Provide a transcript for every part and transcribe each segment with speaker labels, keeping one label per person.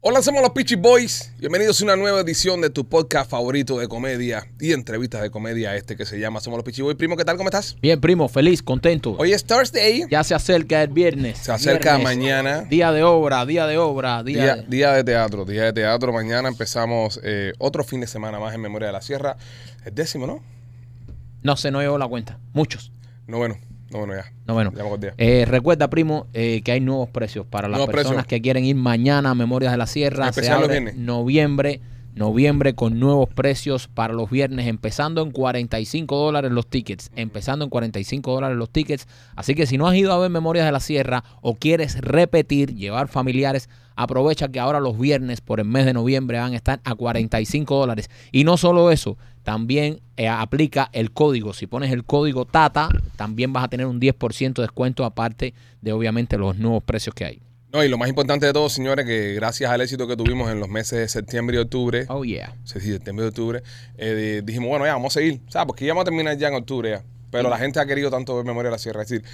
Speaker 1: Hola, somos los Peachy Boys. Bienvenidos a una nueva edición de tu podcast favorito de comedia y entrevistas de comedia, este que se llama Somos los Peachy Boys. Primo, ¿qué tal? ¿Cómo estás?
Speaker 2: Bien, primo, feliz, contento.
Speaker 1: Hoy es Thursday.
Speaker 2: Ya se acerca el viernes.
Speaker 1: Se acerca
Speaker 2: Viernes,
Speaker 1: mañana.
Speaker 2: Día de obra, día de obra, día,
Speaker 1: Día,
Speaker 2: de-
Speaker 1: día de teatro, día de teatro. Mañana empezamos eh, otro fin de semana más en Memoria de la Sierra. El décimo, ¿no?
Speaker 2: No sé, no llevo la cuenta. Muchos.
Speaker 1: No, bueno. No, bueno, ya.
Speaker 2: No, bueno.
Speaker 1: Ya me acordé.
Speaker 2: Eh, recuerda, primo, eh, que hay nuevos precios para las
Speaker 1: Nuevos
Speaker 2: personas
Speaker 1: precios.
Speaker 2: que quieren ir mañana a Memorias de la Sierra.
Speaker 1: Especial los
Speaker 2: abre
Speaker 1: viernes.
Speaker 2: noviembre, noviembre con nuevos precios para los viernes, empezando en 45 dólares los tickets. Empezando en 45 dólares los tickets. Así que si no has ido a ver Memorias de la Sierra o quieres repetir, llevar familiares, aprovecha que ahora los viernes por el mes de noviembre van a estar a 45 dólares. Y no solo eso. También eh, aplica el código. Si pones el código TATA, también vas a tener un 10% de descuento aparte de obviamente los nuevos precios que hay.
Speaker 1: No, y lo más importante de todo, señores, que gracias al éxito que tuvimos en los meses de septiembre y octubre,
Speaker 2: Oh yeah.
Speaker 1: sí, sí, septiembre y octubre, eh, de- dijimos, bueno, ya vamos a seguir, ¿sabes? Porque ya vamos a terminar ya en octubre ya. Pero
Speaker 2: Mm.
Speaker 1: la gente ha querido tanto ver Memoria de la Sierra. Es decir,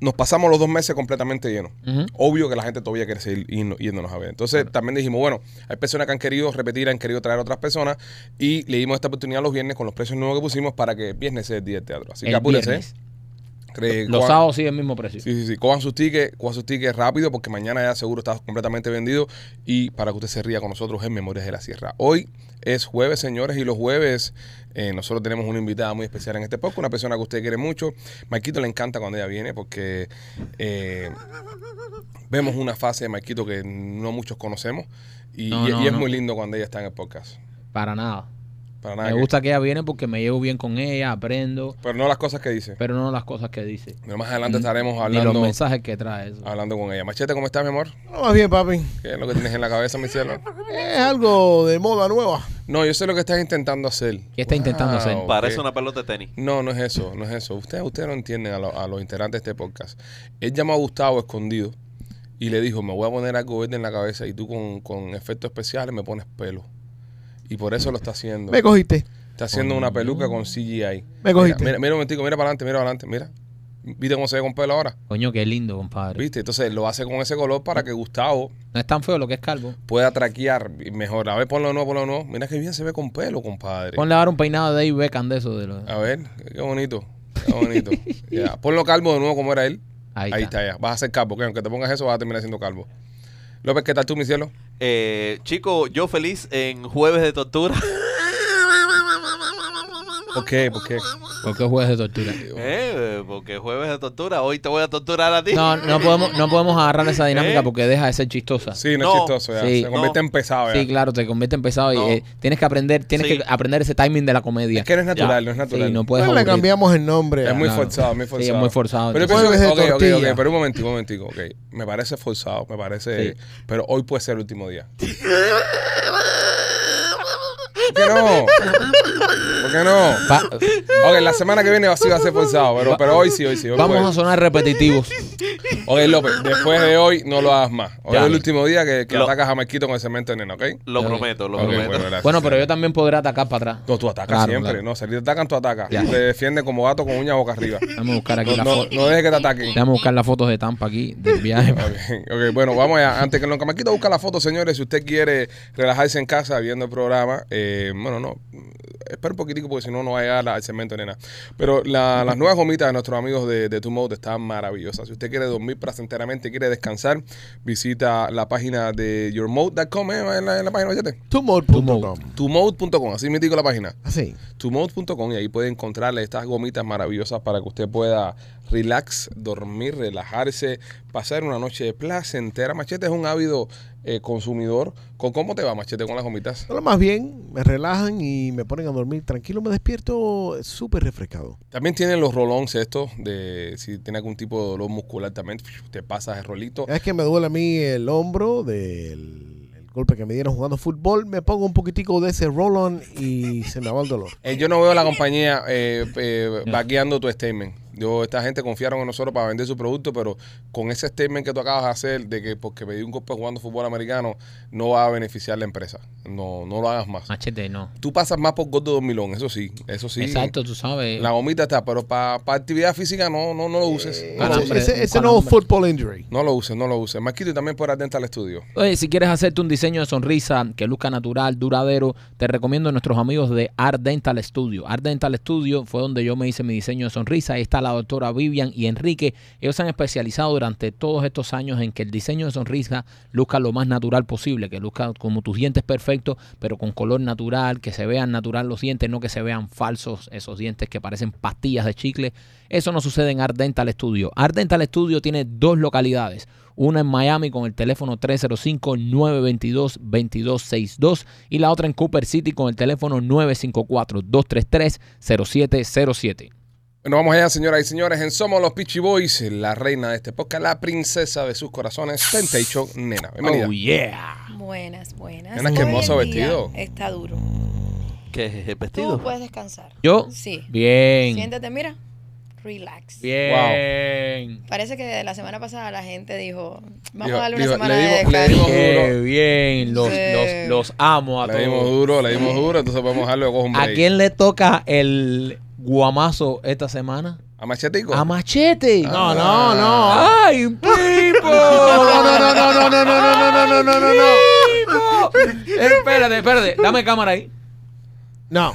Speaker 1: nos pasamos los dos meses completamente llenos.
Speaker 2: Ujú.
Speaker 1: Obvio que la gente todavía quiere seguir yendo- yéndonos a ver. Entonces también dijimos, bueno, hay personas que han querido repetir, han querido traer otras personas y le dimos esta oportunidad los viernes con los precios nuevos que pusimos para que viernes sea el día del teatro. Así que ¿eh?
Speaker 2: El
Speaker 1: apúrense.
Speaker 2: viernes.
Speaker 1: Cre-
Speaker 2: Los
Speaker 1: cojan-
Speaker 2: sábados sí el mismo precio.
Speaker 1: Sí, sí, sí. Cojan sus tickets, cojan sus tickets rápido porque mañana ya seguro está completamente vendido. Y para que usted se ría con nosotros en Memorias de la Sierra. Hoy es jueves, señores, y los jueves eh, nosotros tenemos una invitada muy especial en este podcast, una persona que usted quiere mucho. Marquito le encanta cuando ella viene porque eh, vemos una fase de Marquito que no muchos conocemos. Y,
Speaker 2: No,
Speaker 1: y-
Speaker 2: no,
Speaker 1: y es
Speaker 2: no.
Speaker 1: muy lindo cuando ella está en el podcast.
Speaker 2: Para nada.
Speaker 1: Para nada.
Speaker 2: me
Speaker 1: que-
Speaker 2: gusta que ella viene porque me llevo bien con ella, aprendo,
Speaker 1: Pero no las cosas que dice.
Speaker 2: pero no las cosas que dice.
Speaker 1: Pero más adelante estaremos
Speaker 2: Ni los
Speaker 1: hablando, Ah.
Speaker 2: mensajes que trae eso.
Speaker 1: hablando con ella. Machete, ¿cómo estás, mi amor?
Speaker 3: No, más bien, papi.
Speaker 1: ¿Qué es lo que tienes en la cabeza, mi cielo?
Speaker 3: Es algo de moda nueva.
Speaker 1: No, yo sé lo que estás intentando hacer.
Speaker 2: ¿Qué está intentando hacer?
Speaker 1: ok.
Speaker 4: Parece una pelota de tenis.
Speaker 1: No, no es eso, no es eso. Ustedes ustedes no entienden a, lo- a los integrantes de este podcast. Él llamó a Gustavo escondido y le dijo, me voy a poner algo verde en la cabeza y tú con, con efectos especiales me pones pelo. Y por eso lo está haciendo.
Speaker 3: Me cogiste.
Speaker 1: Está haciendo una peluca con CGI.
Speaker 3: Me cogiste.
Speaker 1: Mira, mira, mira un momentico, mira para adelante, mira para adelante, mira. ¿Viste cómo se ve con pelo ahora?
Speaker 2: Coño, qué lindo, compadre.
Speaker 1: ¿Viste? Entonces lo hace con ese color para que Gustavo
Speaker 2: No es tan feo lo que es calvo.
Speaker 1: pueda traquear mejor. A ver, ponlo de nuevo, ponlo de nuevo. Mira qué bien se ve con pelo, compadre.
Speaker 2: Ponle ahora un peinado de Dave Beckham de eso. De los-
Speaker 1: A ver, qué bonito. Qué bonito. Ya, Ponlo calvo de nuevo como era él.
Speaker 2: Ahí,
Speaker 1: Ahí,
Speaker 2: está.
Speaker 1: está. ya. Vas a ser calvo, que aunque te pongas eso vas a terminar siendo calvo. López, ¿qué tal tú, mi cielo?
Speaker 4: Eh, chico, yo feliz en jueves de tortura.
Speaker 1: ¿Por qué? ¿Por qué?
Speaker 2: Porque juegues de tortura.
Speaker 4: Eh, porque jueves de tortura. Hoy te voy a torturar a ti.
Speaker 2: No, no podemos, no podemos agarrar esa dinámica
Speaker 4: ¿Eh?
Speaker 2: porque deja de ser chistosa. Sí,
Speaker 1: Sí, no, es
Speaker 4: No.
Speaker 1: chistoso ya.
Speaker 2: Sí.
Speaker 1: se convierte
Speaker 4: No.
Speaker 1: en pesado ya.
Speaker 2: claro, te convierte en pesado y
Speaker 4: No.
Speaker 2: eh, tienes que aprender, tienes
Speaker 4: Sí.
Speaker 2: que aprender ese timing de la comedia.
Speaker 1: Es que no es natural, no es natural.
Speaker 2: Sí, no puedes
Speaker 3: Bueno, le
Speaker 2: aburrir.
Speaker 3: cambiamos el nombre.
Speaker 1: Es
Speaker 3: a-
Speaker 1: muy
Speaker 2: Claro.
Speaker 1: forzado, muy
Speaker 2: Sí,
Speaker 1: forzado.
Speaker 2: es muy forzado,
Speaker 1: Pero yo
Speaker 3: entonces.
Speaker 1: pienso,
Speaker 3: Jueves
Speaker 1: ok,
Speaker 3: de
Speaker 1: ok, ok,
Speaker 3: tortilla.
Speaker 1: pero un momentico, un momentico, ok. Me parece forzado, me parece,
Speaker 2: Sí.
Speaker 1: pero hoy puede ser el último día. ¿Por qué no? ¿Por qué no?
Speaker 2: Pa-
Speaker 1: Ok, la semana que viene sí va a ser forzado, pero, pero hoy sí, hoy sí. Hoy
Speaker 2: vamos
Speaker 1: puede.
Speaker 2: a sonar repetitivos.
Speaker 1: Ok, López, después de hoy no lo hagas más. Hoy
Speaker 2: Ya.
Speaker 1: es el último día que, que
Speaker 4: Lo-
Speaker 1: atacas a Marquito con el cemento de nena, ¿ok?
Speaker 4: Lo
Speaker 2: Ok.
Speaker 4: prometo, lo
Speaker 1: Ok,
Speaker 4: prometo.
Speaker 1: bueno, gracias.
Speaker 2: Bueno, pero yo también podré atacar para atrás.
Speaker 1: No, tú atacas
Speaker 2: Claro,
Speaker 1: siempre.
Speaker 2: claro.
Speaker 1: No, salir te atacan, tú atacas.
Speaker 2: Ya.
Speaker 1: Te defiende como gato con uña boca arriba.
Speaker 2: Vamos a buscar aquí
Speaker 1: No,
Speaker 2: la
Speaker 1: no,
Speaker 2: foto.
Speaker 1: no dejes que te ataquen.
Speaker 2: Déjame buscar las fotos de Tampa aquí del viaje.
Speaker 1: Ok, ok, bueno, vamos allá. Antes que lo que Marquito busca la foto, señores, si usted quiere relajarse en casa viendo el programa, eh, bueno, no, espera un poquitico porque si no, no va a llegar al cemento, nena. Pero la- las nuevas gomitas de nuestros amigos de, de Two Mode están maravillosas. Si usted quiere dormir placenteramente, quiere descansar, visita la página de yourmode.com, ¿eh? en, la, en la página, machete.
Speaker 3: Tumor.com.
Speaker 1: Tumode.com, así me digo la página
Speaker 3: Así.
Speaker 1: tumode.com y ahí puede encontrarle estas gomitas maravillosas para que usted pueda relax, dormir, relajarse, pasar una noche placentera. Machete es un ávido eh, consumidor. ¿Con cómo te va, Machete, con las gomitas?
Speaker 3: Ahora más bien, me relajan y me ponen a dormir tranquilo. Me despierto súper refrescado.
Speaker 1: También tienen los rolons estos de si tiene algún tipo de dolor muscular también, te pasas el rolito.
Speaker 3: Es que me duele a mí el hombro del el golpe que me dieron jugando fútbol. Me pongo un poquitico de ese roll-on y se me va el dolor.
Speaker 1: Eh, yo no veo a la compañía eh, eh, vaqueando tu statement. Yo, esta gente confiaron en nosotros para vender su producto, pero con ese statement que tú acabas de hacer de que porque pedí un golpe jugando fútbol americano no va a beneficiar la empresa. No, no lo hagas más.
Speaker 2: Machete, no.
Speaker 1: Tú pasas más por Gordo 2000, eso sí, eso sí.
Speaker 2: Exacto, tú sabes.
Speaker 1: La gomita está, pero para actividad física no, no, no lo uses.
Speaker 3: Eh,
Speaker 1: No lo
Speaker 2: Para-
Speaker 1: uses.
Speaker 2: Calambre,
Speaker 3: ese
Speaker 2: un
Speaker 3: ese no
Speaker 2: calambre.
Speaker 3: football injury.
Speaker 1: No lo uses, no lo uses. Marquito, y también por atenta al estudio.
Speaker 2: Oye, si quieres hacerte un diseño de sonrisa que luzca natural, duradero, te recomiendo a nuestros amigos de Art Dental Studio. Art Dental Studio fue donde yo me hice mi diseño de sonrisa. Ahí está la doctora Vivian y Enrique. Ellos se han especializado durante todos estos años en que el diseño de sonrisa luzca lo más natural posible, que luzca como tus dientes perfectos, pero con color natural, que se vean natural los dientes, no que se vean falsos esos dientes que parecen pastillas de chicle. Eso no sucede en Art Dental Studio. Art Dental Studio tiene dos localidades. Una en Miami con el teléfono 305-922-2262 y la otra en Cooper City con el teléfono 954-233-0707.
Speaker 1: Bueno, vamos allá, señoras y señores, en Somos los Peachy Boys, la reina de este podcast, la princesa de sus corazones, Temptation Nena. Bienvenida.
Speaker 2: Oh, yeah.
Speaker 5: Buenas, buenas.
Speaker 1: Nena, qué
Speaker 5: Hoy
Speaker 1: hermoso
Speaker 5: el día
Speaker 1: vestido.
Speaker 5: Está duro.
Speaker 4: ¿Qué es el
Speaker 5: Tú
Speaker 4: vestido?
Speaker 5: puedes descansar.
Speaker 2: ¿Yo?
Speaker 5: Sí.
Speaker 2: Bien.
Speaker 5: Siéntate, mira. Relax.
Speaker 2: Bien.
Speaker 5: Parece que desde la semana pasada la gente dijo, vamos
Speaker 1: Dijo-
Speaker 5: a darle una
Speaker 1: dijo,
Speaker 5: semana
Speaker 1: le dimos-
Speaker 5: de
Speaker 1: le
Speaker 5: descanso.
Speaker 1: dimos-
Speaker 2: Qué bien. Los,
Speaker 5: Sí.
Speaker 2: los, los amo a
Speaker 1: Le dimos
Speaker 2: todos.
Speaker 1: duro, le dimos duro, entonces podemos darle cojo un
Speaker 2: Ah, ¿A
Speaker 1: break.
Speaker 2: quién le toca el guamazo esta semana?
Speaker 1: ¿A Machetico?
Speaker 2: A Machete.
Speaker 1: Ah.
Speaker 3: No, no, no.
Speaker 2: ¡Ay, Pipo!
Speaker 3: No, no, no, no, no, no, no, no, no, no, no, no, no.
Speaker 2: Espérate, espérate. Dame cámara ahí.
Speaker 3: No,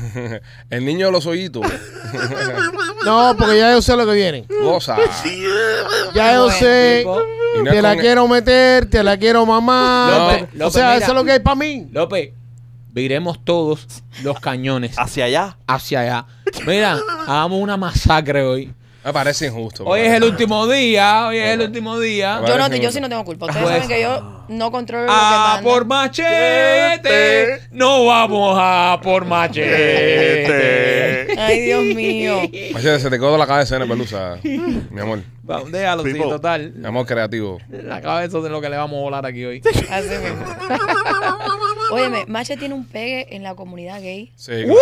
Speaker 1: El niño de los hoyitos.
Speaker 3: no, porque ya yo sé lo que viene.
Speaker 1: Goza.
Speaker 3: Ya yo
Speaker 5: Bueno,
Speaker 1: Y
Speaker 3: sé.
Speaker 1: no es
Speaker 3: Te la
Speaker 1: con-
Speaker 3: quiero meter, te la quiero mamar.
Speaker 2: López,
Speaker 3: te- O
Speaker 2: López,
Speaker 3: sea,
Speaker 1: pues
Speaker 2: mira.
Speaker 3: eso es lo que hay para mí.
Speaker 2: López, viremos todos los cañones
Speaker 4: Hacia allá.
Speaker 2: hacia allá. Mira, hagamos una masacre hoy.
Speaker 1: Me parece injusto. me
Speaker 2: Hoy es
Speaker 1: parece.
Speaker 2: el último día, hoy es el último día.
Speaker 5: Yo, no,
Speaker 1: Parece
Speaker 5: yo
Speaker 1: un-
Speaker 5: sí no tengo culpa. Ustedes
Speaker 2: Pues-
Speaker 5: saben que yo no controlo lo que
Speaker 2: A
Speaker 1: Ah,
Speaker 5: manda.
Speaker 2: por machete. No vamos a por
Speaker 1: Este,
Speaker 2: machete.
Speaker 5: Ay, Dios mío.
Speaker 1: Machete, se te quedó la cabeza en el pelusa. Mi amor.
Speaker 2: Vamos, déjalo, sí,
Speaker 4: Pipo.
Speaker 1: Mi
Speaker 2: total.
Speaker 1: amor creativo.
Speaker 2: La cabeza de lo que le vamos a volar aquí hoy.
Speaker 5: Así mismo. Óyeme, Mache tiene un pegue en la comunidad gay.
Speaker 1: Sí,
Speaker 2: Uh.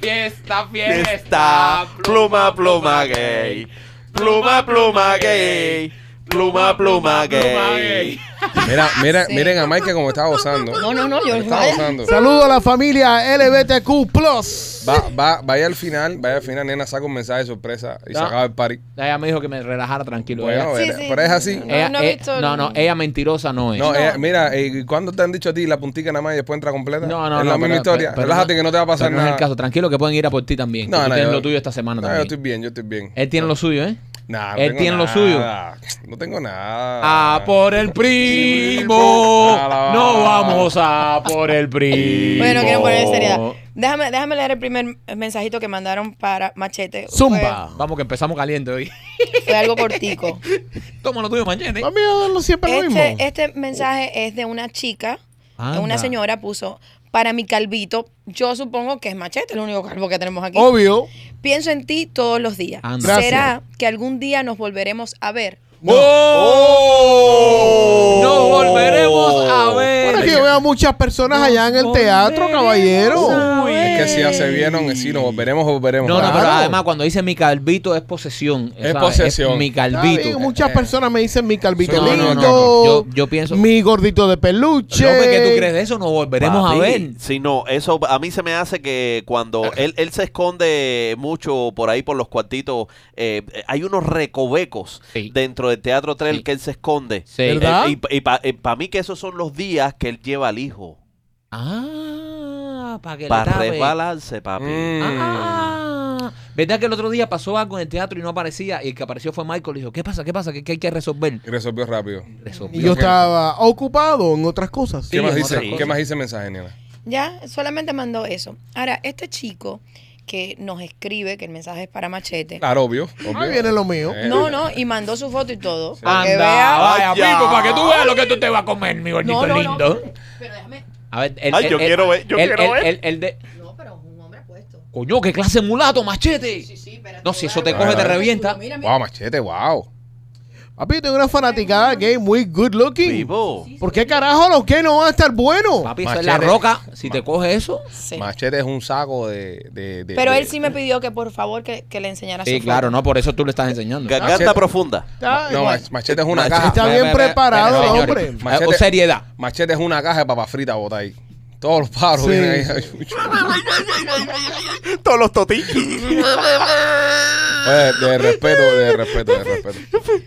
Speaker 2: Fiesta,
Speaker 4: Está pluma, pluma gay. Pluma, pluma gay. Pluma, pluma gay.
Speaker 1: Mira, mira,
Speaker 5: Sí.
Speaker 1: miren a Mike como está gozando.
Speaker 5: No, no, no, yo
Speaker 1: Está gozando.
Speaker 3: Saludo a la familia LBTQ Plus.
Speaker 1: Va, va, vaya al final, vaya al final, nena, saca un mensaje de sorpresa y se
Speaker 2: Ya.
Speaker 1: acaba el party.
Speaker 2: Ella me dijo que me relajara tranquilo.
Speaker 1: Bueno,
Speaker 2: ella,
Speaker 5: Sí,
Speaker 1: era-
Speaker 5: sí.
Speaker 1: pero es así.
Speaker 5: No,
Speaker 2: ella-
Speaker 5: no he
Speaker 2: eh,
Speaker 5: visto el-
Speaker 2: no, no, ella mentirosa no es.
Speaker 1: No, eh, mira, eh, ¿cuándo te han dicho a ti la puntica nada más y después entra completa?
Speaker 2: No, no,
Speaker 1: Es
Speaker 2: no,
Speaker 1: la misma
Speaker 2: pero-
Speaker 1: historia.
Speaker 2: pero- pero
Speaker 1: Relájate
Speaker 2: no-
Speaker 1: que no te va a pasar
Speaker 2: pero no
Speaker 1: nada.
Speaker 2: es el caso. Tranquilo que pueden ir a por ti también. que tú tienes
Speaker 1: yo-
Speaker 2: lo tuyo esta semana
Speaker 1: no,
Speaker 2: también.
Speaker 1: Yo estoy bien, yo estoy bien.
Speaker 2: Él tiene lo suyo, ¿eh?
Speaker 1: Nah,
Speaker 2: Él
Speaker 1: tengo
Speaker 2: tiene lo
Speaker 1: nada.
Speaker 2: suyo. pues.
Speaker 1: No tengo nada.
Speaker 2: A Ah, por el primo.
Speaker 1: Alabado.
Speaker 2: No vamos a por el primo.
Speaker 5: Bueno, quiero poner seriedad. Déjame, déjame leer el primer mensajito que mandaron para Machete. Fue-
Speaker 3: Zumba.
Speaker 2: Vamos que empezamos caliente hoy.
Speaker 5: Fue, algo cortico.
Speaker 2: Toma lo tuyo, machete.
Speaker 3: Mami, yo lo siempre lo mismo.
Speaker 5: Este, este mensaje es de una chica, de
Speaker 2: Anda.
Speaker 5: una señora puso, para mi calvito, yo supongo que es Machete, el único calvo que tenemos aquí.
Speaker 3: Obvio.
Speaker 5: Pienso en ti todos los días.
Speaker 2: Anda.
Speaker 3: Gracias.
Speaker 5: ¿Será que algún día nos volveremos a ver?
Speaker 2: ¡Oh! Nos volveremos a
Speaker 3: Bueno, es que
Speaker 2: ver.
Speaker 3: yo veo a muchas personas allá en el teatro, caballero.
Speaker 2: Uy.
Speaker 1: Es que si ya se vieron, sí, nos volveremos, volveremos.
Speaker 2: No, no,
Speaker 1: Claro.
Speaker 2: pero además cuando dice mi calvito es posesión.
Speaker 1: Es posesión.
Speaker 2: mi
Speaker 3: Está bien,
Speaker 2: calvito.
Speaker 3: Muchas personas me dicen mi calvito
Speaker 1: No, no,
Speaker 3: lindo,
Speaker 1: no,
Speaker 2: no. Yo- yo pienso-
Speaker 3: mi gordito de peluche.
Speaker 2: López, ¿qué tú crees de eso? Nos volveremos
Speaker 4: Papi,
Speaker 2: a ver.
Speaker 4: Sí, no, eso a mí se me hace que
Speaker 3: Ah.
Speaker 4: cuando él, él se esconde mucho por ahí por los cuartitos, eh, hay unos recovecos
Speaker 2: Sí.
Speaker 4: dentro del Teatro Trail
Speaker 2: Sí.
Speaker 4: que él se esconde.
Speaker 2: Sí.
Speaker 4: Eh,
Speaker 3: ¿Verdad?
Speaker 4: y para mí que esos son los días que él lleva al hijo.
Speaker 2: Ah, para que
Speaker 4: Para
Speaker 2: le tape.
Speaker 4: resbalarse, papi.
Speaker 1: Mm.
Speaker 2: Ah, ¿verdad que el otro día pasó algo en el teatro y no aparecía? Y el que apareció fue Michael y dijo, ¿qué pasa? ¿Qué pasa? ¿Qué, qué hay que resolver?
Speaker 1: Y resolvió rápido.
Speaker 2: Resolvió.
Speaker 3: Y yo estaba ocupado en otras cosas.
Speaker 1: ¿Qué,
Speaker 2: Sí,
Speaker 1: más
Speaker 2: en
Speaker 1: dice,
Speaker 2: otras cosas.
Speaker 1: ¿Qué más dice el mensaje, nena?
Speaker 5: Ya, solamente mandó eso. Ahora, este chico que nos escribe, que el mensaje es para Machete.
Speaker 1: Claro, obvio. obvio.
Speaker 3: Ahí viene lo mío.
Speaker 1: Eh,
Speaker 5: No, no, y mandó su foto y todo. para que
Speaker 2: Anda,
Speaker 5: vea.
Speaker 2: vaya,
Speaker 4: Vaya.
Speaker 2: Pipo, para que tú veas lo que tú te vas a comer, mi gordito
Speaker 5: No, no, no.
Speaker 2: lindo.
Speaker 5: Pero déjame.
Speaker 2: A ver, el,
Speaker 4: Ay,
Speaker 2: el-
Speaker 4: yo
Speaker 2: el-
Speaker 4: quiero ver, yo
Speaker 2: el-
Speaker 4: quiero
Speaker 2: el-
Speaker 4: ver.
Speaker 2: el- el de-
Speaker 5: No, pero es un hombre puesto.
Speaker 2: Coño, qué clase de mulato, machete.
Speaker 5: Sí, sí, espérate.
Speaker 2: No, si eso te
Speaker 1: coge, te
Speaker 2: revienta.
Speaker 5: Mira, mira.
Speaker 1: Wow, machete, wow.
Speaker 3: Papi, tengo una fanaticada gay muy good looking.
Speaker 4: Vivo.
Speaker 3: ¿Por qué carajo los gays no van a estar buenos?
Speaker 2: Papi, eso es la
Speaker 1: Machete.
Speaker 2: roca. Si te coge eso.
Speaker 5: Sí.
Speaker 1: Machete es un saco de. de- de-
Speaker 5: Pero
Speaker 1: de-
Speaker 5: él sí me pidió que por favor que, que le enseñara
Speaker 2: Sí,
Speaker 5: su
Speaker 2: claro,
Speaker 5: foto.
Speaker 2: no, por eso tú le estás enseñando. Eh,
Speaker 1: Ah,
Speaker 4: Garganta
Speaker 1: Machete.
Speaker 4: profunda.
Speaker 3: Está,
Speaker 1: No,
Speaker 3: igual.
Speaker 1: mach- Machete es una
Speaker 4: Machete.
Speaker 1: caja.
Speaker 3: Está bien
Speaker 2: Espera, espera,
Speaker 3: preparado,
Speaker 2: espera, señores.
Speaker 3: hombre.
Speaker 2: Eh, con
Speaker 1: Machete-
Speaker 2: seriedad.
Speaker 1: Machete es una caja de papas fritas bota ahí. Todos los paros
Speaker 3: Sí.
Speaker 1: vienen ahí.
Speaker 4: Todos los totis.
Speaker 1: Oye, de respeto, de respeto, de respeto.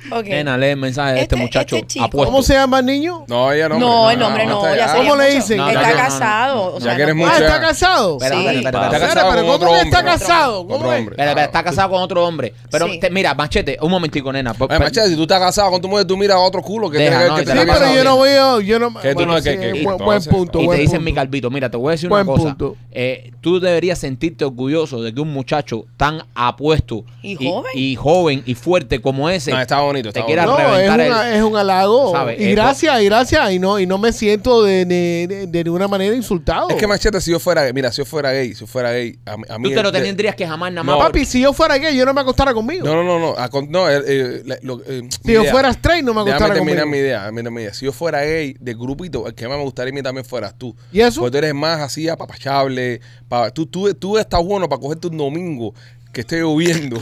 Speaker 5: Ok.
Speaker 2: Nena, lee el mensaje de este,
Speaker 5: Este-
Speaker 2: muchacho
Speaker 5: este chico-
Speaker 2: apuesto.
Speaker 3: ¿Cómo se llama el niño?
Speaker 1: No, ella no.
Speaker 5: No, el nombre no.
Speaker 1: está
Speaker 5: ya
Speaker 1: allá.
Speaker 5: sería
Speaker 3: ¿Cómo le
Speaker 5: mucho.
Speaker 3: dicen?
Speaker 2: No,
Speaker 5: está
Speaker 2: ya que-
Speaker 5: casado. o
Speaker 1: ya
Speaker 5: sea,
Speaker 1: que eres
Speaker 5: no-
Speaker 1: mucho.
Speaker 3: Ah, está casado.
Speaker 2: Espera,
Speaker 5: Sí.
Speaker 2: espera, espera,
Speaker 4: Está
Speaker 2: espera.
Speaker 1: casado
Speaker 3: Espera, pero
Speaker 1: con otro
Speaker 3: ¿cómo que está
Speaker 1: hombre?
Speaker 3: casado?
Speaker 1: Otro
Speaker 3: ¿Cómo es?
Speaker 1: hombre.
Speaker 2: Espera, espera, está casado con otro hombre. Pero
Speaker 5: Sí.
Speaker 2: te- mira, machete, un momentico, nena. Pe-
Speaker 1: Oye,
Speaker 2: pe-
Speaker 1: machete, si tú estás casado con tu mujer, tú miras a otro culo. que
Speaker 2: Deja,
Speaker 1: tiene que ver
Speaker 2: no,
Speaker 1: que
Speaker 2: y
Speaker 1: te
Speaker 2: te la
Speaker 3: Sí,
Speaker 1: estés
Speaker 2: pasas
Speaker 3: pero yo
Speaker 1: casado?
Speaker 3: no veo, yo no...
Speaker 1: Que tú no-
Speaker 3: sí,
Speaker 1: que- que-
Speaker 3: buen,
Speaker 1: que-
Speaker 3: buen
Speaker 1: entonces-
Speaker 3: punto,
Speaker 2: y
Speaker 3: buen
Speaker 2: te dicen,
Speaker 3: punto.
Speaker 2: mi Calvito, mira, te voy a decir
Speaker 3: Buen
Speaker 2: una cosa.
Speaker 3: punto.
Speaker 2: Eh, tú deberías sentirte orgulloso de que un muchacho tan apuesto
Speaker 5: Y joven.
Speaker 2: y joven y fuerte como ese
Speaker 1: No, está bonito,
Speaker 2: te
Speaker 1: está
Speaker 2: quiera
Speaker 1: bonito.
Speaker 3: No, es,
Speaker 2: reventar el-
Speaker 3: una- es un halago.
Speaker 2: ¿Sabes?
Speaker 3: Y
Speaker 2: Eh,
Speaker 3: gracias, y gracias. Y no, y no me siento de, de- de- de ninguna manera insultado.
Speaker 1: Es que Machete, si yo fuera gay, mira, si yo fuera gay, si yo fuera gay, a, mí- a mí.
Speaker 2: Tú te lo
Speaker 1: de-
Speaker 2: tendrías que jamás nada más.
Speaker 1: No,
Speaker 2: por-
Speaker 3: Papi, si yo fuera gay, yo no me acostara conmigo.
Speaker 1: No, no, no, no. a con- no, eh, eh, la- lo- eh, mi
Speaker 3: si yo
Speaker 1: idea.
Speaker 3: fuera straight, no me
Speaker 1: Déjame
Speaker 3: acostara
Speaker 1: terminar
Speaker 3: conmigo.
Speaker 1: mi idea, mira mi idea. Si yo fuera gay de grupito, el que más me gustaría a mí también fueras tú.
Speaker 3: ¿Y eso?
Speaker 1: Porque tú eres más así apapachable. pa- tú, tú, tú estás bueno para cogerte un domingo que esté lloviendo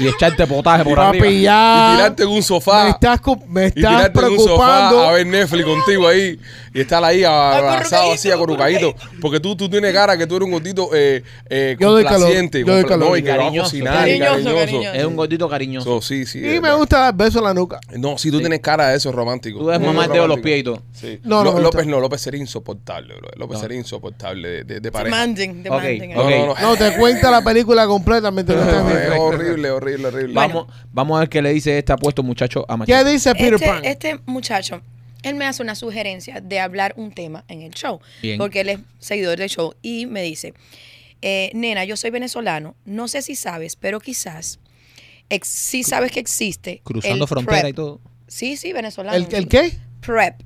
Speaker 2: Y echarte potaje por arriba.
Speaker 3: Papi,
Speaker 1: y
Speaker 3: ya.
Speaker 1: tirarte en un
Speaker 3: Me
Speaker 1: sofá.
Speaker 3: estás, co- me
Speaker 1: y tirarte
Speaker 3: estás
Speaker 1: en un sofá a
Speaker 3: preocupando.
Speaker 1: ver Netflix contigo ahí y estar ahí abrazado así acurrucadito porque tú, tú tienes cara que tú eres un gordito eh, eh,
Speaker 3: Yo doy calor,
Speaker 1: complaciente
Speaker 3: yo doy
Speaker 1: compla-
Speaker 3: calor.
Speaker 1: no, y que va a
Speaker 2: Cariñoso,
Speaker 1: cocinar y
Speaker 5: cariñoso,
Speaker 1: cariñoso,
Speaker 5: cariñoso.
Speaker 2: Es un gordito cariñoso.
Speaker 1: So, sí, sí,
Speaker 3: Y
Speaker 1: es
Speaker 3: me
Speaker 1: verdad.
Speaker 3: gusta dar besos en la nuca.
Speaker 1: no, si tú tienes cara de eso romántico
Speaker 2: Tú ves
Speaker 1: Muy
Speaker 2: mamá el dedo de los
Speaker 1: romántico.
Speaker 2: pies y todo.
Speaker 1: Sí.
Speaker 3: No, no
Speaker 1: Lo-
Speaker 3: me gusta.
Speaker 1: López no, López era insoportable, bro. López era insoportable de, de, de pareja.
Speaker 5: Demanding, demanding.
Speaker 1: No,
Speaker 2: Ok.
Speaker 1: no, no.
Speaker 3: No, te cuenta la película completamente.
Speaker 1: No, no, es
Speaker 3: No,
Speaker 1: horrible, horrible, horrible.
Speaker 2: Vamos, vamos a ver qué le dice este apuesto muchacho a
Speaker 3: ¿Qué
Speaker 2: Machete.
Speaker 3: dice Peter
Speaker 5: Este,
Speaker 3: Pan?
Speaker 5: este muchacho, él me hace una sugerencia de hablar un tema en el show.
Speaker 2: Bien.
Speaker 5: Porque él es seguidor del show y me dice, eh, nena, yo soy venezolano, no sé si sabes, pero quizás ex- sí sabes que existe.
Speaker 2: Cruzando
Speaker 5: el
Speaker 2: frontera
Speaker 5: PrEP".
Speaker 2: y todo.
Speaker 5: Sí, sí, venezolano.
Speaker 3: ¿El, el qué?
Speaker 5: PrEP.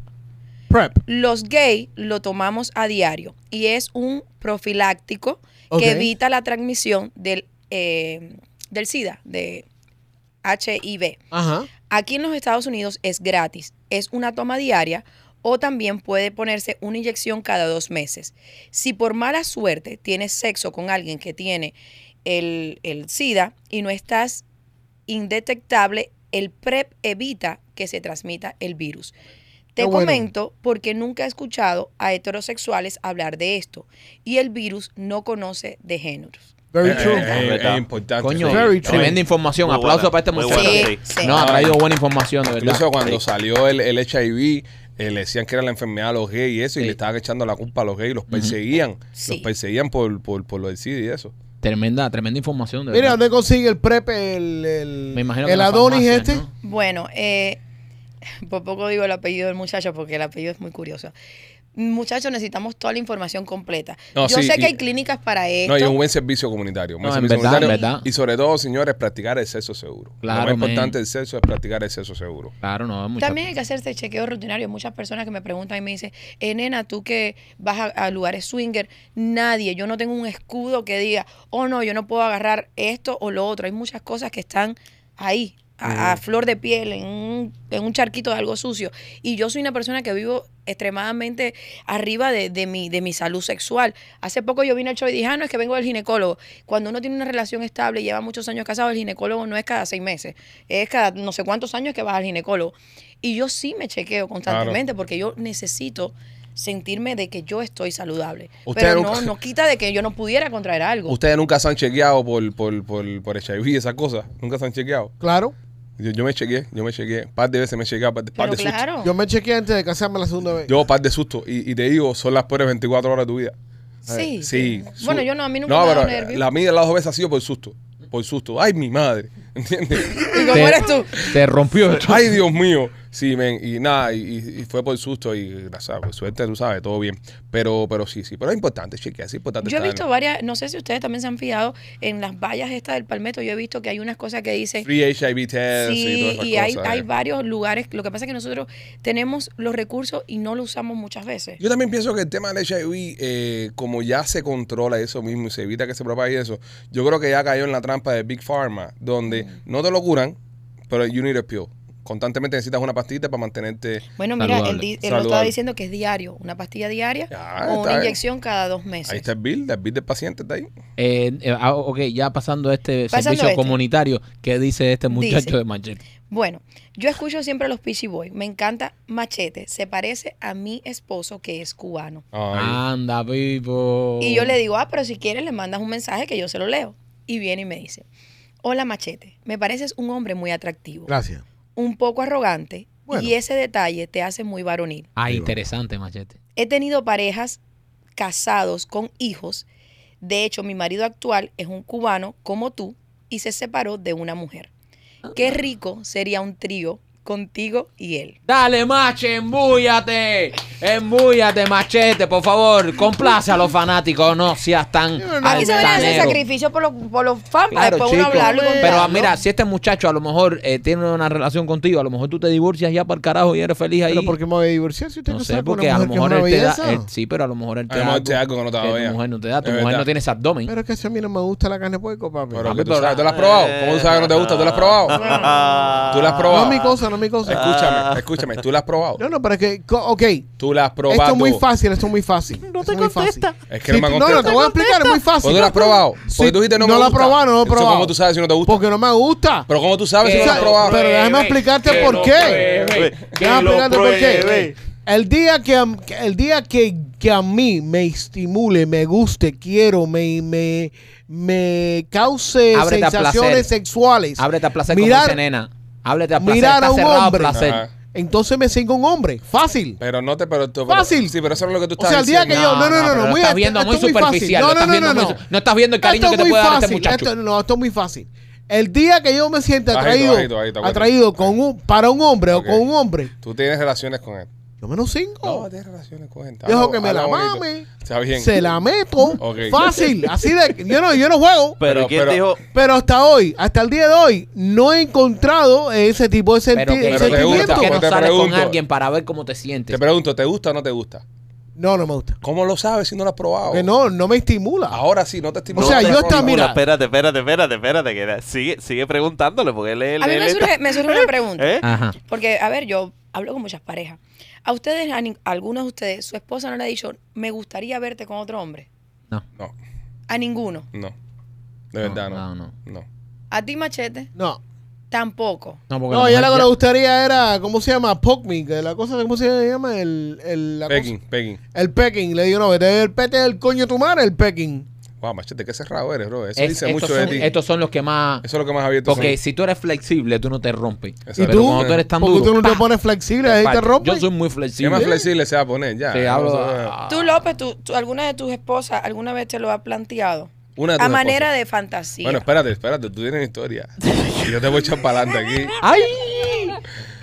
Speaker 3: Prep.
Speaker 5: Los gays lo tomamos a diario y es un profiláctico
Speaker 3: Ok.
Speaker 5: que evita la transmisión del, eh, del SIDA, de HIV.
Speaker 3: Ajá.
Speaker 5: Aquí en los Estados Unidos es gratis, es una toma diaria o también puede ponerse una inyección cada dos meses. Si por mala suerte tienes sexo con alguien que tiene el, el SIDA y no estás indetectable, el PrEP evita que se transmita el virus. Te
Speaker 3: Qué bueno.
Speaker 5: comento porque nunca he escuchado a heterosexuales hablar de esto y el virus no conoce de géneros.
Speaker 1: Eh,
Speaker 3: Very
Speaker 1: eh,
Speaker 3: true.
Speaker 1: eh,
Speaker 4: Verdad.
Speaker 1: es importante.
Speaker 2: Coño,
Speaker 1: sí.
Speaker 3: Very true.
Speaker 2: tremenda información.
Speaker 4: Muy
Speaker 2: Aplauso
Speaker 4: buena,
Speaker 2: para este
Speaker 4: muy
Speaker 2: muchacho.
Speaker 4: buena.
Speaker 2: No, ha traído buena información, de verdad.
Speaker 1: Incluso cuando salió el, el HIV, eh, le decían que era la enfermedad a los gays y eso, y
Speaker 2: Sí.
Speaker 1: le estaban echando la culpa a los gays, los perseguían.
Speaker 5: Sí.
Speaker 1: Los perseguían por, por, por lo del SIDA y eso.
Speaker 2: Tremenda, tremenda información, de
Speaker 3: Mira,
Speaker 2: verdad.
Speaker 3: ¿dónde consigue el prep, el, el,
Speaker 2: eh. Me imagino que en
Speaker 3: el
Speaker 2: las
Speaker 3: Adonis
Speaker 2: farmacias,
Speaker 3: este?
Speaker 2: ¿no?
Speaker 5: Bueno, eh, por poco digo el apellido del muchacho porque el apellido es muy curioso. Muchachos, necesitamos toda la información completa.
Speaker 1: No,
Speaker 5: Yo
Speaker 1: sí,
Speaker 5: sé
Speaker 1: y-
Speaker 5: que hay clínicas para esto.
Speaker 1: No, y es un buen servicio comunitario. un buen
Speaker 2: No, en
Speaker 1: servicio
Speaker 2: verdad, en
Speaker 1: comunitario.
Speaker 2: verdad.
Speaker 1: Y sobre todo, señores, practicar el sexo seguro.
Speaker 2: Claro,
Speaker 1: lo más
Speaker 2: man.
Speaker 1: importante del sexo es practicar el sexo seguro.
Speaker 2: Claro, no, muchacho.
Speaker 5: También hay que hacerse chequeo rutinario. Muchas personas que me preguntan y me dicen, eh, nena, tú que vas a, a lugares swinger, nadie, yo no tengo un escudo que diga, oh no, yo no puedo agarrar esto o lo otro. Hay muchas cosas que están ahí, a, a flor de piel, en un, en un charquito de algo sucio. Y yo soy una persona que vivo extremadamente arriba de, de mi, de mi salud sexual. Hace poco yo vine al show y dije, ah, no, es que vengo del ginecólogo. Cuando uno tiene una relación estable y lleva muchos años casado, el ginecólogo no es cada seis meses, es cada no sé cuántos años que vas al ginecólogo. Y yo sí me chequeo constantemente porque yo necesito sentirme de que yo estoy saludable.
Speaker 1: Usted
Speaker 5: Pero
Speaker 1: nunca-
Speaker 5: no, no quita de que yo no pudiera contraer algo.
Speaker 1: ¿Ustedes nunca se han chequeado por, por, por, por HIV y esas cosas? ¿Nunca se han chequeado?
Speaker 3: Claro.
Speaker 1: Yo, yo me chequeé, yo me chequeé. Un par de veces me chequeé, un par de, par
Speaker 5: Pero
Speaker 1: de susto.
Speaker 5: claro,
Speaker 3: Yo me chequeé antes de casarme la segunda vez.
Speaker 1: Yo, par de susto. Y, y te digo, son las peores 24 horas de tu vida.
Speaker 5: sí.
Speaker 1: Sí.
Speaker 5: Bueno,
Speaker 1: su-
Speaker 5: yo no, a mí nunca me ha
Speaker 1: pero
Speaker 5: dado nervio.
Speaker 1: La mía las dos veces ha sido por susto. Por susto. Ay, mi madre. ¿Entiendes?
Speaker 5: ¿Y cómo
Speaker 2: Te-
Speaker 5: eres tú?
Speaker 2: Te rompió esto.
Speaker 1: Ay, Dios mío. Sí, men. Y nada, y- y, y fue por susto y gracias, por suerte, tú sabes, todo bien. Pero, pero sí, sí. Pero es importante, chequear, es importante.
Speaker 5: Yo he
Speaker 1: estar-
Speaker 5: visto varias, no sé si ustedes también se han fijado en las vallas estas del palmeto, yo he visto que hay unas cosas que dicen
Speaker 1: Free HIV test y
Speaker 5: Sí,
Speaker 1: todas esas
Speaker 5: y hay,
Speaker 1: cosas,
Speaker 5: hay
Speaker 1: eh.
Speaker 5: varios lugares. Lo que pasa es que nosotros tenemos los recursos y no los usamos muchas veces.
Speaker 1: Yo también pienso que el tema del HIV, eh, como ya se controla eso mismo y
Speaker 5: Mm.
Speaker 1: se evita que se propague eso, yo creo que ya cayó en la trampa de Big Pharma, donde no te lo curan, Pero you need a pill. Constantemente necesitas una pastita para mantenerte.
Speaker 5: Bueno, mira, él,
Speaker 2: Saludable.
Speaker 5: di- él lo estaba
Speaker 1: Saludable.
Speaker 5: diciendo que es diario, una pastilla diaria
Speaker 1: Ah,
Speaker 5: o
Speaker 1: está
Speaker 5: una
Speaker 1: bien.
Speaker 5: inyección cada dos meses.
Speaker 1: Ahí está el bill, el bill del paciente está ahí.
Speaker 2: Eh, eh, ah, ok, ya pasando este
Speaker 5: Pasando
Speaker 2: servicio
Speaker 5: este.
Speaker 2: comunitario, ¿qué dice este muchacho
Speaker 5: Dice.
Speaker 2: de Manchester?
Speaker 5: Bueno, yo escucho siempre a los Peachy Boys. Me encanta Machete. Se parece a mi esposo que es cubano.
Speaker 1: Ay,
Speaker 2: Anda, vivo.
Speaker 5: Y yo le digo, ah, pero si quieres le mandas un mensaje que yo se lo leo. Y viene y me dice, hola Machete, me pareces un hombre muy atractivo,
Speaker 3: Gracias.
Speaker 5: un poco arrogante
Speaker 3: Bueno.
Speaker 5: y ese detalle te hace muy varonil.
Speaker 2: Ah,
Speaker 3: Ahí va.
Speaker 2: interesante, Machete.
Speaker 5: He tenido parejas casados con hijos. De hecho, mi marido actual es un cubano como tú y se separó de una mujer.
Speaker 2: Ah.
Speaker 5: Qué rico sería un trío contigo y él.
Speaker 2: Dale, mache, embúyate. Embúyate, machete, por favor. Complace a los fanáticos. No seas tan.
Speaker 5: Aquí se ven hacer
Speaker 2: altanero.
Speaker 5: sacrificio por los, por los fans para
Speaker 2: Claro,
Speaker 5: después
Speaker 2: chico.
Speaker 5: uno hablarlo. y
Speaker 2: Pero ah,
Speaker 5: contarlo.
Speaker 2: mira, si este muchacho a lo mejor eh, tiene una relación contigo, a lo mejor tú te divorcias ya para el carajo y eres feliz ahí.
Speaker 3: Pero ¿por qué me voy a divorciar si usted
Speaker 2: no
Speaker 3: no
Speaker 2: sé,
Speaker 3: sabe
Speaker 2: porque a lo mejor él te da. él- sí, pero a lo mejor él
Speaker 1: A
Speaker 2: te
Speaker 1: lo
Speaker 2: da.
Speaker 1: mejor te da algo que no te da
Speaker 2: tu
Speaker 1: ella.
Speaker 2: mujer no te da. Tu
Speaker 1: Es
Speaker 2: mujer
Speaker 1: verdad.
Speaker 2: no tiene ese abdomen.
Speaker 3: Pero es que si a mí no me gusta la carne de puerco, papi. Ah,
Speaker 1: pero
Speaker 3: no,
Speaker 1: que tú,
Speaker 2: pero-
Speaker 1: sabes, Ah, ¿tú la has probado? ¿Cómo tú sabes que no te gusta? ¿Tú la has probado?
Speaker 4: Ah.
Speaker 1: Tú la has probado.
Speaker 3: es mi cosa, no es mi cosa.
Speaker 2: Ah.
Speaker 1: Escúchame, escúchame, ¿tú la has probado?
Speaker 3: No, no, pero es que, co- ok.
Speaker 1: Tú la has probado.
Speaker 3: Esto es muy fácil, esto es muy fácil. No te contesta.
Speaker 1: Es que no me
Speaker 3: No,
Speaker 1: contesta.
Speaker 3: no, te voy a explicar, es muy fácil.
Speaker 1: ¿O tú la has probado?
Speaker 3: Sí,
Speaker 1: Porque tú dijiste no, me
Speaker 3: no la he
Speaker 1: gusta.
Speaker 3: probado, no la he
Speaker 1: Entonces,
Speaker 3: probado.
Speaker 1: ¿Cómo tú sabes si no te gusta?
Speaker 3: Porque no me gusta.
Speaker 1: Pero ¿cómo tú sabes si
Speaker 3: O
Speaker 1: no
Speaker 3: sea,
Speaker 1: la has probado?
Speaker 3: Eh,
Speaker 1: Eh,
Speaker 3: pero déjame explicarte por qué. Déjame explicarte por qué. El día que a, que- el día que, que a mí me estimule, me guste, quiero, me, me, me cause
Speaker 2: Ábrete a placer.
Speaker 3: sensaciones sexuales.
Speaker 2: Ábrete a placer
Speaker 3: Mirar-
Speaker 2: como dice nena. Ábrete a placer.
Speaker 3: mirar
Speaker 2: está
Speaker 3: a un
Speaker 2: cerrado
Speaker 3: hombre.
Speaker 2: placer.
Speaker 1: Ajá.
Speaker 3: Entonces me sigo un hombre. Fácil.
Speaker 1: Pero no te, pero, tú-
Speaker 3: Fácil.
Speaker 1: Sí, pero eso no es lo que tú
Speaker 3: O
Speaker 1: estás
Speaker 3: sea, el día que
Speaker 1: diciendo.
Speaker 3: yo. No, no, no, no.
Speaker 2: pero lo
Speaker 3: muy-
Speaker 2: estás viendo
Speaker 3: esto
Speaker 2: muy
Speaker 3: es fácil.
Speaker 2: superficial, lo
Speaker 3: No, no,
Speaker 2: estás
Speaker 3: no,
Speaker 2: viendo
Speaker 3: no.
Speaker 2: muy- no estás viendo el cariño
Speaker 3: Esto
Speaker 2: que
Speaker 3: es
Speaker 2: te
Speaker 3: muy
Speaker 2: puede dar este
Speaker 3: fácil,
Speaker 2: muchacho.
Speaker 3: esto- no, esto es muy fácil. El día que yo me sienta
Speaker 1: Bajito,
Speaker 3: atraído,
Speaker 1: bajito, bajito, acuérdate.
Speaker 3: atraído con un, para un hombre
Speaker 1: Ok.
Speaker 3: o con un hombre,
Speaker 1: Tú tienes relaciones con él.
Speaker 3: yo menos cinco.
Speaker 1: No, tienes relaciones con él.
Speaker 3: Dejo
Speaker 1: Habla-
Speaker 3: que me la
Speaker 1: habla bonito.
Speaker 3: mame.
Speaker 1: Está bien.
Speaker 3: Se la meto.
Speaker 1: Ok.
Speaker 3: Fácil. Así de. Yo no, yo no juego.
Speaker 4: Pero,
Speaker 1: Pero-
Speaker 4: ¿quién
Speaker 1: pero-
Speaker 4: dijo?
Speaker 3: Pero hasta hoy, hasta el día de hoy, no he encontrado ese tipo de senti-
Speaker 2: Pero que,
Speaker 1: Pero te
Speaker 3: sentimiento.
Speaker 1: gusta,
Speaker 2: que no
Speaker 1: te
Speaker 2: sales con
Speaker 1: pregunto.
Speaker 2: alguien para ver cómo te
Speaker 1: Te
Speaker 2: sientes.
Speaker 1: pregunto, ¿te gusta o no te gusta?
Speaker 3: No, no me gusta.
Speaker 1: ¿Cómo lo sabes si no lo has probado?
Speaker 3: Que no, no me estimula.
Speaker 1: Ahora sí, no te
Speaker 3: O
Speaker 1: estimula.
Speaker 3: sea,
Speaker 1: No te
Speaker 3: yo
Speaker 1: estimula.
Speaker 3: hasta- mira,
Speaker 4: Hola, espérate, espérate, espérate, espérate. Que da- sigue, sigue preguntándole porque él es
Speaker 5: A mí
Speaker 4: él
Speaker 5: me
Speaker 4: es-
Speaker 5: surge, me surge una pregunta.
Speaker 1: Ah,
Speaker 4: ¿Eh?
Speaker 2: Ajá.
Speaker 5: Porque, a ver, yo hablo con muchas parejas. A ustedes, a, nin- a algunos de ustedes, su esposa no le ha dicho, me gustaría verte con otro hombre.
Speaker 2: No.
Speaker 1: No,
Speaker 5: A ninguno.
Speaker 1: no. De verdad, no.
Speaker 2: No,
Speaker 1: No,
Speaker 2: no,
Speaker 5: A ti, Machete,
Speaker 3: No.
Speaker 5: tampoco.
Speaker 2: No, porque
Speaker 3: No,
Speaker 2: la
Speaker 3: ya lo
Speaker 2: mujer
Speaker 3: que le
Speaker 2: ya-
Speaker 3: gustaría era, ¿cómo se llama? Poke me, que la cosa, ¿cómo se llama? El, el, la cosa-
Speaker 1: Pegging, pegging.
Speaker 3: el pecking. Le digo, no, vete el pete del coño de tu madre, el pecking.
Speaker 1: Wow, machete, qué cerrado eres, bro. Eso
Speaker 2: es-
Speaker 1: dice
Speaker 2: estos
Speaker 1: mucho de
Speaker 2: son-
Speaker 1: ti.
Speaker 2: Estos son los que más.
Speaker 1: Eso es lo que más abierto
Speaker 2: Porque
Speaker 1: son.
Speaker 2: si tú eres flexible, tú no te rompes.
Speaker 1: Exacto.
Speaker 2: Pero
Speaker 3: ¿Y tú?
Speaker 2: cuando tú eres tan
Speaker 3: Porque
Speaker 2: duro,
Speaker 3: tú no te
Speaker 2: ¡pah!
Speaker 3: pones flexible, ahí te
Speaker 2: parto.
Speaker 3: rompe.
Speaker 2: Yo soy muy
Speaker 1: ¿Qué más
Speaker 2: flexible.
Speaker 1: flexible se va a poner? Ya.
Speaker 2: Te hablo.
Speaker 1: Vamos a ver.
Speaker 5: Tú, López, tú, tú- alguna de tus esposas alguna vez te lo ha planteado.
Speaker 1: Una de tus
Speaker 5: a manera
Speaker 1: esposas.
Speaker 5: de fantasía.
Speaker 1: Bueno, espérate, espérate. Tú tienes historia. Y yo te voy a echar para adelante aquí.
Speaker 2: ¡Ay!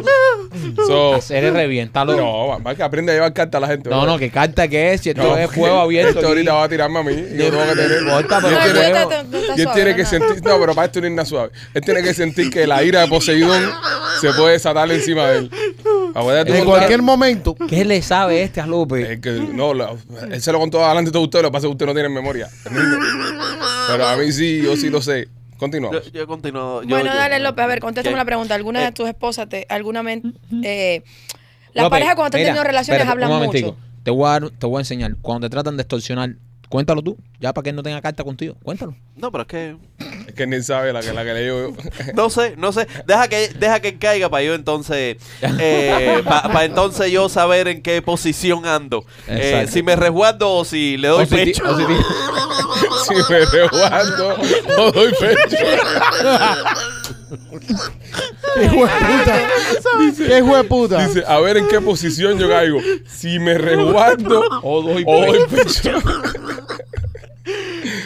Speaker 5: acaso.
Speaker 1: So,
Speaker 2: Hacer el reviéntalo.
Speaker 1: no, va- va que aprende a llevar carta a la gente.
Speaker 2: No,
Speaker 1: bro.
Speaker 2: no, que carta que es, si esto
Speaker 1: No,
Speaker 2: es
Speaker 1: porque
Speaker 2: fuego abierto.
Speaker 1: Esto ahorita
Speaker 2: aquí.
Speaker 1: va a tirarme a mí. y Yo tengo que
Speaker 2: No
Speaker 1: tener.
Speaker 2: importa,
Speaker 1: y
Speaker 2: pero
Speaker 1: él
Speaker 5: No,
Speaker 1: tiene-
Speaker 5: tú estás- tú estás
Speaker 1: y él tiene
Speaker 5: suave,
Speaker 1: que
Speaker 5: no.
Speaker 1: sentir. No, pero para esto no es nada suave. Él tiene que sentir que la ira de Poseidón se puede desatar encima de él. Acuérdate tú
Speaker 3: En
Speaker 1: contar-
Speaker 3: cualquier momento.
Speaker 2: ¿Qué le sabe este a López?
Speaker 1: Es que, no, la- él se lo contó adelante a todos ustedes, lo que pasa es que usted no tiene memoria. Pero a mí sí, yo sí lo sé.
Speaker 4: Yo,
Speaker 1: Continuamos.
Speaker 4: yo continúo. yo-
Speaker 5: Bueno,
Speaker 4: yo-
Speaker 5: dale, López, a ver, contéstame
Speaker 4: ¿Qué?
Speaker 5: la pregunta. ¿Alguna
Speaker 4: Eh.
Speaker 5: de tus esposas te, alguna vez, eh, las
Speaker 2: López,
Speaker 5: parejas cuando están
Speaker 2: mira,
Speaker 5: teniendo relaciones
Speaker 2: espérate, un
Speaker 5: hablan
Speaker 2: momentico.
Speaker 5: mucho?
Speaker 2: Te voy, a, dar- te voy a enseñar. Cuando te tratan de extorsionar, cuéntalo tú. Ya para que él no tenga carta contigo. Cuéntalo.
Speaker 4: No, pero es que.
Speaker 1: Es que ni sabe la que, la que le digo yo.
Speaker 4: No sé, no sé. Deja que, deja que caiga para yo entonces. para entonces yo saber en qué posición ando. Eh,
Speaker 2: Exacto.
Speaker 4: si me resguardo o si le doy
Speaker 2: O si ti-
Speaker 4: pecho.
Speaker 2: o si ti-
Speaker 1: Si me veo jugando, no doy pecho.
Speaker 3: Qué hueputa. Qué hueputa.
Speaker 1: Dice, a ver en qué posición yo caigo. Si me resguardo o doy pecho.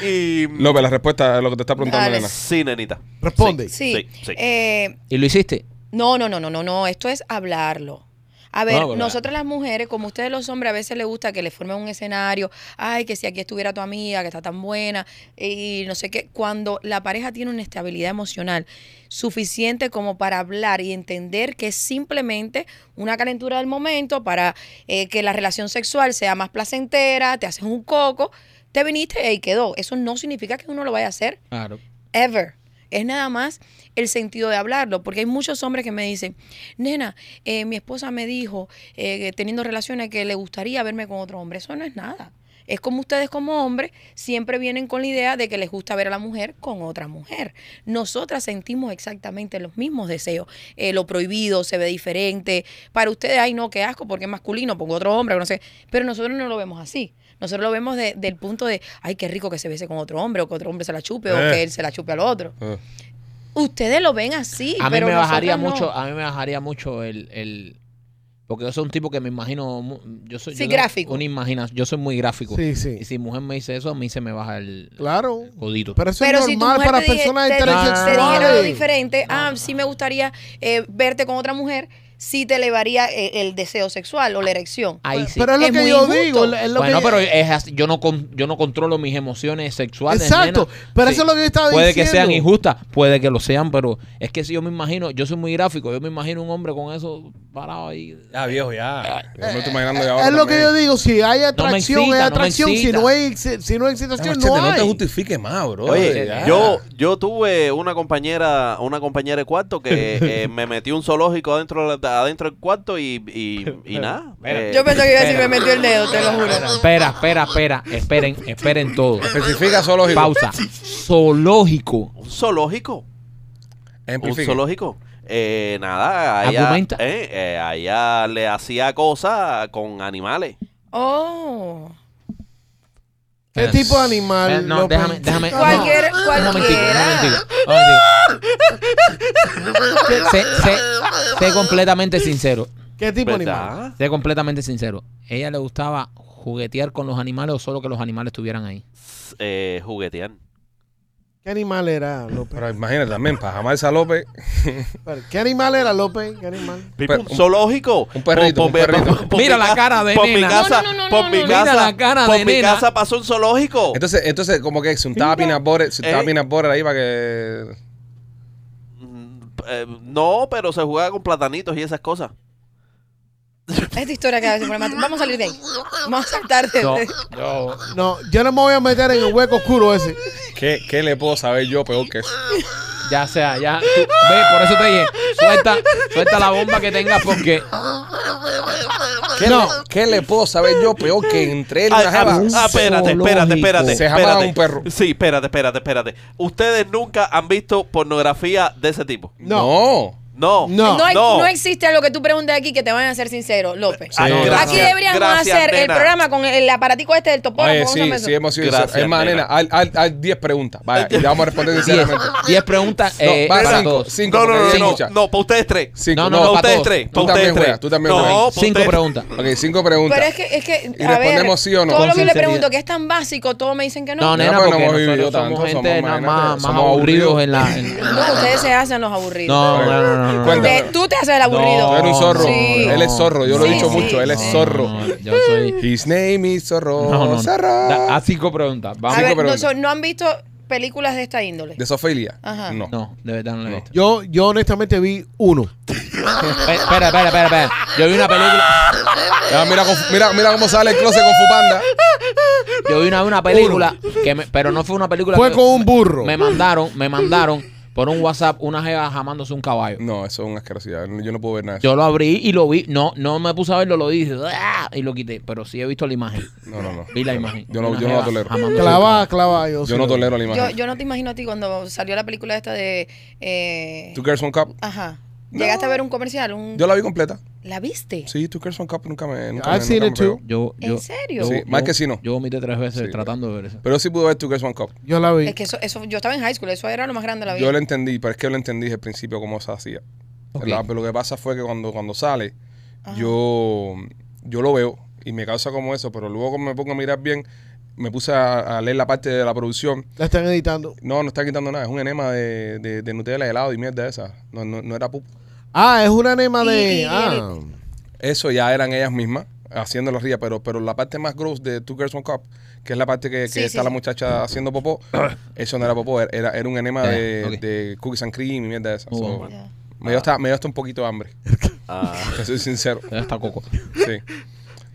Speaker 4: Y.
Speaker 1: López, la respuesta a lo que te está preguntando
Speaker 5: Dale.
Speaker 1: Elena.
Speaker 4: Sí, nenita.
Speaker 3: Responde.
Speaker 5: Sí.
Speaker 4: Sí, sí.
Speaker 5: Eh,
Speaker 2: Y lo hiciste.
Speaker 5: no, no, no, no, no, no. Esto es hablarlo. A ver,
Speaker 2: No, pero-
Speaker 5: nosotras las mujeres, como ustedes los hombres, a veces les gusta que les formen un escenario. Ay, que si aquí estuviera tu amiga, que está tan buena, y no sé qué. Cuando la pareja tiene una estabilidad emocional suficiente como para hablar y entender que es simplemente una calentura del momento para eh, que la relación sexual sea más placentera, te haces un coco, te viniste y quedó. Eso no significa que uno lo vaya a hacer
Speaker 2: Claro.
Speaker 5: ever. Es nada más el sentido de hablarlo, porque hay muchos hombres que me dicen, nena, eh, mi esposa me dijo, eh, que teniendo relaciones, que le gustaría verme con otro hombre. Eso no es nada. Es como ustedes como hombres siempre vienen con la idea de que les gusta ver a la mujer con otra mujer. Nosotras sentimos exactamente los mismos deseos. Eh, lo prohibido se ve diferente. Para ustedes, ay no, qué asco, porque es masculino, porque otro hombre, no sé. Pero nosotros no lo vemos así. Nosotros lo vemos de- del punto de, ay, qué rico que se bese con otro hombre, o que otro hombre se la chupe, o
Speaker 1: Eh.
Speaker 5: que él se la chupe al otro.
Speaker 1: Eh.
Speaker 5: Ustedes lo ven así.
Speaker 2: a mí
Speaker 5: pero
Speaker 2: me bajaría
Speaker 5: nosotras no.
Speaker 2: mucho, a mí me bajaría mucho el, el- porque yo soy un tipo que me imagino, mu- yo soy
Speaker 5: Sí,
Speaker 2: yo tengo
Speaker 5: gráfico.
Speaker 2: Una imagina- yo soy muy gráfico.
Speaker 3: Sí,
Speaker 2: Y
Speaker 3: sí.
Speaker 2: si mujer me dice eso, a mí se me baja el,
Speaker 3: Claro.
Speaker 2: el codito.
Speaker 3: Pero eso
Speaker 5: Pero
Speaker 3: es
Speaker 5: si tu
Speaker 3: normal
Speaker 5: mujer
Speaker 3: para
Speaker 5: te dije-
Speaker 3: personas
Speaker 5: te-
Speaker 3: intersexuales.
Speaker 5: Te dijera
Speaker 2: No,
Speaker 5: lo diferente, ah, sí me gustaría eh, verte con otra mujer, sí te elevaría eh, el deseo sexual o la erección.
Speaker 2: Ahí sí.
Speaker 3: Pero es lo
Speaker 5: Es
Speaker 3: que
Speaker 5: muy
Speaker 3: yo
Speaker 5: injusto.
Speaker 3: digo. es lo
Speaker 2: bueno,
Speaker 3: que-
Speaker 2: pero es así, yo no con- yo no controlo mis emociones sexuales.
Speaker 3: Exacto,
Speaker 2: nena.
Speaker 3: pero eso es lo que yo estaba
Speaker 2: puede
Speaker 3: diciendo.
Speaker 2: que sean injustas, puede que lo sean, pero es que si yo me imagino, yo soy muy gráfico, yo me imagino un hombre con eso parado ahí.
Speaker 6: Ya, viejo, ya.
Speaker 1: Yo me lo estoy imaginando ya ahora
Speaker 3: Eh, Es lo que yo
Speaker 1: también.
Speaker 3: digo, si hay atracción,
Speaker 2: excita, no me
Speaker 3: hay atracción, si
Speaker 2: excita.
Speaker 3: no hay exi- si no
Speaker 1: No,
Speaker 3: hay excitación,
Speaker 1: chete,
Speaker 3: no,
Speaker 1: no te
Speaker 3: hay.
Speaker 1: justifiques más, bro.
Speaker 4: Oye,
Speaker 1: Ya.
Speaker 4: yo, yo tuve una compañera, una compañera de cuarto que eh, me metió un zoológico adentro, de la- adentro del cuarto y, y, y nada. eh,
Speaker 5: Yo pensé que iba a decir, me
Speaker 2: espera.
Speaker 5: metió el dedo, te lo juro.
Speaker 2: Espera, espera, espera, esperen, esperen todo.
Speaker 1: Especifica zoológico.
Speaker 2: Pausa. Zoológico.
Speaker 4: un zoológico. Un
Speaker 1: Amplifica.
Speaker 4: zoológico. Eh, nada, allá,
Speaker 2: Argumenta.
Speaker 4: eh, eh, allá le hacía cosas con animales.
Speaker 5: Oh.
Speaker 3: ¿Qué tipo de animal?
Speaker 2: Eh, no,
Speaker 3: López?
Speaker 2: déjame, déjame. no,
Speaker 5: Cualquier-
Speaker 2: un momentico, un
Speaker 5: cualquiera.
Speaker 2: momentico, un momentico. Sé, sé- sé completamente sincero.
Speaker 3: ¿Qué tipo
Speaker 2: Pues
Speaker 3: de animal?
Speaker 4: ¿Verdad?
Speaker 2: Sé completamente sincero. ¿Ella le gustaba juguetear con los animales o solo que los animales estuvieran ahí?
Speaker 4: Eh, juguetean.
Speaker 3: ¿Qué animal era, López?
Speaker 1: Pero imagínate también, para Jamalsa López,
Speaker 3: Pero, ¿Qué animal era, López? ¿Qué animal?
Speaker 1: Pero-
Speaker 4: Un zoológico.
Speaker 1: un perrito,
Speaker 4: Por-
Speaker 1: un
Speaker 4: por-
Speaker 1: perrito.
Speaker 4: por- por
Speaker 2: Mira
Speaker 4: mi
Speaker 2: la
Speaker 4: ca-
Speaker 2: cara de
Speaker 4: Por mi
Speaker 2: nena.
Speaker 4: casa,
Speaker 5: No, no, no,
Speaker 4: por
Speaker 5: no,
Speaker 4: mi
Speaker 5: no.
Speaker 4: casa,
Speaker 2: Mira la cara
Speaker 4: por
Speaker 2: de
Speaker 4: mi
Speaker 2: nena.
Speaker 4: casa pasó un zoológico.
Speaker 1: Entonces, entonces como que si untaba peanut butter, si untaba
Speaker 4: Oh. Eh.
Speaker 1: peanut butter ahí para que...
Speaker 4: Mm, eh, no, pero se jugaba con platanitos y esas cosas.
Speaker 5: Esta historia que se pone más- Vamos a salir de ahí. Vamos a saltar de.
Speaker 2: No,
Speaker 5: de-
Speaker 2: yo-
Speaker 3: No, yo no me voy a meter en el hueco oscuro ese.
Speaker 1: ¿Qué, ¿Qué le puedo saber yo peor que eso?
Speaker 2: ya sea, ya. tú- ve, por eso te dije. Suelta, suelta la bomba que tengas porque.
Speaker 1: ¿Qué, le, ¿Qué le puedo saber yo peor que entre él y
Speaker 4: Ah,
Speaker 1: una jeva?
Speaker 4: ah, ah, espérate, espérate, espérate.
Speaker 1: Se
Speaker 4: espérate.
Speaker 1: llamaba un perro.
Speaker 4: Sí, espérate, espérate, espérate. Ustedes nunca han visto pornografía de ese tipo.
Speaker 1: No.
Speaker 4: No,
Speaker 3: No.
Speaker 5: No, hay- no existe algo que tú preguntes aquí que te vayan a ser sincero, López.
Speaker 1: Ah, no,
Speaker 4: gracias,
Speaker 5: Aquí deberíamos
Speaker 4: gracias,
Speaker 5: hacer el
Speaker 4: nena.
Speaker 5: programa con el aparatico este del topón.
Speaker 1: Oye,
Speaker 5: ¿cómo se
Speaker 1: sí,
Speaker 5: llama eso?
Speaker 1: sí hemos sido...
Speaker 4: Gracias,
Speaker 1: es más, nena,
Speaker 4: nena.
Speaker 1: hay- hay hay 10 preguntas. Vaya, y le vamos a responder
Speaker 2: 10,
Speaker 1: sinceramente.
Speaker 2: preguntas
Speaker 1: No,
Speaker 2: eh,
Speaker 1: va,
Speaker 2: para
Speaker 1: cinco,
Speaker 2: todos.
Speaker 1: cinco,
Speaker 4: no, no,
Speaker 1: porque
Speaker 4: no,
Speaker 1: hay
Speaker 4: no,
Speaker 1: muchas.
Speaker 4: no, para ustedes tres.
Speaker 1: Cinco,
Speaker 2: No,
Speaker 4: Para
Speaker 2: no,
Speaker 1: pa-
Speaker 2: para
Speaker 4: ustedes
Speaker 2: todos.
Speaker 4: tres,
Speaker 1: Tú
Speaker 4: para
Speaker 1: también
Speaker 4: ustedes tres.
Speaker 1: juegas, tú también
Speaker 4: no,
Speaker 1: juegas.
Speaker 4: para
Speaker 2: Cinco
Speaker 4: ustedes-
Speaker 2: preguntas.
Speaker 1: Ok, cinco preguntas.
Speaker 5: Pero es que, es que
Speaker 1: Y
Speaker 5: a ver,
Speaker 1: respondemos sí o no.
Speaker 5: todo
Speaker 1: Con
Speaker 5: lo que yo le
Speaker 2: sinceridad.
Speaker 5: pregunto que es tan básico, todos me dicen que
Speaker 2: No,
Speaker 5: no.
Speaker 2: nena,
Speaker 1: pero no
Speaker 2: porque
Speaker 1: hemos vivido
Speaker 2: nosotros somos
Speaker 1: tanto,
Speaker 2: gente
Speaker 1: somos,
Speaker 2: nada
Speaker 1: imagínate,
Speaker 2: más, más
Speaker 1: somos aburridos.
Speaker 2: aburridos en la. en-
Speaker 5: No, ustedes se hacen los aburridos.
Speaker 2: No, no, no, no, no.
Speaker 1: Cuéntame.
Speaker 5: Te- tú te haces el aburrido.
Speaker 1: Tú eres un zorro.
Speaker 5: Sí.
Speaker 1: Él es zorro, yo lo he
Speaker 5: Sí,
Speaker 1: dicho
Speaker 5: sí,
Speaker 1: mucho, él es
Speaker 5: sí.
Speaker 1: zorro.
Speaker 2: No, no, yo soy.
Speaker 1: His name is Zorro.
Speaker 2: No, no.
Speaker 1: Zorro.
Speaker 2: Da- ah. a cinco preguntas.
Speaker 5: A
Speaker 2: Vamos.
Speaker 5: ver, no,
Speaker 1: preguntas.
Speaker 5: so- no han visto películas de esta índole.
Speaker 1: ¿De Sofilia?
Speaker 5: Ajá.
Speaker 1: No.
Speaker 2: No, de verdad no lo he
Speaker 1: No.
Speaker 2: visto.
Speaker 3: Yo, yo honestamente vi uno.
Speaker 2: Pe- Espera, espera, espera, espera. Yo vi una película.
Speaker 1: Ah, mira, con- mira, mira cómo sale el closet con Fupanda.
Speaker 2: Yo vi una, una película. Que me- pero no fue una película.
Speaker 3: Fue
Speaker 2: que-
Speaker 3: con un burro.
Speaker 2: Me mandaron, me mandaron por un WhatsApp una jeva jamándose un caballo.
Speaker 1: No, eso es una asquerosidad. Yo no puedo ver nada. de eso.
Speaker 2: Yo lo abrí y lo vi. No, no me puse a verlo, lo dije. "Ah", Y lo quité. Pero sí he visto la imagen.
Speaker 1: No, no, no.
Speaker 2: Vi la imagen.
Speaker 1: Yo no,
Speaker 2: Una
Speaker 1: yo no
Speaker 2: jeva
Speaker 1: la tolero.
Speaker 2: jamándose un
Speaker 3: Clavada,
Speaker 2: caballo.
Speaker 3: clavada. Yo, sí
Speaker 1: Yo no
Speaker 3: lo-
Speaker 1: tolero la
Speaker 5: Yo,
Speaker 1: imagen.
Speaker 5: yo no te imagino a ti cuando salió la película esta de... eh,
Speaker 1: ¿Two Girls One Cup?
Speaker 5: ajá. ¿Llegaste a ver un comercial? Un,
Speaker 1: Yo la vi completa.
Speaker 5: ¿La viste?
Speaker 1: Sí, Two Girls One Cup nunca me. Nunca
Speaker 3: I've
Speaker 1: me-
Speaker 3: seen
Speaker 1: nunca me
Speaker 3: it
Speaker 1: pegó.
Speaker 3: too.
Speaker 2: Yo,
Speaker 5: ¿En
Speaker 2: yo-
Speaker 5: serio?
Speaker 2: yo-
Speaker 1: Sí,
Speaker 2: yo-
Speaker 1: más que sí, no.
Speaker 2: Yo vomité tres veces
Speaker 1: Sí.
Speaker 2: tratando de ver eso.
Speaker 1: Pero sí pude ver Two Girls One Cup.
Speaker 3: Yo la vi.
Speaker 5: Es que eso, eso, yo estaba en high school, eso era lo más grande de la vida.
Speaker 1: Yo lo entendí, pero es que yo lo entendí desde el principio cómo se hacía.
Speaker 2: Ok.
Speaker 1: La- pero lo que pasa fue que cuando, cuando sale,
Speaker 5: Ajá.
Speaker 1: yo, yo lo veo y me causa como eso, pero luego cuando me pongo a mirar bien, me puse a, a leer la parte de la producción.
Speaker 3: La están editando.
Speaker 1: No, no está quitando nada, es un enema de, de, de Nutella, helado y mierda esa. No, no, no era pupa.
Speaker 3: Ah, es una enema
Speaker 5: Y- y-
Speaker 3: de.
Speaker 5: y-
Speaker 3: ah.
Speaker 1: eso ya eran ellas mismas haciendo la ría, pero, pero la parte más gross de Two Girls One Cup, que es la parte que, que
Speaker 5: Sí, sí,
Speaker 1: está la
Speaker 5: sí.
Speaker 1: muchacha haciendo popó, eso no era popó, era- era, era un enema
Speaker 2: Ya,
Speaker 1: de,
Speaker 2: ok.
Speaker 1: de cookies and cream y mierda de esa.
Speaker 2: Oh,
Speaker 1: So,
Speaker 2: wow.
Speaker 5: Ya.
Speaker 1: me, dio hasta, me dio hasta un poquito de hambre,
Speaker 4: Ah,
Speaker 1: te soy sincero.
Speaker 2: Ya está coco.
Speaker 1: Sí.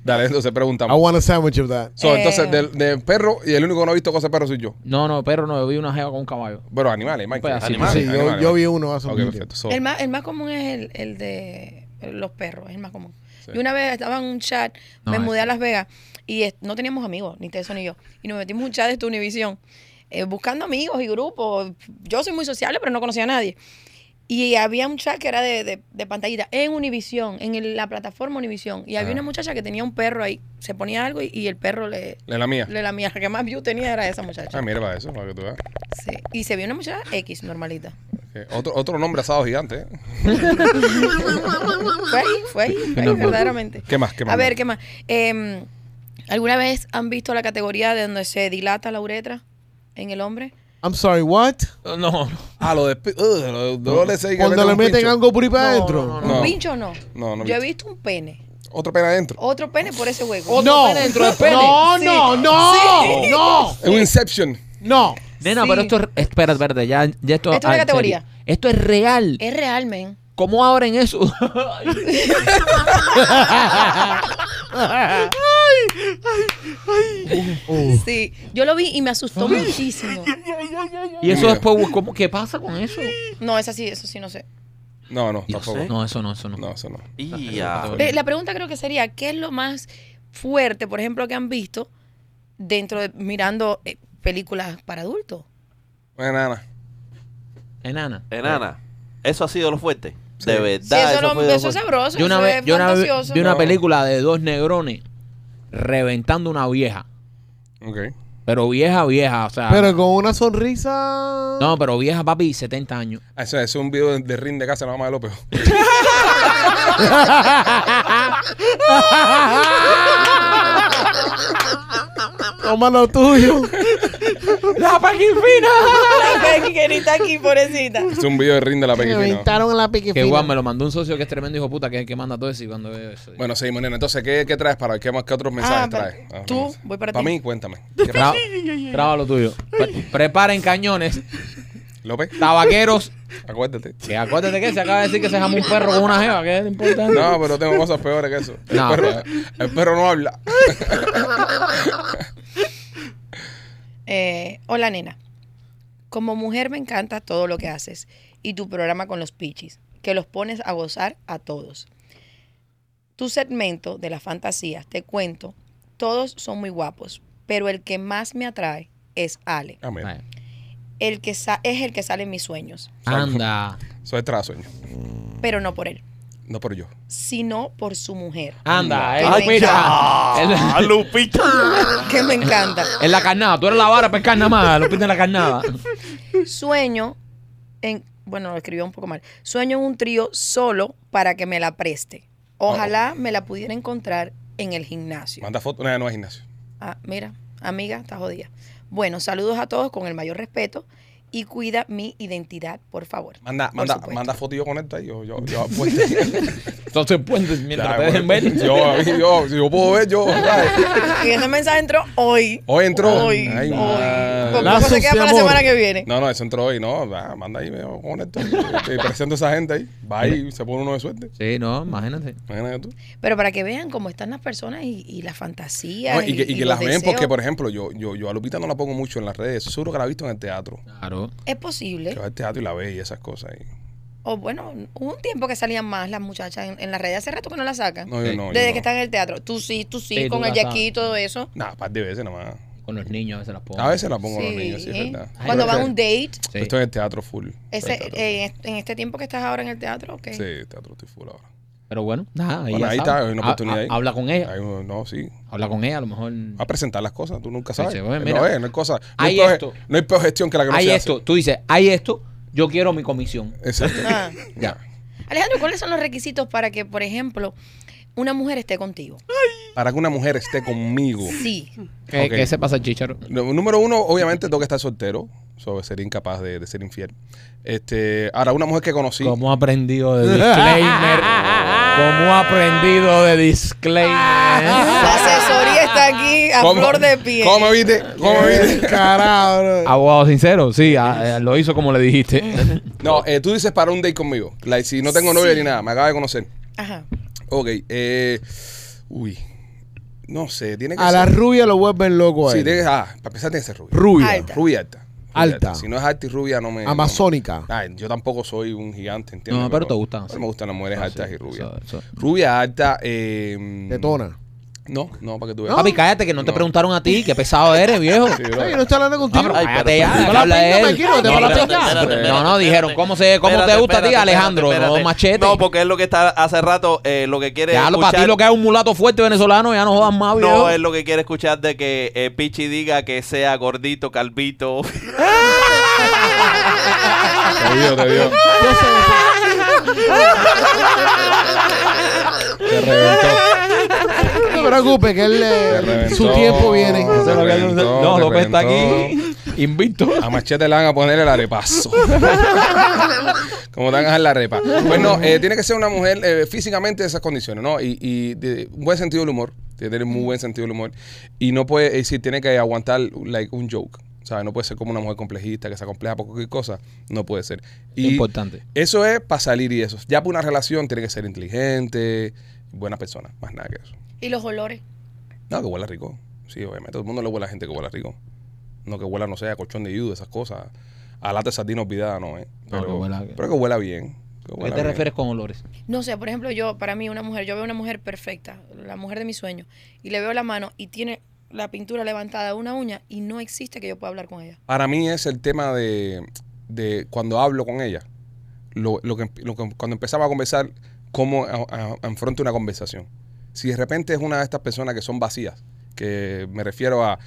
Speaker 1: Dale, entonces
Speaker 3: I
Speaker 1: preguntamos.
Speaker 3: want a sandwich of that.
Speaker 1: So, entonces,
Speaker 5: Eh.
Speaker 1: del, del perro, y el único que no ha visto cosas de perro soy yo.
Speaker 2: No, no, perro no, yo vi una jeva con un caballo.
Speaker 1: Pero animales, Michael.
Speaker 2: pedacito.
Speaker 1: animales,
Speaker 3: Sí, yo,
Speaker 1: animales.
Speaker 3: yo vi uno hace
Speaker 1: Ok,
Speaker 3: un
Speaker 1: perfecto. So,
Speaker 5: El más, el más común es el, el de los perros, es el más común.
Speaker 1: Sí.
Speaker 5: Y una vez estaba en un chat, me
Speaker 2: No,
Speaker 5: mudé
Speaker 2: ese.
Speaker 5: a Las Vegas y es- no teníamos amigos, ni Teso ni yo. Y nos metimos en un chat de esta Univisión, eh, buscando amigos y grupos. Yo soy muy sociable, pero no conocía a nadie. Y había un chat que era de, de- de pantallita en Univisión, en el- la plataforma Univisión. Y había
Speaker 1: Ah.
Speaker 5: una muchacha que tenía un perro ahí, se ponía algo y, y el perro le,
Speaker 1: la la mía.
Speaker 5: le lamía. La que más view tenía era esa
Speaker 1: Ah,
Speaker 5: muchacha.
Speaker 1: mira para eso, para que tú veas.
Speaker 5: Sí. Y se vio una muchacha X, normalita.
Speaker 1: Ok. Otro, otro nombre asado gigante. ¿eh?
Speaker 5: Fue ahí, fue ahí, fue ahí, verdaderamente.
Speaker 1: ¿Qué más? ¿Qué más?
Speaker 5: A ver, ¿qué más? Em, ¿Alguna vez han visto la categoría de donde se dilata la uretra en el hombre?
Speaker 3: I'm sorry, what?
Speaker 2: No, no.
Speaker 1: Ah, lo de. pi- Ugh, lo de dolores ahí que
Speaker 3: Cuando
Speaker 1: meten
Speaker 3: le
Speaker 1: un
Speaker 3: meten
Speaker 1: pincho.
Speaker 3: algo por ahí para
Speaker 2: No,
Speaker 3: adentro.
Speaker 2: no, no,
Speaker 1: No.
Speaker 5: ¿Un pincho o no?
Speaker 1: No, no he
Speaker 5: Yo he visto un pene.
Speaker 1: Otro pene adentro.
Speaker 5: Otro pene por ese hueco.
Speaker 3: No.
Speaker 2: pene dentro del pene.
Speaker 3: No,
Speaker 5: Sí.
Speaker 3: no, no,
Speaker 5: Sí.
Speaker 3: no,
Speaker 1: Es un Inception.
Speaker 3: no.
Speaker 2: Nena,
Speaker 5: Sí.
Speaker 2: pero esto es. Espera, espérate, ya, ya esto.
Speaker 5: Esto es una
Speaker 2: ah, en serio.
Speaker 5: categoría. Eh.
Speaker 2: Esto es real.
Speaker 5: Es real, men.
Speaker 2: ¿Cómo abren eso?
Speaker 3: Uh,
Speaker 5: Sí. Yo lo vi y me asustó muchísimo.
Speaker 2: y eso
Speaker 1: Mira.
Speaker 2: después, ¿cómo, ¿qué pasa con eso?
Speaker 5: No, es así, eso sí, no sé.
Speaker 1: No, no,
Speaker 2: Dios,
Speaker 1: tampoco.
Speaker 2: no, eso no, eso no.
Speaker 1: No, eso no.
Speaker 4: y ya.
Speaker 5: Pe- La pregunta creo que sería, ¿qué es lo más fuerte, por ejemplo, que han visto dentro de mirando eh, películas para adultos?
Speaker 1: Bueno, nada.
Speaker 2: Enana.
Speaker 4: Enana, eso ha sido lo fuerte.
Speaker 1: Sí.
Speaker 4: De
Speaker 5: Sí,
Speaker 4: verdad.
Speaker 5: eso,
Speaker 4: eso
Speaker 5: lo-
Speaker 4: fue lo
Speaker 5: eso es
Speaker 4: fuerte.
Speaker 5: sabroso,
Speaker 2: Yo una
Speaker 5: eso
Speaker 2: vez,
Speaker 5: es
Speaker 2: yo una vez
Speaker 5: fantasioso.
Speaker 2: vi una
Speaker 1: No.
Speaker 2: película de dos negrones reventando una vieja.
Speaker 1: Ok.
Speaker 2: Pero vieja, vieja, o
Speaker 1: Ah.
Speaker 2: sea.
Speaker 3: pero con una sonrisa.
Speaker 2: no, pero vieja, papi, 70 años.
Speaker 1: Ah, Eso, eso es un video de, de Rin de casa de la mamá de López.
Speaker 3: Toma lo tuyo.
Speaker 2: ¡La paquifina!
Speaker 5: La Becky que ni está aquí, pobrecita.
Speaker 1: Es un video de Rin de la
Speaker 3: Me
Speaker 1: pequeña.
Speaker 3: aventaron en la piquefina.
Speaker 2: Que igual me lo mandó un socio que es tremendo hijo de puta, que es el que manda todo eso y cuando veo eso.
Speaker 1: Bueno, seguimos, nena. Entonces, ¿qué, qué traes para hoy? ¿Qué más que otros mensajes
Speaker 5: Ah, para-
Speaker 1: traes?
Speaker 5: tú, voy para
Speaker 1: Para
Speaker 5: ti.
Speaker 1: mí, cuéntame. ¿Qué
Speaker 2: Tra-
Speaker 1: pasa?
Speaker 2: traba lo tuyo. Pre- preparen cañones,
Speaker 1: López,
Speaker 2: tabaqueros.
Speaker 1: acuérdate.
Speaker 2: Que acuérdate que se acaba de decir que se jamó un perro con una jeva, que es lo importante.
Speaker 1: No, pero tengo cosas peores que eso. El,
Speaker 2: No,
Speaker 1: perro, el perro no habla.
Speaker 5: Eh, hola, nena. Como mujer me encanta todo lo que haces y tu programa con los pichis, que los pones a gozar a todos. Tu segmento de las fantasías, te cuento, todos son muy guapos, pero el que más me atrae es Ale,
Speaker 1: Ah, mira.
Speaker 2: Ay,
Speaker 5: el que sa- es el que sale en mis sueños,
Speaker 2: Anda.
Speaker 1: Eso es trasueño.
Speaker 5: pero no por él,
Speaker 1: No por yo.
Speaker 5: sino por su mujer,
Speaker 2: Anda, es
Speaker 5: Ay,
Speaker 2: Lupita. Es la,
Speaker 5: que me encanta.
Speaker 2: es la carnada. Tú eres la vara para nada más. Lupita es la carnada.
Speaker 5: Sueño en. Bueno, lo escribió un poco mal. Sueño en un trío solo para que me la preste. Ojalá
Speaker 1: Oh.
Speaker 5: me la pudiera encontrar en el gimnasio.
Speaker 1: Manda foto. No, no es gimnasio.
Speaker 5: Ah, mira, amiga, está jodida. Bueno, saludos a todos con el mayor respeto y cuida mi identidad, por favor.
Speaker 1: Manda,
Speaker 5: Por
Speaker 1: manda,
Speaker 5: supuesto. pues.
Speaker 1: manda foto y yo conecto ahí. Yo, yo, yo apuesto.
Speaker 2: Entonces puentes mientras te
Speaker 1: Dale,
Speaker 2: dejen
Speaker 1: bueno.
Speaker 2: ver.
Speaker 1: Yo, a mí, yo, si yo puedo ver, yo. ¿sabes?
Speaker 5: Y ese este mensaje entró hoy.
Speaker 1: Hoy entró.
Speaker 5: Hoy.
Speaker 1: Ay,
Speaker 5: hoy.
Speaker 1: madre.
Speaker 5: Por poco
Speaker 3: Lazos
Speaker 5: se
Speaker 3: de
Speaker 5: queda para la
Speaker 3: amor.
Speaker 5: semana que viene.
Speaker 1: No, no, eso entró hoy, no. va, Manda ahí, me conecto. Te presento a esa gente ahí. Va ahí, se pone uno de suerte.
Speaker 2: Sí, no, imagínate.
Speaker 1: Imagínate tú.
Speaker 5: Pero para que vean cómo están las personas y, y las fantasías.
Speaker 1: No, y que, y que
Speaker 5: los
Speaker 1: las ven, porque,
Speaker 5: deseos.
Speaker 1: por ejemplo, yo, yo, yo a Lupita no la pongo mucho en las redes. Eso seguro que la he visto en el teatro.
Speaker 2: Claro.
Speaker 5: Es
Speaker 1: Que
Speaker 5: posible.
Speaker 1: va al teatro y la ve y esas cosas. ahí.
Speaker 5: O bueno, hubo un tiempo que salían más las muchachas en, en las redes. Hace rato que no las sacan.
Speaker 1: No, yo no. yo
Speaker 5: Desde
Speaker 1: no.
Speaker 5: que están en el teatro. Tú sí, tú sí,
Speaker 2: Sí, tú
Speaker 5: con el
Speaker 2: las
Speaker 5: yaquí y todo eso.
Speaker 1: Nah, par de veces nada más.
Speaker 2: Con los niños a veces las pongo.
Speaker 1: A veces la pongo a
Speaker 5: Oh. Sí. ¿eh?
Speaker 1: los niños, sí, es verdad.
Speaker 5: Cuando
Speaker 1: Pero
Speaker 5: van
Speaker 1: es
Speaker 5: a
Speaker 1: que
Speaker 5: un date.
Speaker 2: Sí.
Speaker 1: yo Estoy en el teatro full.
Speaker 5: Ese,
Speaker 1: Estoy en el teatro.
Speaker 5: eh, en este tiempo que estás ahora en el teatro, ¿ok?
Speaker 1: Sí, teatro estoy full ahora.
Speaker 2: Pero bueno, nada,
Speaker 1: Bueno,
Speaker 2: ya
Speaker 1: ahí
Speaker 2: sabes.
Speaker 1: está, hay una
Speaker 2: Ha-
Speaker 1: oportunidad
Speaker 2: ha-
Speaker 1: ahí.
Speaker 2: Habla con ella.
Speaker 1: Ahí uno- no, sí.
Speaker 2: Habla con ella, a lo mejor.
Speaker 1: a presentar las cosas, tú nunca
Speaker 2: Sí,
Speaker 1: sabes.
Speaker 2: sí,
Speaker 1: no,
Speaker 2: bueno, mira.
Speaker 1: es, no es cosa. No
Speaker 2: Hay
Speaker 1: hay, peor,
Speaker 2: esto.
Speaker 1: no hay peor gestión que la que no
Speaker 2: hay
Speaker 1: se
Speaker 2: esto. Tú dices, hay esto, yo quiero mi comisión.
Speaker 1: hace. Exacto.
Speaker 5: Ah.
Speaker 2: Ya.
Speaker 5: Alejandro, ¿cuáles son los requisitos para que, por ejemplo, una mujer esté contigo?
Speaker 1: Para que una mujer esté conmigo.
Speaker 5: Sí.
Speaker 2: ¿Qué,
Speaker 1: Ok.
Speaker 2: qué se Eh, pasa, Chicharo?
Speaker 1: No, Número uno, obviamente tengo que estar soltero. So, sería incapaz de, de ser infiel. Este, ahora, una mujer que conocí.
Speaker 2: ¿Cómo ha aprendido de
Speaker 3: disclaimer?
Speaker 2: Como aprendido de disclaimer.
Speaker 5: La asesoría está aquí a
Speaker 1: ¿Cómo-
Speaker 5: flor de pie.
Speaker 1: ¿Cómo viste? ¿Cómo viste?
Speaker 3: Carajo, bro.
Speaker 2: Abogado sincero, sí, a- eh, lo hizo como le dijiste.
Speaker 1: No, eh, tú dices para un date conmigo. Like, si no tengo novia
Speaker 5: Sí.
Speaker 1: ni nada, me acaba de conocer.
Speaker 5: Ajá.
Speaker 1: Ok, eh, uy, no sé, tiene que
Speaker 3: A
Speaker 1: ser.
Speaker 3: la rubia lo vuelven loco a
Speaker 1: Sí,
Speaker 3: él.
Speaker 1: tiene que, ah, para empezar tiene que ser rubia.
Speaker 3: Rubia.
Speaker 5: Alta.
Speaker 1: Rubia alta. Rubia
Speaker 3: Alta.
Speaker 1: Si no es alta y rubia, no me. no me-
Speaker 3: Amazónica.
Speaker 1: Ay, yo tampoco soy un gigante, ¿entiendes?
Speaker 2: No, pero te gustan así.
Speaker 1: Pero me gustan las mujeres
Speaker 2: Ah,
Speaker 1: altas
Speaker 2: sí,
Speaker 1: y rubias.
Speaker 2: eso- eso.
Speaker 1: Rubia alta. Eh,
Speaker 3: Tetona.
Speaker 1: No, no, para que tú veas.
Speaker 2: Papi, cállate que no te preguntaron a ti, qué pesado eres, viejo.
Speaker 1: Sí,
Speaker 3: Ay,
Speaker 1: bro.
Speaker 3: yo no estoy hablando
Speaker 2: Ah,
Speaker 3: contigo.
Speaker 2: pero
Speaker 4: Ay,
Speaker 2: cállate
Speaker 4: pero-
Speaker 2: ya,
Speaker 4: Te
Speaker 2: que
Speaker 3: la
Speaker 2: habla
Speaker 3: pinga,
Speaker 2: él.
Speaker 3: tranquilo,
Speaker 2: No,
Speaker 3: te va la
Speaker 2: espérate,
Speaker 3: pinga.
Speaker 2: espérate,
Speaker 4: espérate,
Speaker 2: No, no,
Speaker 4: espérate,
Speaker 2: dijeron, ¿cómo, se, cómo
Speaker 4: espérate,
Speaker 2: te gusta a ti,
Speaker 4: espérate,
Speaker 2: Alejandro?
Speaker 4: espérate,
Speaker 2: No,
Speaker 4: espérate.
Speaker 2: machete.
Speaker 4: No, porque es lo que está hace rato, eh, lo que quiere
Speaker 2: Ya, lo- para ti
Speaker 4: escuchar-
Speaker 2: lo que es un mulato fuerte venezolano, ya no jodas más, Ah, viejo.
Speaker 4: No, es lo que quiere escuchar de que eh, Pichi diga que sea gordito, calvito.
Speaker 1: Te vio, te vio.
Speaker 3: Yo sé, yo sé.
Speaker 1: Te reventó.
Speaker 3: No te preocupes, que él, eh,
Speaker 1: Te reventó.
Speaker 3: su tiempo viene.
Speaker 1: No se lo había- Reventó,
Speaker 2: No, López está aquí
Speaker 1: reventó.
Speaker 2: invicto.
Speaker 1: A Machete le van a poner el arepazo. Como te van a dejar la arepa. Pues no, eh, tiene que ser una mujer eh, físicamente de esas condiciones, ¿no? Y, y de un buen sentido del humor. Tiene que tener muy buen sentido del humor. Y no puede, es decir, tiene que aguantar like, un joke. ¿Sabes? No puede ser como una mujer complejista que se compleja por cualquier cosa. No puede ser. Y
Speaker 2: Importante.
Speaker 1: Eso es para salir y eso. Ya para una relación tiene que ser inteligente, buena persona, más nada que eso.
Speaker 5: Y los olores.
Speaker 1: No, que huela rico. Sí, obviamente. Todo el mundo le huele a gente que huela rico. No que huela, no sé, a colchón de yudo, esas cosas. A lata de sardina olvidada, no, ¿eh?
Speaker 2: No,
Speaker 1: Pero,
Speaker 2: que huela-
Speaker 1: pero que huela bien. que
Speaker 2: ¿A
Speaker 1: huela
Speaker 2: qué te
Speaker 1: bien.
Speaker 2: refieres con olores?
Speaker 5: No sé, por ejemplo, yo, para mí, una mujer, yo veo una mujer perfecta, la mujer de mi sueño, y le veo la mano y tiene la pintura levantada de una uña y no existe que yo pueda hablar con ella.
Speaker 1: Para mí es el tema de, de cuando hablo con ella. Lo, lo que, lo que- cuando empezamos a conversar, cómo a- a- afronto una conversación. Si de repente es una de estas personas que son vacías, que me refiero a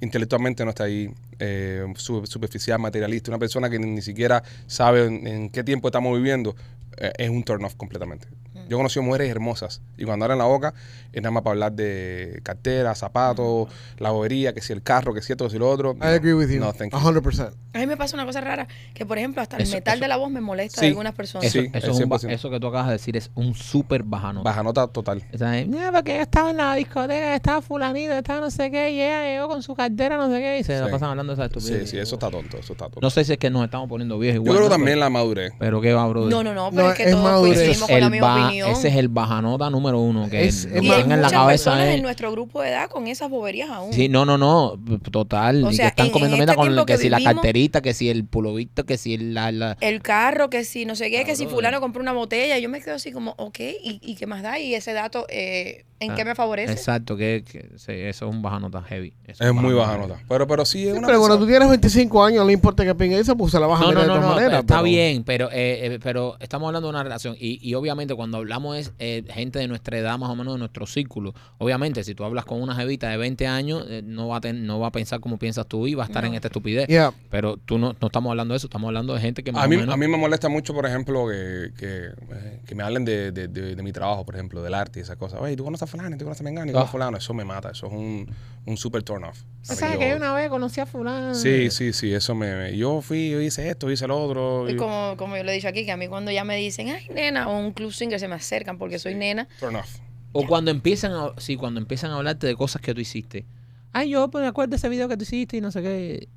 Speaker 1: intelectualmente no está ahí, eh, su- superficial, materialista, una persona que ni, ni siquiera sabe en, en qué tiempo estamos viviendo, eh, es un turn off completamente. Yo he conocido mujeres hermosas y cuando abren la boca es nada más para hablar de cartera, zapatos, la bobería, que si el carro, que si esto, que si lo otro.
Speaker 3: I agree with you.
Speaker 1: No, thank you.
Speaker 3: 100%.
Speaker 5: A mí me pasa una cosa rara, que por ejemplo, hasta el
Speaker 2: Eso-
Speaker 5: metal
Speaker 2: eso-
Speaker 5: de la voz me molesta
Speaker 1: Sí.
Speaker 5: de algunas personas.
Speaker 2: Eso,
Speaker 1: Sí,
Speaker 2: eso
Speaker 1: el
Speaker 2: es un ba-
Speaker 1: 100%.
Speaker 2: eso que tú acabas de decir es un súper bajano.
Speaker 1: Baja nota total.
Speaker 2: O sea, "No, porque yo estaba en la discoteca, estaba fulanito, estaba no sé qué, y ella llegó con su cartera, no sé qué, y se la
Speaker 1: Sí.
Speaker 2: pasan hablando de esa
Speaker 1: Sí,
Speaker 2: estupidez.
Speaker 1: sí, eso está tonto, eso está tonto.
Speaker 2: No sé si es que nos estamos poniendo viejos
Speaker 1: Yo
Speaker 2: igual.
Speaker 1: creo
Speaker 2: ¿no?
Speaker 1: también la madurez.
Speaker 2: Pero, pero qué va, brother.
Speaker 5: No, no, no, pero
Speaker 3: No,
Speaker 5: es que
Speaker 3: es
Speaker 5: todos
Speaker 3: madurez.
Speaker 2: Ese
Speaker 5: coincidimos
Speaker 2: es,
Speaker 5: con la
Speaker 2: el
Speaker 5: misma
Speaker 2: ba-
Speaker 5: opinión.
Speaker 2: ese es el bajanota número uno que
Speaker 3: Es-
Speaker 2: lo
Speaker 3: es
Speaker 2: que
Speaker 5: y hay
Speaker 3: más-
Speaker 2: tenga en la
Speaker 5: muchas personas
Speaker 2: cabeza ¿eh?
Speaker 5: en
Speaker 2: es...
Speaker 5: nuestro grupo de edad con esas boberías aún.
Speaker 2: Sí, no, no, no, total.
Speaker 5: O
Speaker 2: y
Speaker 5: sea,
Speaker 2: que están
Speaker 5: en-
Speaker 2: comiendo
Speaker 5: en
Speaker 2: mierda
Speaker 5: este
Speaker 2: con
Speaker 5: tiempo
Speaker 2: que,
Speaker 5: que
Speaker 2: si la
Speaker 5: vivimos-
Speaker 2: carterita, que si el pulovito, que si el- la, la-
Speaker 5: El carro, que si no sé qué, que si
Speaker 2: Cabrón.
Speaker 5: fulano compró una botella, yo me quedo así como, ok, ¿y, y qué más da? ¿Y ese dato eh, en
Speaker 2: Ah,
Speaker 5: qué me favorece?
Speaker 2: Exacto, que, que- sí, eso es un bajanota heavy. Eso
Speaker 1: Es
Speaker 2: un
Speaker 1: muy baja
Speaker 2: bajanota
Speaker 1: nota. Pero, pero sí es
Speaker 3: Sí,
Speaker 1: una
Speaker 3: pero cuando tú
Speaker 1: persona-
Speaker 3: tienes 25 años, no importa que pingue esa, pues se la vas a
Speaker 2: No, no,
Speaker 3: meter de
Speaker 2: no,
Speaker 3: todas
Speaker 2: no,
Speaker 3: maneras.
Speaker 2: está
Speaker 3: pero-
Speaker 2: bien, pero eh, eh, pero estamos hablando de una relación y, y obviamente cuando hablamos es eh, gente de nuestra edad, más o menos de nuestro círculo. Obviamente, si tú hablas con una jevita de 20 años, eh, no va a ten- no va a pensar como piensas tú y va a estar
Speaker 5: No.
Speaker 2: en esta estupidez.
Speaker 3: Yeah.
Speaker 2: Pero tú no, no estamos hablando de eso, estamos hablando de gente que más
Speaker 1: a
Speaker 2: o
Speaker 1: mí,
Speaker 2: menos-
Speaker 1: a mí me molesta mucho, por ejemplo, que, que, eh, que me hablen de, de- de- de mi trabajo, por ejemplo, del arte y esas cosas. Oye, tú conoces a fulano, tú conoces a mengano, y tú
Speaker 2: Ah.
Speaker 1: conoces a fulano. Eso me mata, eso es un, un super turn off.
Speaker 2: O sea, que yo una vez conocí a fulano.
Speaker 1: Sí, sí, sí, eso me... me- Yo fui, yo hice esto, hice lo otro.
Speaker 5: Y
Speaker 1: y-
Speaker 5: como, como yo le he dicho aquí, que a mí cuando ya me dicen, ay, nena, o un club singer, se me acercan porque soy nena.
Speaker 1: Turn off.
Speaker 2: O cuando empiezan a, sí, cuando empiezan a hablarte de cosas que tú hiciste. Ay, yo pues, me acuerdo de ese video que tú hiciste y no sé qué.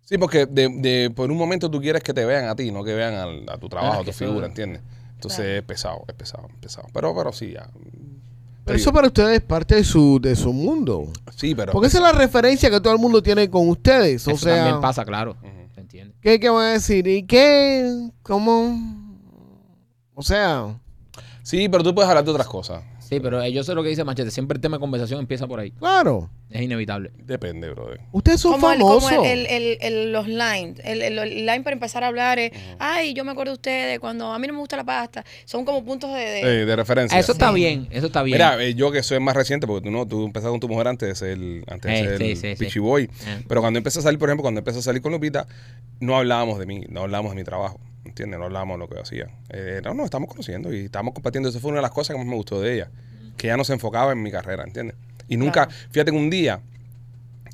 Speaker 1: Sí, porque de, de- por un momento tú quieres que te vean a ti, no que vean al- a tu trabajo, a
Speaker 2: que
Speaker 1: tu
Speaker 2: eso-
Speaker 1: figura, ¿entiendes? Entonces
Speaker 5: Claro.
Speaker 1: es pesado, es pesado, es pesado. Pero, pero sí, ya.
Speaker 3: Pero eso para ustedes es parte de su, de su mundo.
Speaker 1: Sí, pero...
Speaker 3: Porque esa es la referencia que todo el mundo tiene con ustedes. O
Speaker 2: Eso
Speaker 3: sea,
Speaker 2: también pasa, claro.
Speaker 1: Ujú.
Speaker 2: ¿Te entiendes?
Speaker 3: ¿qué, ¿qué van a decir? ¿Y qué? ¿Cómo? O sea,
Speaker 1: Sí, pero tú puedes hablar de otras cosas.
Speaker 2: Sí, pero eh, yo sé lo que dice Machete. Siempre el tema de conversación empieza por ahí.
Speaker 3: claro.
Speaker 2: Es inevitable.
Speaker 1: Depende, brother.
Speaker 3: Ustedes son
Speaker 5: como el- como
Speaker 3: famosos.
Speaker 5: el- el- el- los lines. El, el- el line para empezar a hablar es, ay, yo me acuerdo de ustedes, cuando a mí no me gusta la pasta. Son como puntos de... de-
Speaker 1: Eh, de referencia.
Speaker 2: Eso está bien, eso está bien.
Speaker 1: Mira, eh, yo que soy más reciente, porque tú no, tú empezaste con tu mujer antes de ser, antes de
Speaker 2: Eh,
Speaker 1: ser
Speaker 2: sí, sí, sí.
Speaker 1: Pichi Boy.
Speaker 2: Eh.
Speaker 1: Pero cuando empecé a salir, por ejemplo, cuando empecé a salir con Lupita, no hablábamos de mí, no hablábamos de mi trabajo, ¿entiendes? No hablábamos de lo que yo hacía. Eh, no, no, estamos conociendo y estamos compartiendo. Esa fue una de las cosas que más me gustó de ella, que ya no se enfocaba en mi carrera, ¿entiendes? Y nunca,
Speaker 5: Claro.
Speaker 1: fíjate que un día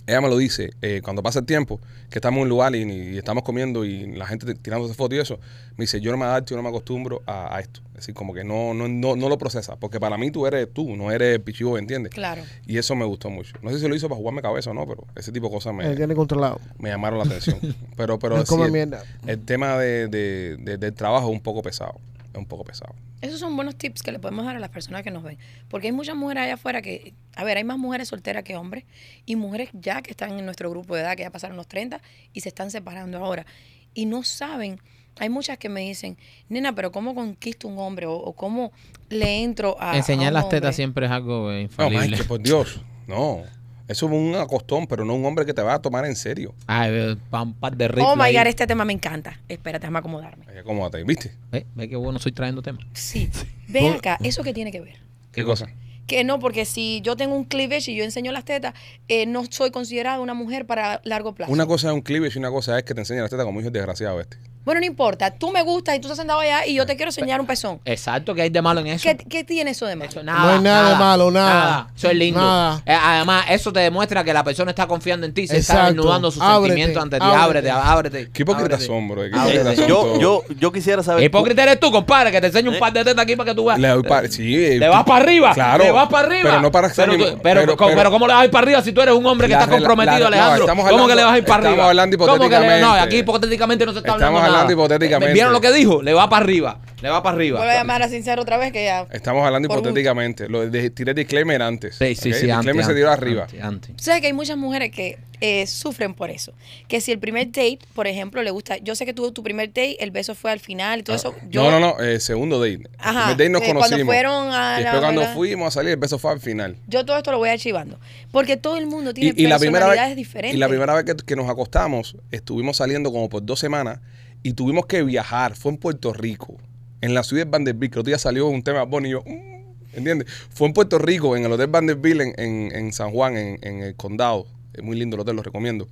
Speaker 1: Ella me lo dice eh, cuando pasa el tiempo, que estamos en un lugar y, y estamos comiendo y la gente te- tirándose fotos y eso. Me dice, yo no me adapto, yo no me acostumbro a, a esto. Es decir, como que no, no, no, no lo procesa. Porque para mí tú eres tú, no eres pichivo, ¿entiendes?
Speaker 5: Claro.
Speaker 1: Y eso me gustó mucho. No sé si lo hizo para jugarme cabeza o no, pero ese tipo de cosas me,
Speaker 3: Él tiene controlado.
Speaker 1: me llamaron la atención. Pero, pero
Speaker 3: No come
Speaker 1: el-
Speaker 3: mierda.
Speaker 1: El, tema de, de- de- del trabajo es un poco pesado. Es un poco pesado.
Speaker 5: Esos son buenos tips que le podemos dar a las personas que nos ven. Porque hay muchas mujeres allá afuera que, a ver, hay más mujeres solteras que hombres y mujeres ya que están en nuestro grupo de edad, que ya pasaron los 30 y se están separando ahora. Y no saben, hay muchas que me dicen, nena, pero ¿cómo conquisto un hombre? O, o ¿cómo le entro a...
Speaker 2: Enseñar
Speaker 5: a un
Speaker 2: las tetas
Speaker 5: Ah, hombre?"
Speaker 2: siempre es algo eh,
Speaker 1: No,
Speaker 2: infalible.
Speaker 1: Mike, por Dios. No. Eso es un acostón, pero no un hombre que te va a tomar en serio.
Speaker 2: Ay, ve, pa- un par de
Speaker 5: Oh
Speaker 2: rifles
Speaker 5: my
Speaker 2: ahí.
Speaker 5: God, este tema me encanta. Espérate, déjame acomodarme.
Speaker 1: Ahí Acomódate, ¿viste?
Speaker 2: Ve, ve qué bueno soy trayendo temas.
Speaker 5: Sí. Ven acá, ¿eso qué tiene que ver?
Speaker 1: ¿Qué cosa?
Speaker 5: Que no, porque si yo tengo un cleavage y yo enseño las tetas, eh, no soy considerada una mujer para largo plazo.
Speaker 1: Una cosa es un cleavage y una cosa es que te enseñen la teta como hijo desgraciado este.
Speaker 5: Bueno, no importa. Tú me gustas y tú estás sentado allá y yo te quiero enseñar un pezón.
Speaker 2: Exacto, que hay de malo en eso?
Speaker 5: ¿Qué, qué tiene eso de malo?
Speaker 2: Eso,
Speaker 3: No hay nada de malo, nada.
Speaker 2: Eso es lindo.
Speaker 3: Nada.
Speaker 2: Eh, además, eso te demuestra que la persona está confiando en ti, se está
Speaker 3: Exacto.
Speaker 2: desnudando sus
Speaker 3: Ábrete,
Speaker 2: sentimientos ante ti. Ábrete,
Speaker 3: ábrete.
Speaker 2: ábrete.
Speaker 1: Qué hipócritas
Speaker 2: ábrete.
Speaker 1: son, bro. Qué
Speaker 2: Ábrete.
Speaker 1: hipócritas son
Speaker 4: Yo,
Speaker 1: todos.
Speaker 4: yo, yo quisiera saber.
Speaker 2: Hipócrita eres tú, compadre, que te enseño
Speaker 5: Eh.
Speaker 2: un par de tetas aquí para que tú veas.
Speaker 1: Le doy para- sí, eh,
Speaker 2: Le vas
Speaker 1: tú-
Speaker 2: para arriba.
Speaker 1: Claro.
Speaker 2: Le vas para arriba.
Speaker 1: Pero no para
Speaker 2: pero,
Speaker 1: ser
Speaker 2: tú-
Speaker 1: ningún-
Speaker 2: pero, co- pero, ¿cómo le vas a ir para arriba si tú eres un hombre que
Speaker 1: La
Speaker 2: está
Speaker 1: rela- la-
Speaker 2: comprometido,
Speaker 1: no,
Speaker 2: Alejandro?
Speaker 1: estamos
Speaker 2: ¿Cómo que le vas a ir
Speaker 1: hablando-
Speaker 2: para arriba?
Speaker 1: estamos hablando
Speaker 2: ¿Cómo que le- no,
Speaker 1: hipotéticamente.
Speaker 2: aquí hipotéticamente no se está
Speaker 1: Estamos
Speaker 2: hablando
Speaker 1: hablando
Speaker 2: nada.
Speaker 1: hipotéticamente.
Speaker 2: ¿Vieron lo que dijo? Le va para arriba. Le va para arriba.
Speaker 5: Vuelve a llamar a Sincero otra vez que ya...
Speaker 1: Estamos hablando
Speaker 5: Por gusto.
Speaker 1: hipotéticamente. Lo de, tiré disclaimer antes.
Speaker 2: Sí, sí,
Speaker 1: ¿ok?
Speaker 2: sí.
Speaker 1: El
Speaker 2: antes,
Speaker 1: disclaimer se
Speaker 2: antes,
Speaker 1: tiró arriba.
Speaker 2: antes, antes.
Speaker 5: Tú sabes que hay muchas mujeres que eh, sufren por eso. Que si el primer date, por ejemplo, le gusta... Yo sé que tú, tu primer date, el beso fue al final y todo eso. Yo,
Speaker 1: Ah, no, no, no. eh, segundo date.
Speaker 5: Ajá,
Speaker 1: El date nos
Speaker 5: eh, cuando
Speaker 1: conocimos.
Speaker 5: fueron a
Speaker 1: Y
Speaker 5: la-
Speaker 1: después cuando
Speaker 5: la-
Speaker 1: fuimos a salir, el beso fue al final.
Speaker 5: Yo todo esto lo voy archivando. Porque todo el mundo tiene
Speaker 1: y, y la primera vez,
Speaker 5: personalidades diferentes.
Speaker 1: Y la primera vez que, que nos acostamos, estuvimos saliendo como por dos semanas y tuvimos que viajar. Fue en Puerto Rico, en la ciudad de Vanderbilt. Que el otro día salió un tema Bonnie y yo, mm, ¿entiendes? Fue en Puerto Rico, en el Hotel Vanderbilt, en, en, en San Juan, en, en el condado. Es muy lindo el hotel, lo recomiendo.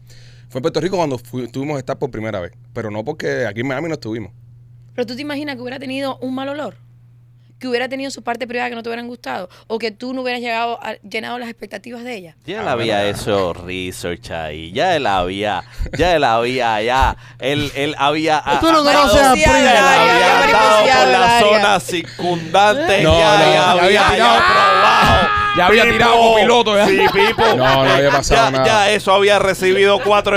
Speaker 1: Fue en Puerto Rico cuando fui- tuvimos que estar por primera vez. Pero no porque aquí en Miami no estuvimos.
Speaker 5: Pero tú te imaginas que hubiera tenido un mal olor, que hubiera tenido su parte privada que no te hubieran gustado, o que tú no hubieras llegado a- llenado las expectativas de ella.
Speaker 4: Ya
Speaker 1: Ah,
Speaker 4: él había
Speaker 1: bueno.
Speaker 4: hecho research ahí, ya él había, ya él había, ya, él, él había...
Speaker 3: Tú no
Speaker 4: andado-
Speaker 3: conoces a
Speaker 4: ya él
Speaker 3: Prida.
Speaker 4: había
Speaker 5: Había
Speaker 4: andado por
Speaker 5: mariposeado
Speaker 4: la
Speaker 5: el área.
Speaker 4: zona circundante,
Speaker 1: No,
Speaker 4: Eh, ya,
Speaker 1: no,
Speaker 4: él
Speaker 1: ya
Speaker 4: había,
Speaker 1: había
Speaker 4: ya
Speaker 1: tirado.
Speaker 4: probado.
Speaker 2: Ya había tirado con piloto, ya.
Speaker 4: Sí, Pipo.
Speaker 1: No, no había pasado
Speaker 4: ya,
Speaker 1: nada.
Speaker 4: Ya eso había recibido cuatro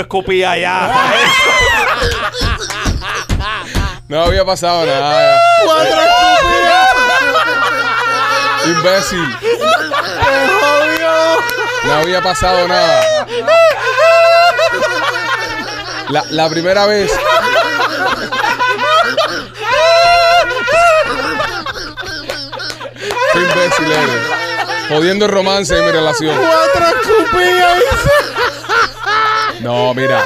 Speaker 4: escupidas ya.
Speaker 1: No había pasado nada.
Speaker 3: ¡Cuatro estúpidos!
Speaker 1: Imbécil.
Speaker 3: ¡Te jodió!
Speaker 1: No había pasado nada. La, la primera vez. Qué imbécil eres. Jodiendo el romance de mi relación.
Speaker 3: ¡Cuatro escupidas!
Speaker 1: No, mira.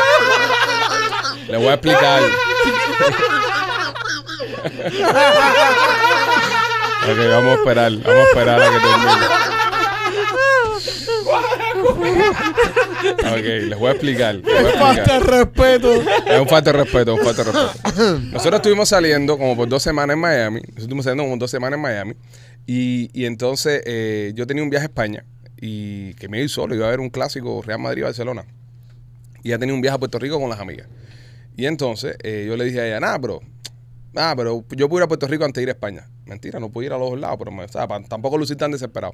Speaker 1: Le voy a explicar. ok, vamos a esperar. Vamos a esperar a que termine. Ok, les voy a explicar. Les voy a explicar.
Speaker 3: Falta de respeto.
Speaker 1: Es un falta de respeto, un falta de respeto. Nosotros estuvimos saliendo como por dos semanas en Miami. Nosotros estuvimos saliendo como dos semanas en Miami. Y, y entonces eh, yo tenía un viaje a España y que me iba solo. Iba a ver un clásico Real Madrid-Barcelona. Y ya tenía un viaje a Puerto Rico con las amigas. Y entonces eh, yo le dije a ella, nada, pero, nada, Ah, pero yo puedo ir a Puerto Rico antes de ir a España. Mentira, no puedo ir a los dos lados, pero me- o sea, pa- tampoco lucir tan desesperado.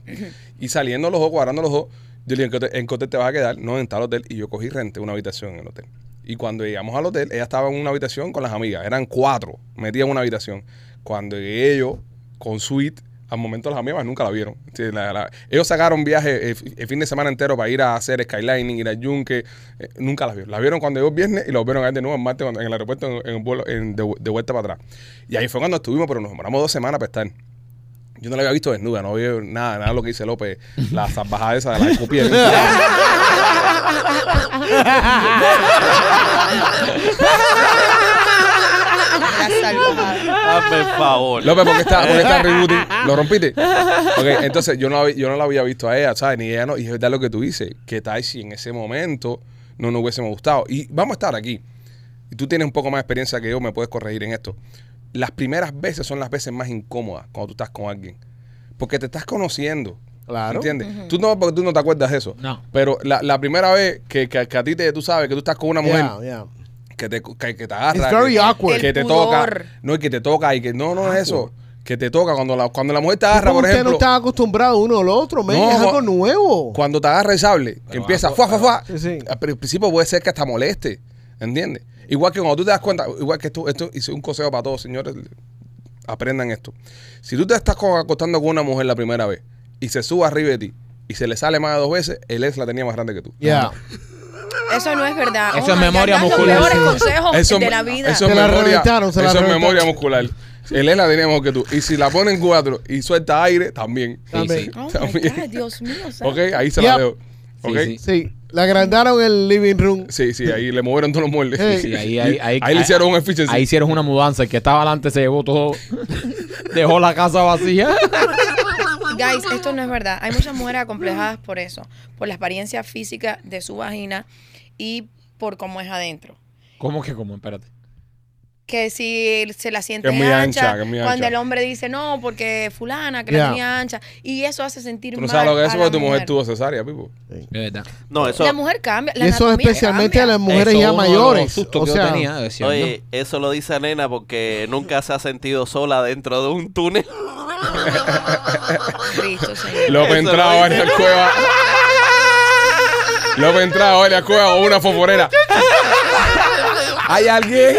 Speaker 1: y saliendo los dos, cuadrando los dos, yo le dije, ¿en qué hotel, en qué hotel te vas a quedar? No, en tal hotel. Y yo cogí rente una habitación en el hotel. Y cuando llegamos al hotel, ella estaba en una habitación con las amigas. Eran cuatro, metía en una habitación. Cuando llegué yo, con suite, al momento las amigas nunca la vieron. Sí, la- la- ellos sacaron viaje eh, fi- el fin de semana entero para ir a hacer skylining, ir al yunque. eh, nunca las vieron. Las vieron cuando llegó el viernes y las vieron ahí de nuevo el martes cuando- en el aeropuerto en, en el vuelo en- de, vu- de vuelta para atrás. Y ahí fue cuando estuvimos, pero nos demoramos dos semanas para estar. Yo no la había visto desnuda, no había nada, nada de lo que dice López, la salvajada esa de la escupida.
Speaker 4: Hazme el favor.
Speaker 1: López, ¿por qué está, por qué está rebooting? ¿Lo rompiste? Ok, entonces yo no, había- yo no la había visto a ella, ¿sabes? Ni ella no. Y es verdad lo que tú dices. ¿Qué tal si en ese momento no nos hubiésemos gustado? Y vamos a estar aquí. Y tú tienes un poco más de experiencia que yo, me puedes corregir en esto. Las primeras veces son las veces más incómodas cuando tú estás con alguien. Porque te estás conociendo.
Speaker 3: Claro.
Speaker 1: ¿Entiendes? Tú no, porque tú no te acuerdas de eso.
Speaker 2: No.
Speaker 1: Pero la, la primera vez que, que- que a ti te, tú sabes que tú estás con una mujer
Speaker 3: Yeah, yeah.
Speaker 1: que te, que, que te agarra.
Speaker 3: It's very
Speaker 1: que,
Speaker 3: awkward.
Speaker 1: que
Speaker 5: El
Speaker 1: te
Speaker 5: pudor.
Speaker 1: toca. No, y que te toca y que no,
Speaker 3: Ah,
Speaker 1: no es eso. Que te toca cuando la, cuando la mujer te agarra,
Speaker 3: Como
Speaker 1: por
Speaker 3: usted
Speaker 1: ejemplo.
Speaker 3: no está acostumbrado uno al otro, man,
Speaker 1: No,
Speaker 3: es algo
Speaker 1: Juan-
Speaker 3: nuevo.
Speaker 1: Cuando te agarra el sable, que empieza fuá, fuá, fuá.
Speaker 3: Sí, sí.
Speaker 1: Al pri- principio puede ser que hasta moleste, ¿entiendes? Igual que cuando tú te das cuenta, igual que esto, esto es un consejo para todos, señores, aprendan esto. Si tú te estás co- acostando con una mujer la primera vez y se sube arriba de ti y se le sale más de dos veces, el ex la tenía más grande que tú.
Speaker 2: Ah,
Speaker 3: Yeah.
Speaker 5: Eso no es verdad.
Speaker 2: Eso
Speaker 5: Oh
Speaker 2: es
Speaker 5: my God,
Speaker 2: memoria
Speaker 5: das
Speaker 2: muscular.
Speaker 5: Los
Speaker 3: Sí.
Speaker 5: mejores consejos
Speaker 1: Eso
Speaker 5: de
Speaker 1: es-
Speaker 5: la vida.
Speaker 1: Eso es
Speaker 3: Se la
Speaker 1: memoria,
Speaker 3: reventaron, se la
Speaker 1: eso es
Speaker 3: reventaron.
Speaker 1: memoria muscular. El ex la tenía mejor que tú. Y si la ponen cuatro y suelta aire, también.
Speaker 3: También.
Speaker 5: Oh my
Speaker 1: También.
Speaker 5: God, Dios mío. santo.
Speaker 1: Ok, ahí se
Speaker 3: Yeah.
Speaker 1: la veo. Ok.
Speaker 2: Sí, sí.
Speaker 3: Sí, le agrandaron el living room.
Speaker 1: Sí, sí, ahí le movieron todos los moldes.
Speaker 3: Sí,
Speaker 2: Sí, ahí, ahí, ahí,
Speaker 1: le hicieron un efficiency.
Speaker 2: eficiencia. Ahí hicieron una mudanza. El que estaba adelante se llevó todo. Dejó la casa vacía.
Speaker 5: Guys, esto no es verdad. Hay muchas mujeres acomplejadas por eso, por la apariencia física de su vagina y por cómo es adentro.
Speaker 2: ¿Cómo que cómo? Espérate.
Speaker 5: Que si se la siente
Speaker 1: Que es muy
Speaker 5: ancha,
Speaker 1: ancha, que es muy
Speaker 5: cuando
Speaker 1: ancha.
Speaker 5: el hombre dice no, porque fulana que
Speaker 3: Yeah.
Speaker 5: la tenía ancha y eso hace sentir
Speaker 1: Tú
Speaker 5: mal.
Speaker 1: no sabes lo que es
Speaker 5: a
Speaker 1: eso
Speaker 5: la
Speaker 1: porque tu mujer tuvo cesárea, Pipo.
Speaker 2: De verdad.
Speaker 4: No, eso,
Speaker 5: La mujer cambia, la
Speaker 3: y eso
Speaker 5: anatomía
Speaker 3: especialmente
Speaker 5: cambia.
Speaker 3: a las mujeres
Speaker 2: Eso
Speaker 3: ya
Speaker 2: uno de los
Speaker 3: mayores.
Speaker 2: sustos
Speaker 3: O
Speaker 2: que yo
Speaker 3: sea,
Speaker 2: tenía, decía,
Speaker 4: oye, eso lo dice Nena porque nunca se ha sentido sola dentro de un túnel.
Speaker 5: Cristo, señor.
Speaker 1: López
Speaker 4: Eso
Speaker 1: entraba
Speaker 4: lo
Speaker 1: a varias cuevas. López entraba a varias cuevas o una foforera. Hay alguien.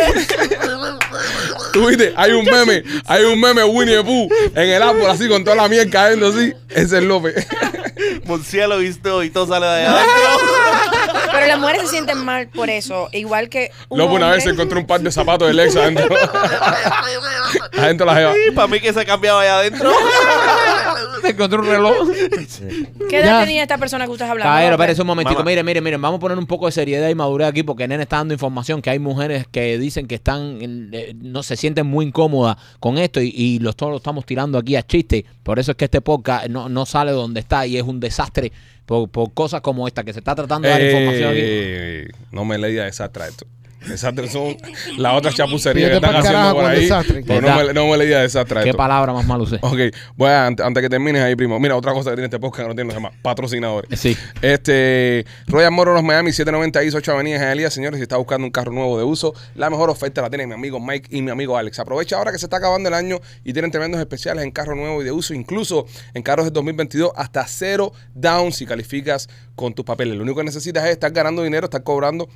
Speaker 1: Tú viste, hay un meme, hay un meme Winnie the Pooh en el árbol así con toda la miel cayendo así. Ese es López.
Speaker 4: Murciélago visto y todo sale de allá adentro.
Speaker 5: Pero las mujeres se sienten mal por eso, igual que un
Speaker 1: López una vez se
Speaker 5: hombre-
Speaker 1: encontró un par de zapatos de Lexa adentro. adentro la jeva.
Speaker 4: Para mí que se cambiaba allá adentro.
Speaker 2: ¿no? Se encontró un reloj.
Speaker 5: ¿Qué edad
Speaker 3: Ya.
Speaker 5: tenía esta persona que usted hablando?
Speaker 2: Caballero,
Speaker 5: López?
Speaker 2: espérate un momentito.
Speaker 4: Mamá.
Speaker 2: Mire, mire, mire. Vamos a poner un poco de seriedad y madurez aquí porque Nene está dando información que hay mujeres que dicen que están, eh, no se sienten muy incómodas con esto y, y los, todos lo estamos tirando aquí a chiste. Por eso es que este podcast no, no sale donde está y es un desastre por, por cosas como esta que se está tratando de dar información aquí.
Speaker 1: Eh, no me leía desastre a esto. Desastre son las otras chapucerías que
Speaker 3: Fíjate
Speaker 1: están
Speaker 3: pa'l carajo
Speaker 1: haciendo por
Speaker 3: con
Speaker 1: ahí.
Speaker 3: desastre.
Speaker 1: Pero no me,
Speaker 2: ¿Verdad?
Speaker 1: no me leía desastre a
Speaker 2: Qué
Speaker 1: esto.
Speaker 2: palabra más mal usé.
Speaker 1: Ok, voy a- ante- antes, que termines ahí, primo. Mira, otra cosa que tiene este podcast que no tiene los demás. Patrocinadores.
Speaker 2: Sí.
Speaker 1: Este, Royal Motors Miami, 790 East, 8 Avenida en Hialeah. Señores, si está buscando un carro nuevo de uso, la mejor oferta la tiene mi amigo Mike y mi amigo Alex. Aprovecha ahora que se está acabando el año y tienen tremendos especiales en carro nuevo y de uso, incluso en carros de 2022 hasta cero down si calificas con tus papeles. Lo único que necesitas es estar ganando dinero, estar cobrando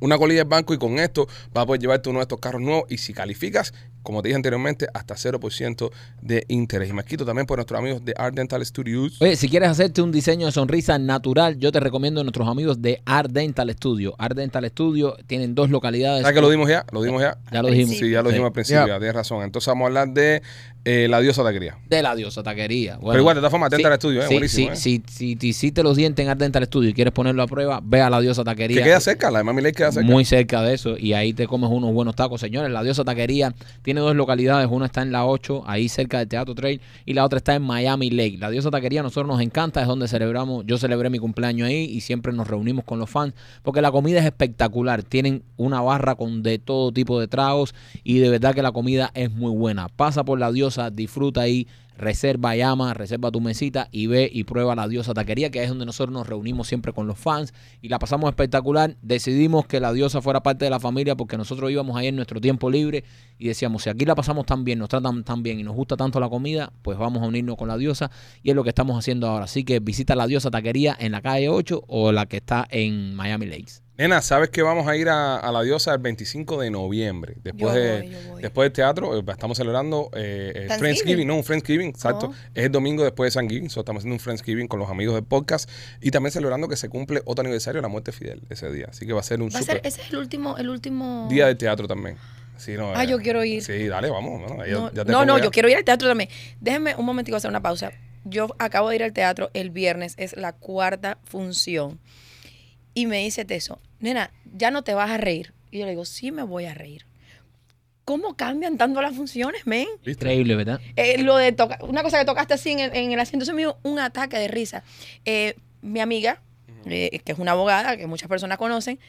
Speaker 1: una colilla del banco y con esto vas a poder llevarte uno de estos carros nuevos y si calificas, como te dije anteriormente, hasta 0% de interés. Y me quito también por nuestros amigos de Art Dental Studios.
Speaker 2: Oye, si quieres hacerte un diseño de sonrisa natural, yo te recomiendo a nuestros amigos de Art Dental Studio. Art Dental Studio tienen dos localidades.
Speaker 1: ¿Sabes que lo dimos ya? Lo dimos ya.
Speaker 2: Ya lo dijimos.
Speaker 1: Sí, ya lo dijimos al principio,
Speaker 3: Yeah.
Speaker 1: ya tienes razón. Entonces vamos a hablar de eh, la diosa alegría.
Speaker 2: De la diosa taquería. Bueno,
Speaker 1: Pero igual, de todas formas,
Speaker 2: sí,
Speaker 1: atenta al estudio, eh,
Speaker 2: sí,
Speaker 1: buenísimo.
Speaker 2: sí,
Speaker 1: eh.
Speaker 2: Si, si te hiciste los dientes en Art Dental Studio y quieres ponerlo a prueba, ve a la diosa taquería.
Speaker 1: Que queda cerca, la de Mami Lake queda cerca.
Speaker 2: Muy cerca de eso. Y ahí te comes unos buenos tacos, señores. La diosa taquería tiene dos localidades. Una está en la 8, ahí cerca del Teatro Trail. Y la otra está en Miami Lake. La diosa taquería a nosotros nos encanta. Es donde celebramos. Yo celebré mi cumpleaños ahí y siempre nos reunimos con los fans. Porque la comida es espectacular. Tienen una barra con de todo tipo de tragos. Y de verdad que la comida es muy buena. Pasa por la diosa, disfruta ahí. Reserva, llama, reserva tu mesita y ve y prueba la diosa taquería, que es donde nosotros nos reunimos siempre con los fans y la pasamos espectacular. Decidimos que la diosa fuera parte de la familia porque nosotros íbamos ahí en nuestro tiempo libre y decíamos, si aquí la pasamos tan bien, nos tratan tan bien y nos gusta tanto la comida, pues vamos a unirnos con la diosa y es lo que estamos haciendo ahora. Así que visita la diosa taquería en la calle 8 o la que está en Miami Lakes.
Speaker 1: Nena, ¿sabes que vamos a ir a, a la diosa el 25 de noviembre? Después,
Speaker 5: Yo
Speaker 1: de,
Speaker 5: voy, yo voy.
Speaker 1: después del teatro, eh, estamos celebrando eh, eh,
Speaker 5: Thanksgiving.
Speaker 1: Friendsgiving, no, un Friendsgiving, exacto.
Speaker 5: Oh.
Speaker 1: Es el domingo después de San Giving, so estamos haciendo un Friendsgiving con los amigos del podcast y también celebrando que se cumple otro aniversario de la muerte de Fidel ese día. Así que va a ser un
Speaker 5: Va a ser,
Speaker 1: super
Speaker 5: ese es el último, el último.
Speaker 1: día de teatro también. Sí, no, eh,
Speaker 5: Ah, yo quiero ir.
Speaker 1: Sí, dale, vamos. bueno, ya-
Speaker 5: No,
Speaker 1: ya te
Speaker 5: no,
Speaker 1: pongo
Speaker 5: no,
Speaker 1: ya.
Speaker 5: yo quiero ir al teatro también. Déjenme un momentico hacer una pausa. Yo acabo de ir al teatro el viernes, es la cuarta función. Y me dice Teso, nena, ya no te vas a reír. Y yo le digo, sí me voy a reír. ¿Cómo cambian tanto las funciones, men?
Speaker 1: ¿Viste?
Speaker 2: Increíble, ¿verdad?
Speaker 5: Eh, lo de toca una cosa que tocaste así en, el- en el asiento, eso me dio un ataque de risa. Eh, mi amiga, eh, que es una abogada que muchas personas conocen,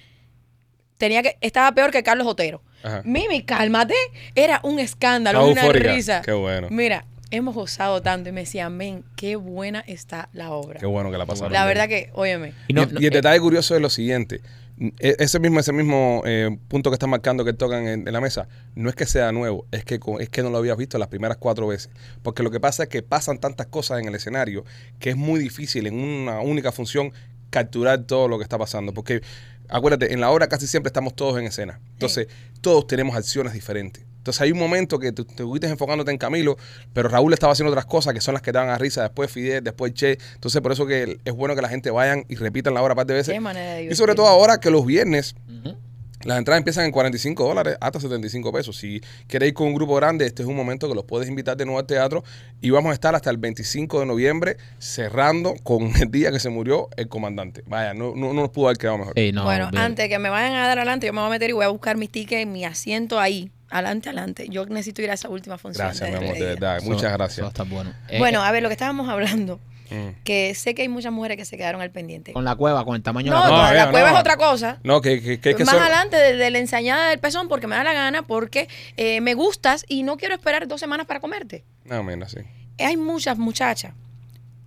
Speaker 5: tenía que estaba peor que Carlos Otero.
Speaker 1: Ajá.
Speaker 5: Mimi, cálmate. Era un escándalo,
Speaker 1: Estaba
Speaker 5: una
Speaker 1: eufórica.
Speaker 5: risa.
Speaker 1: Qué bueno.
Speaker 5: Mira, hemos gozado tanto. Y me decía, amén, qué buena está la obra.
Speaker 1: Qué bueno que la pasaron.
Speaker 5: la
Speaker 1: bien.
Speaker 5: verdad que, óyeme,
Speaker 2: Y no- eh,
Speaker 1: y,
Speaker 2: no-
Speaker 1: y el detalle curioso es lo siguiente. E- Ese mismo, ese mismo eh, punto que están marcando que tocan en, en la mesa, no es que sea nuevo, es que, co- es que no lo habías visto las primeras cuatro veces. Porque lo que pasa es que pasan tantas cosas en el escenario que es muy difícil en una única función capturar todo lo que está pasando. Porque acuérdate, en la obra casi siempre estamos todos en escena. Entonces, todos tenemos acciones diferentes. Entonces hay un momento que tú te fuiste enfocándote en Camilo, pero Raúl estaba haciendo otras cosas que son las que te dan a risa, después Fidel, después Che. Entonces por eso que es bueno que la gente vayan y repitan la obra un par de veces.
Speaker 5: qué manera
Speaker 1: Y
Speaker 5: de
Speaker 1: sobre
Speaker 5: divertirnos.
Speaker 1: todo ahora que los viernes
Speaker 2: Ujú.
Speaker 1: las entradas empiezan en 45 dólares hasta 75 pesos. Si queréis con un grupo grande, este es un momento que los puedes invitar de nuevo al teatro. Y vamos a estar hasta el 25 de noviembre cerrando con el día que se murió el comandante. Vaya, no, no, no nos pudo haber quedado mejor.
Speaker 2: Sí, no,
Speaker 5: bueno,
Speaker 2: olvídate.
Speaker 5: antes de que me vayan a dar adelante, yo me voy a meter y voy a buscar mis tickets, mi asiento ahí. Adelante, adelante. Yo necesito ir a esa última función.
Speaker 1: Gracias,
Speaker 5: de
Speaker 1: mi amor, de
Speaker 5: despedida.
Speaker 1: verdad.
Speaker 2: Eso-
Speaker 1: Muchas
Speaker 2: eso va a
Speaker 1: gracias.
Speaker 2: estar bueno. Eh,
Speaker 5: Bueno, a ver, lo que estábamos hablando,
Speaker 1: Mm.
Speaker 5: que sé que hay muchas mujeres que se quedaron al pendiente.
Speaker 2: eh, con la cueva, con el tamaño
Speaker 5: No,
Speaker 2: de la
Speaker 5: no,
Speaker 2: cueva.
Speaker 1: todavía
Speaker 5: la
Speaker 1: no.
Speaker 5: cueva es otra cosa.
Speaker 1: No, que, que, que, que
Speaker 5: Más
Speaker 1: son-
Speaker 5: adelante de, de la ensañada del pezón, porque me da la gana, porque eh, me gustas y no quiero esperar dos semanas para comerte.
Speaker 1: No, mira, sí.
Speaker 5: hay muchas muchachas,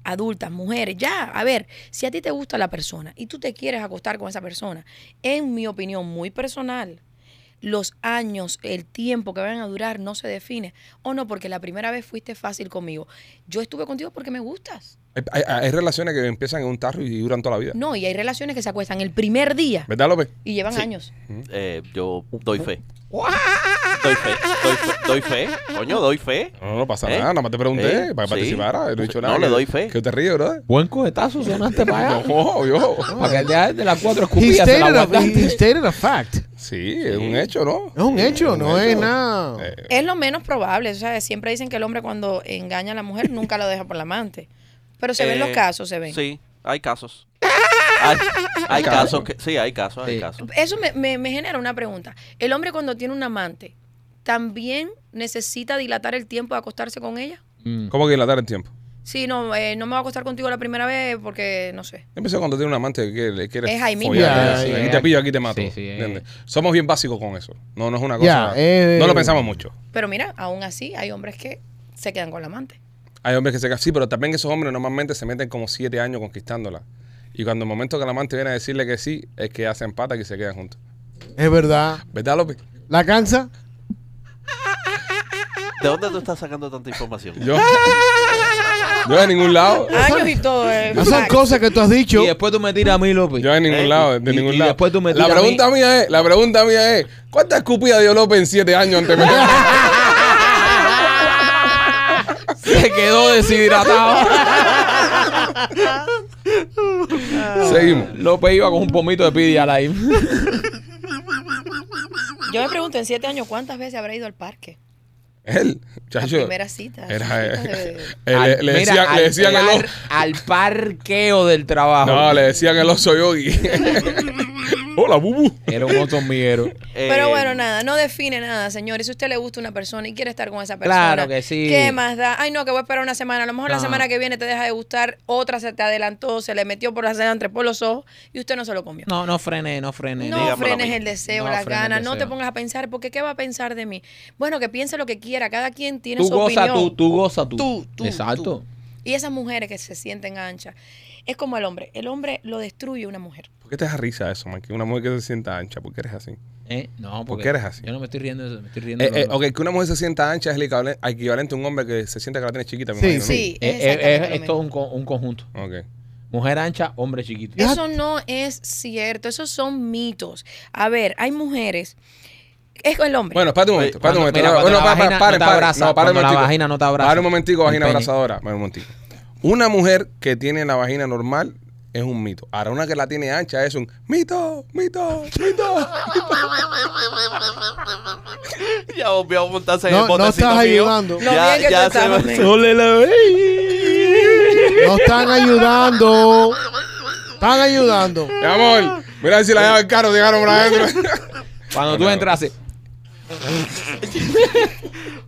Speaker 5: adultas, mujeres, ya, a ver, si a ti te gusta la persona y tú te quieres acostar con esa persona, en mi opinión muy personal, los años, el tiempo que van a durar no se define. O no, porque la primera vez fuiste fácil conmigo. Yo estuve contigo porque me gustas.
Speaker 1: Hay, hay- hay relaciones que empiezan en un tarro y duran toda la vida.
Speaker 5: No, y hay relaciones que se acuestan el primer día
Speaker 1: ¿Verdad, López?
Speaker 5: y llevan
Speaker 4: Sí.
Speaker 5: años.
Speaker 4: Eh, yo doy fe. Doy fe, doy fe, doy fe. Coño, doy fe.
Speaker 1: No, no pasa
Speaker 4: ¿Eh?
Speaker 1: nada, nada más te pregunté
Speaker 4: ¿Eh?
Speaker 1: para que
Speaker 4: Sí.
Speaker 1: participara. No he dicho nada.
Speaker 4: No, le
Speaker 1: que-
Speaker 4: doy fe.
Speaker 1: Que te ríes, ¿verdad?
Speaker 2: Buen cohetazo sonaste para allá.
Speaker 1: No, yo.
Speaker 2: Para que te de las cuatro
Speaker 3: He
Speaker 2: escupidas se la
Speaker 3: stated, a, he
Speaker 2: guardaste.
Speaker 3: stated a fact.
Speaker 1: Sí, es un hecho, ¿no?
Speaker 3: Es un hecho, no es
Speaker 1: hecho.
Speaker 3: nada.
Speaker 1: Eh,
Speaker 5: Es lo menos probable. O sea, siempre dicen que el hombre cuando engaña a la mujer nunca la deja por la amante. Pero se ven
Speaker 4: Eh,
Speaker 5: los casos, se ven.
Speaker 4: Sí, hay casos. Hay, hay casos que, sí, hay casos, hay
Speaker 2: Sí.
Speaker 4: casos.
Speaker 5: Eso me, me- me genera una pregunta. El hombre cuando tiene un amante, ¿también necesita dilatar el tiempo de acostarse con ella?
Speaker 2: Mm.
Speaker 1: ¿Cómo que dilatar el tiempo?
Speaker 5: Sí, no, eh, no me voy a acostar contigo la primera vez porque, no sé.
Speaker 1: Empezó cuando tiene un amante que quiere- le quiere.
Speaker 5: Es ahí mismo.
Speaker 1: follar,
Speaker 3: Ya,
Speaker 1: sí,
Speaker 3: ya.
Speaker 1: Aquí te pillo, aquí te mato.
Speaker 2: Sí, sí, eh.
Speaker 1: ¿entiendes? Somos bien básicos con eso. No, no es una
Speaker 3: Ya,
Speaker 1: cosa.
Speaker 3: eh,
Speaker 1: no lo pensamos mucho.
Speaker 5: Pero mira, aún así hay hombres que se quedan con la amante.
Speaker 1: Hay hombres que se casan. Sí, pero también esos hombres normalmente se meten como siete años conquistándola. Y cuando el momento que la amante viene a decirle que sí, es que hacen pata y se quedan juntos.
Speaker 3: Es verdad.
Speaker 1: ¿Verdad, López?
Speaker 3: ¿La cansa?
Speaker 4: ¿De dónde tú estás sacando tanta información?
Speaker 1: Yo. yo de ningún lado.
Speaker 5: Años y todo. eh,
Speaker 3: No son
Speaker 5: fact.
Speaker 3: cosas que tú has dicho.
Speaker 2: Y después tú me tiras a mí, López.
Speaker 1: Yo de ningún
Speaker 4: Eh,
Speaker 1: lado, de
Speaker 2: y-
Speaker 1: ningún
Speaker 2: y
Speaker 1: lado.
Speaker 2: después tú me
Speaker 1: la
Speaker 2: tiras a mí.
Speaker 1: pregunta mía es, la pregunta mía es, ¿cuántas escupidas dio López en siete años antes de meter-
Speaker 2: Se quedó deshidratado.
Speaker 1: Seguimos.
Speaker 2: López iba con un pomito de pidi al aire.
Speaker 5: Yo me pregunto, en siete años, ¿cuántas veces habrá ido al parque?
Speaker 1: Él,
Speaker 5: La
Speaker 1: chacho.
Speaker 5: primera cita. sus
Speaker 1: Era, eh,
Speaker 5: citas de-
Speaker 1: eh,
Speaker 2: Al-
Speaker 1: le, le
Speaker 2: mira,
Speaker 1: decían,
Speaker 2: al
Speaker 1: le decían el
Speaker 2: par-
Speaker 1: oso.
Speaker 2: al parqueo del trabajo.
Speaker 1: No, le decían el oso yogi. Hola, bubu.
Speaker 2: Era un oso miguero.
Speaker 4: Eh,
Speaker 5: Pero bueno, nada, no define nada, señores. Si a usted le gusta una persona y quiere estar con esa persona,
Speaker 2: Claro que sí.
Speaker 5: ¿qué más da? Ay, no, que voy a esperar una semana. A lo mejor la
Speaker 2: No.
Speaker 5: semana que viene te deja de gustar, otra se te adelantó, se le metió por la cena entre por los ojos y usted no se lo comió.
Speaker 2: No, no frené, no frené.
Speaker 5: No
Speaker 4: dígamelo a
Speaker 5: frenes
Speaker 4: mí.
Speaker 5: el deseo,
Speaker 2: No
Speaker 5: las
Speaker 2: frenes el
Speaker 5: ganas, no te
Speaker 2: deseo.
Speaker 5: pongas a pensar, porque ¿qué va a pensar de mí? Bueno, que piense lo que quiera, cada quien tiene
Speaker 2: Tú
Speaker 5: su
Speaker 2: goza
Speaker 5: opinión.
Speaker 2: tú, tú goza tú.
Speaker 5: Tú, tú,
Speaker 2: Exacto.
Speaker 5: tú. Y esas mujeres que se sienten anchas, es como el hombre, el hombre lo destruye una mujer.
Speaker 1: ¿Por qué te da risa eso, man? Que una mujer que se sienta ancha, ¿por qué eres así?
Speaker 2: Eh, No, porque
Speaker 1: qué eres así?
Speaker 2: Yo no me estoy riendo de eso, me estoy riendo
Speaker 1: Eh,
Speaker 2: de
Speaker 1: eh,
Speaker 2: lo-
Speaker 1: ok, que una mujer se sienta ancha es el equivalen- equivalente a un hombre que se sienta que la tiene chiquita. me
Speaker 3: Sí,
Speaker 1: imagino, ¿no?
Speaker 2: Eh,
Speaker 5: Sí, es
Speaker 2: eh,
Speaker 5: exactamente
Speaker 2: eh,
Speaker 5: lo
Speaker 2: es
Speaker 5: mismo.
Speaker 2: todo un, co- un conjunto.
Speaker 1: Ok.
Speaker 2: Mujer ancha, hombre chiquito.
Speaker 3: Ya.
Speaker 5: Eso no es cierto, esos son mitos. A ver, hay mujeres. Es el hombre.
Speaker 1: Bueno, espérate un momento, espérate un momento.
Speaker 2: Cuando- mira,
Speaker 1: No,
Speaker 2: cuando
Speaker 1: no,
Speaker 2: la
Speaker 1: pa- pa-
Speaker 2: vagina
Speaker 1: paren,
Speaker 2: no te
Speaker 1: paren.
Speaker 2: abraza,
Speaker 1: No, paren un
Speaker 2: cuando la
Speaker 1: momentico.
Speaker 2: vagina no te abraza.
Speaker 1: Paren un momentico,
Speaker 2: El
Speaker 1: vagina
Speaker 2: pene.
Speaker 1: abrazadora. Paren un momentico. Una mujer que tiene la vagina normal es un mito. Ahora una que la tiene ancha es un mito, mito, mito.
Speaker 4: Ya volvió a montarse en
Speaker 3: No, no
Speaker 4: el botecito
Speaker 3: estás
Speaker 4: mío.
Speaker 3: ayudando.
Speaker 5: Lo
Speaker 4: Ya,
Speaker 5: bien que
Speaker 4: ya
Speaker 5: tú
Speaker 4: se
Speaker 5: estás,
Speaker 4: va-
Speaker 5: Manuel.
Speaker 3: No están ayudando. Están ayudando.
Speaker 1: Mi amor, mira a ver si la llave del carro llegaron por adentro.
Speaker 2: Cuando tú
Speaker 1: Bueno.
Speaker 2: entras, hace-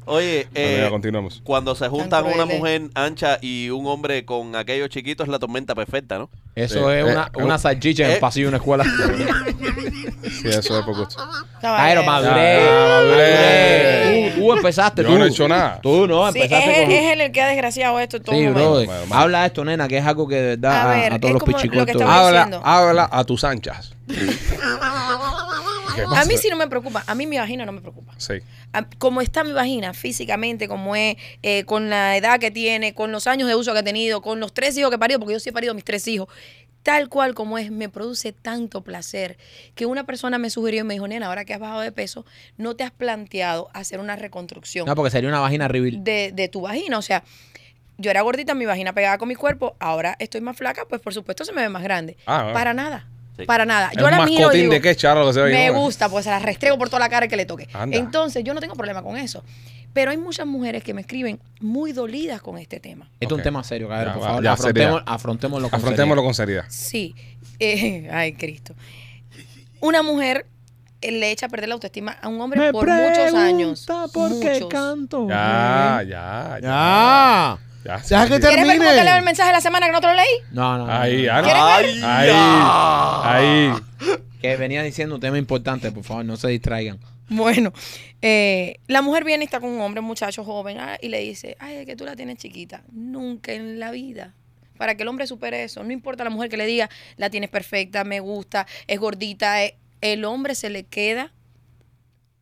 Speaker 4: Oye, eh,
Speaker 1: Bueno, ya continuamos.
Speaker 4: cuando se juntan
Speaker 5: Tan
Speaker 4: una
Speaker 5: crueles.
Speaker 4: mujer ancha y un hombre con aquellos chiquitos es la tormenta perfecta, ¿no?
Speaker 2: eso
Speaker 1: Sí,
Speaker 2: es
Speaker 1: eh,
Speaker 2: una,
Speaker 1: eh,
Speaker 2: una salchicha en
Speaker 4: eh.
Speaker 2: el pasillo de una escuela.
Speaker 1: Sí, eso es poco.
Speaker 2: Jairo, madurez.
Speaker 1: Ah, madurez.
Speaker 2: Madurez. Tú, tú empezaste.
Speaker 1: Yo
Speaker 2: tú.
Speaker 1: no he hecho nada.
Speaker 2: Tú no,
Speaker 5: Sí, es,
Speaker 2: empezaste
Speaker 5: él-
Speaker 2: con...
Speaker 5: es él el que ha desgraciado esto en todo
Speaker 2: Sí,
Speaker 5: momento.
Speaker 2: brother.
Speaker 1: Bueno, vamos.
Speaker 2: Habla de esto, nena, que es algo que de verdad
Speaker 5: A
Speaker 2: a,
Speaker 5: ver,
Speaker 2: a
Speaker 5: es
Speaker 2: todos los
Speaker 5: como lo que
Speaker 2: pichicuetos.
Speaker 5: estaba-
Speaker 1: Habla,
Speaker 5: diciendo.
Speaker 1: habla a tus anchas. ¿Qué
Speaker 5: A
Speaker 1: pasa?
Speaker 5: mí sí no me preocupa, a mí mi vagina no me preocupa.
Speaker 1: Sí.
Speaker 5: A- Como está mi vagina físicamente, como es, eh, con la edad que tiene, con los años de uso que ha tenido, con los tres hijos que he parido, porque yo sí he parido mis tres hijos, tal cual como es, me produce tanto placer que una persona me sugirió y me dijo, nena, ahora que has bajado de peso, no te has planteado hacer una reconstrucción
Speaker 2: Ah, No, porque sería una vagina reveal.
Speaker 5: de, de tu vagina. O sea, yo era gordita, mi vagina pegada con mi cuerpo, ahora estoy más flaca, pues por supuesto se me ve más grande.
Speaker 1: Ah, bueno.
Speaker 5: Para nada.
Speaker 4: Sí.
Speaker 5: Para nada.
Speaker 1: Es
Speaker 5: Yo
Speaker 1: un
Speaker 5: la miro y
Speaker 1: mascotín
Speaker 5: digo,
Speaker 1: de qué charro que se ve. ahí,
Speaker 5: me
Speaker 1: ¿no?
Speaker 5: gusta, pues se la restrego por toda la cara que le toque.
Speaker 1: Anda.
Speaker 5: Entonces, yo no tengo problema con eso. Pero hay muchas mujeres que me escriben muy dolidas con este tema.
Speaker 2: Esto es un
Speaker 1: Ok.
Speaker 2: tema serio, cabrón.
Speaker 1: Ya,
Speaker 2: Por
Speaker 1: va,
Speaker 2: favor,
Speaker 1: ya,
Speaker 2: afrontemos,
Speaker 1: seriedad.
Speaker 2: afrontémoslo con
Speaker 1: Afrontémoslo con seriedad.
Speaker 5: Sí. Eh, ay, Cristo. Una mujer eh, le echa a perder la autoestima a un hombre
Speaker 2: seriedad.
Speaker 5: por muchos años. Muchos.
Speaker 2: canto.
Speaker 1: Ya, ya, ya.
Speaker 3: Ya.
Speaker 1: Ya. sí.
Speaker 3: Deja que
Speaker 5: ¿Quieres ver cómo te leo el
Speaker 3: termine.
Speaker 5: mensaje de la semana que no te lo leí?
Speaker 2: No, no. no,
Speaker 1: Ahí, ah.
Speaker 2: no.
Speaker 1: ahora.
Speaker 4: Ay,
Speaker 1: Ahí. Ahí.
Speaker 2: Que venía diciendo un tema importante, por favor, no se distraigan.
Speaker 5: Bueno, eh, la mujer viene y está con un hombre, un muchacho joven, ah, y le dice, ay, es que tú la tienes chiquita. Nunca en la vida. Para que el hombre supere eso, no importa la mujer que le diga, la tienes perfecta, me gusta, es gordita, eh", el hombre se le queda,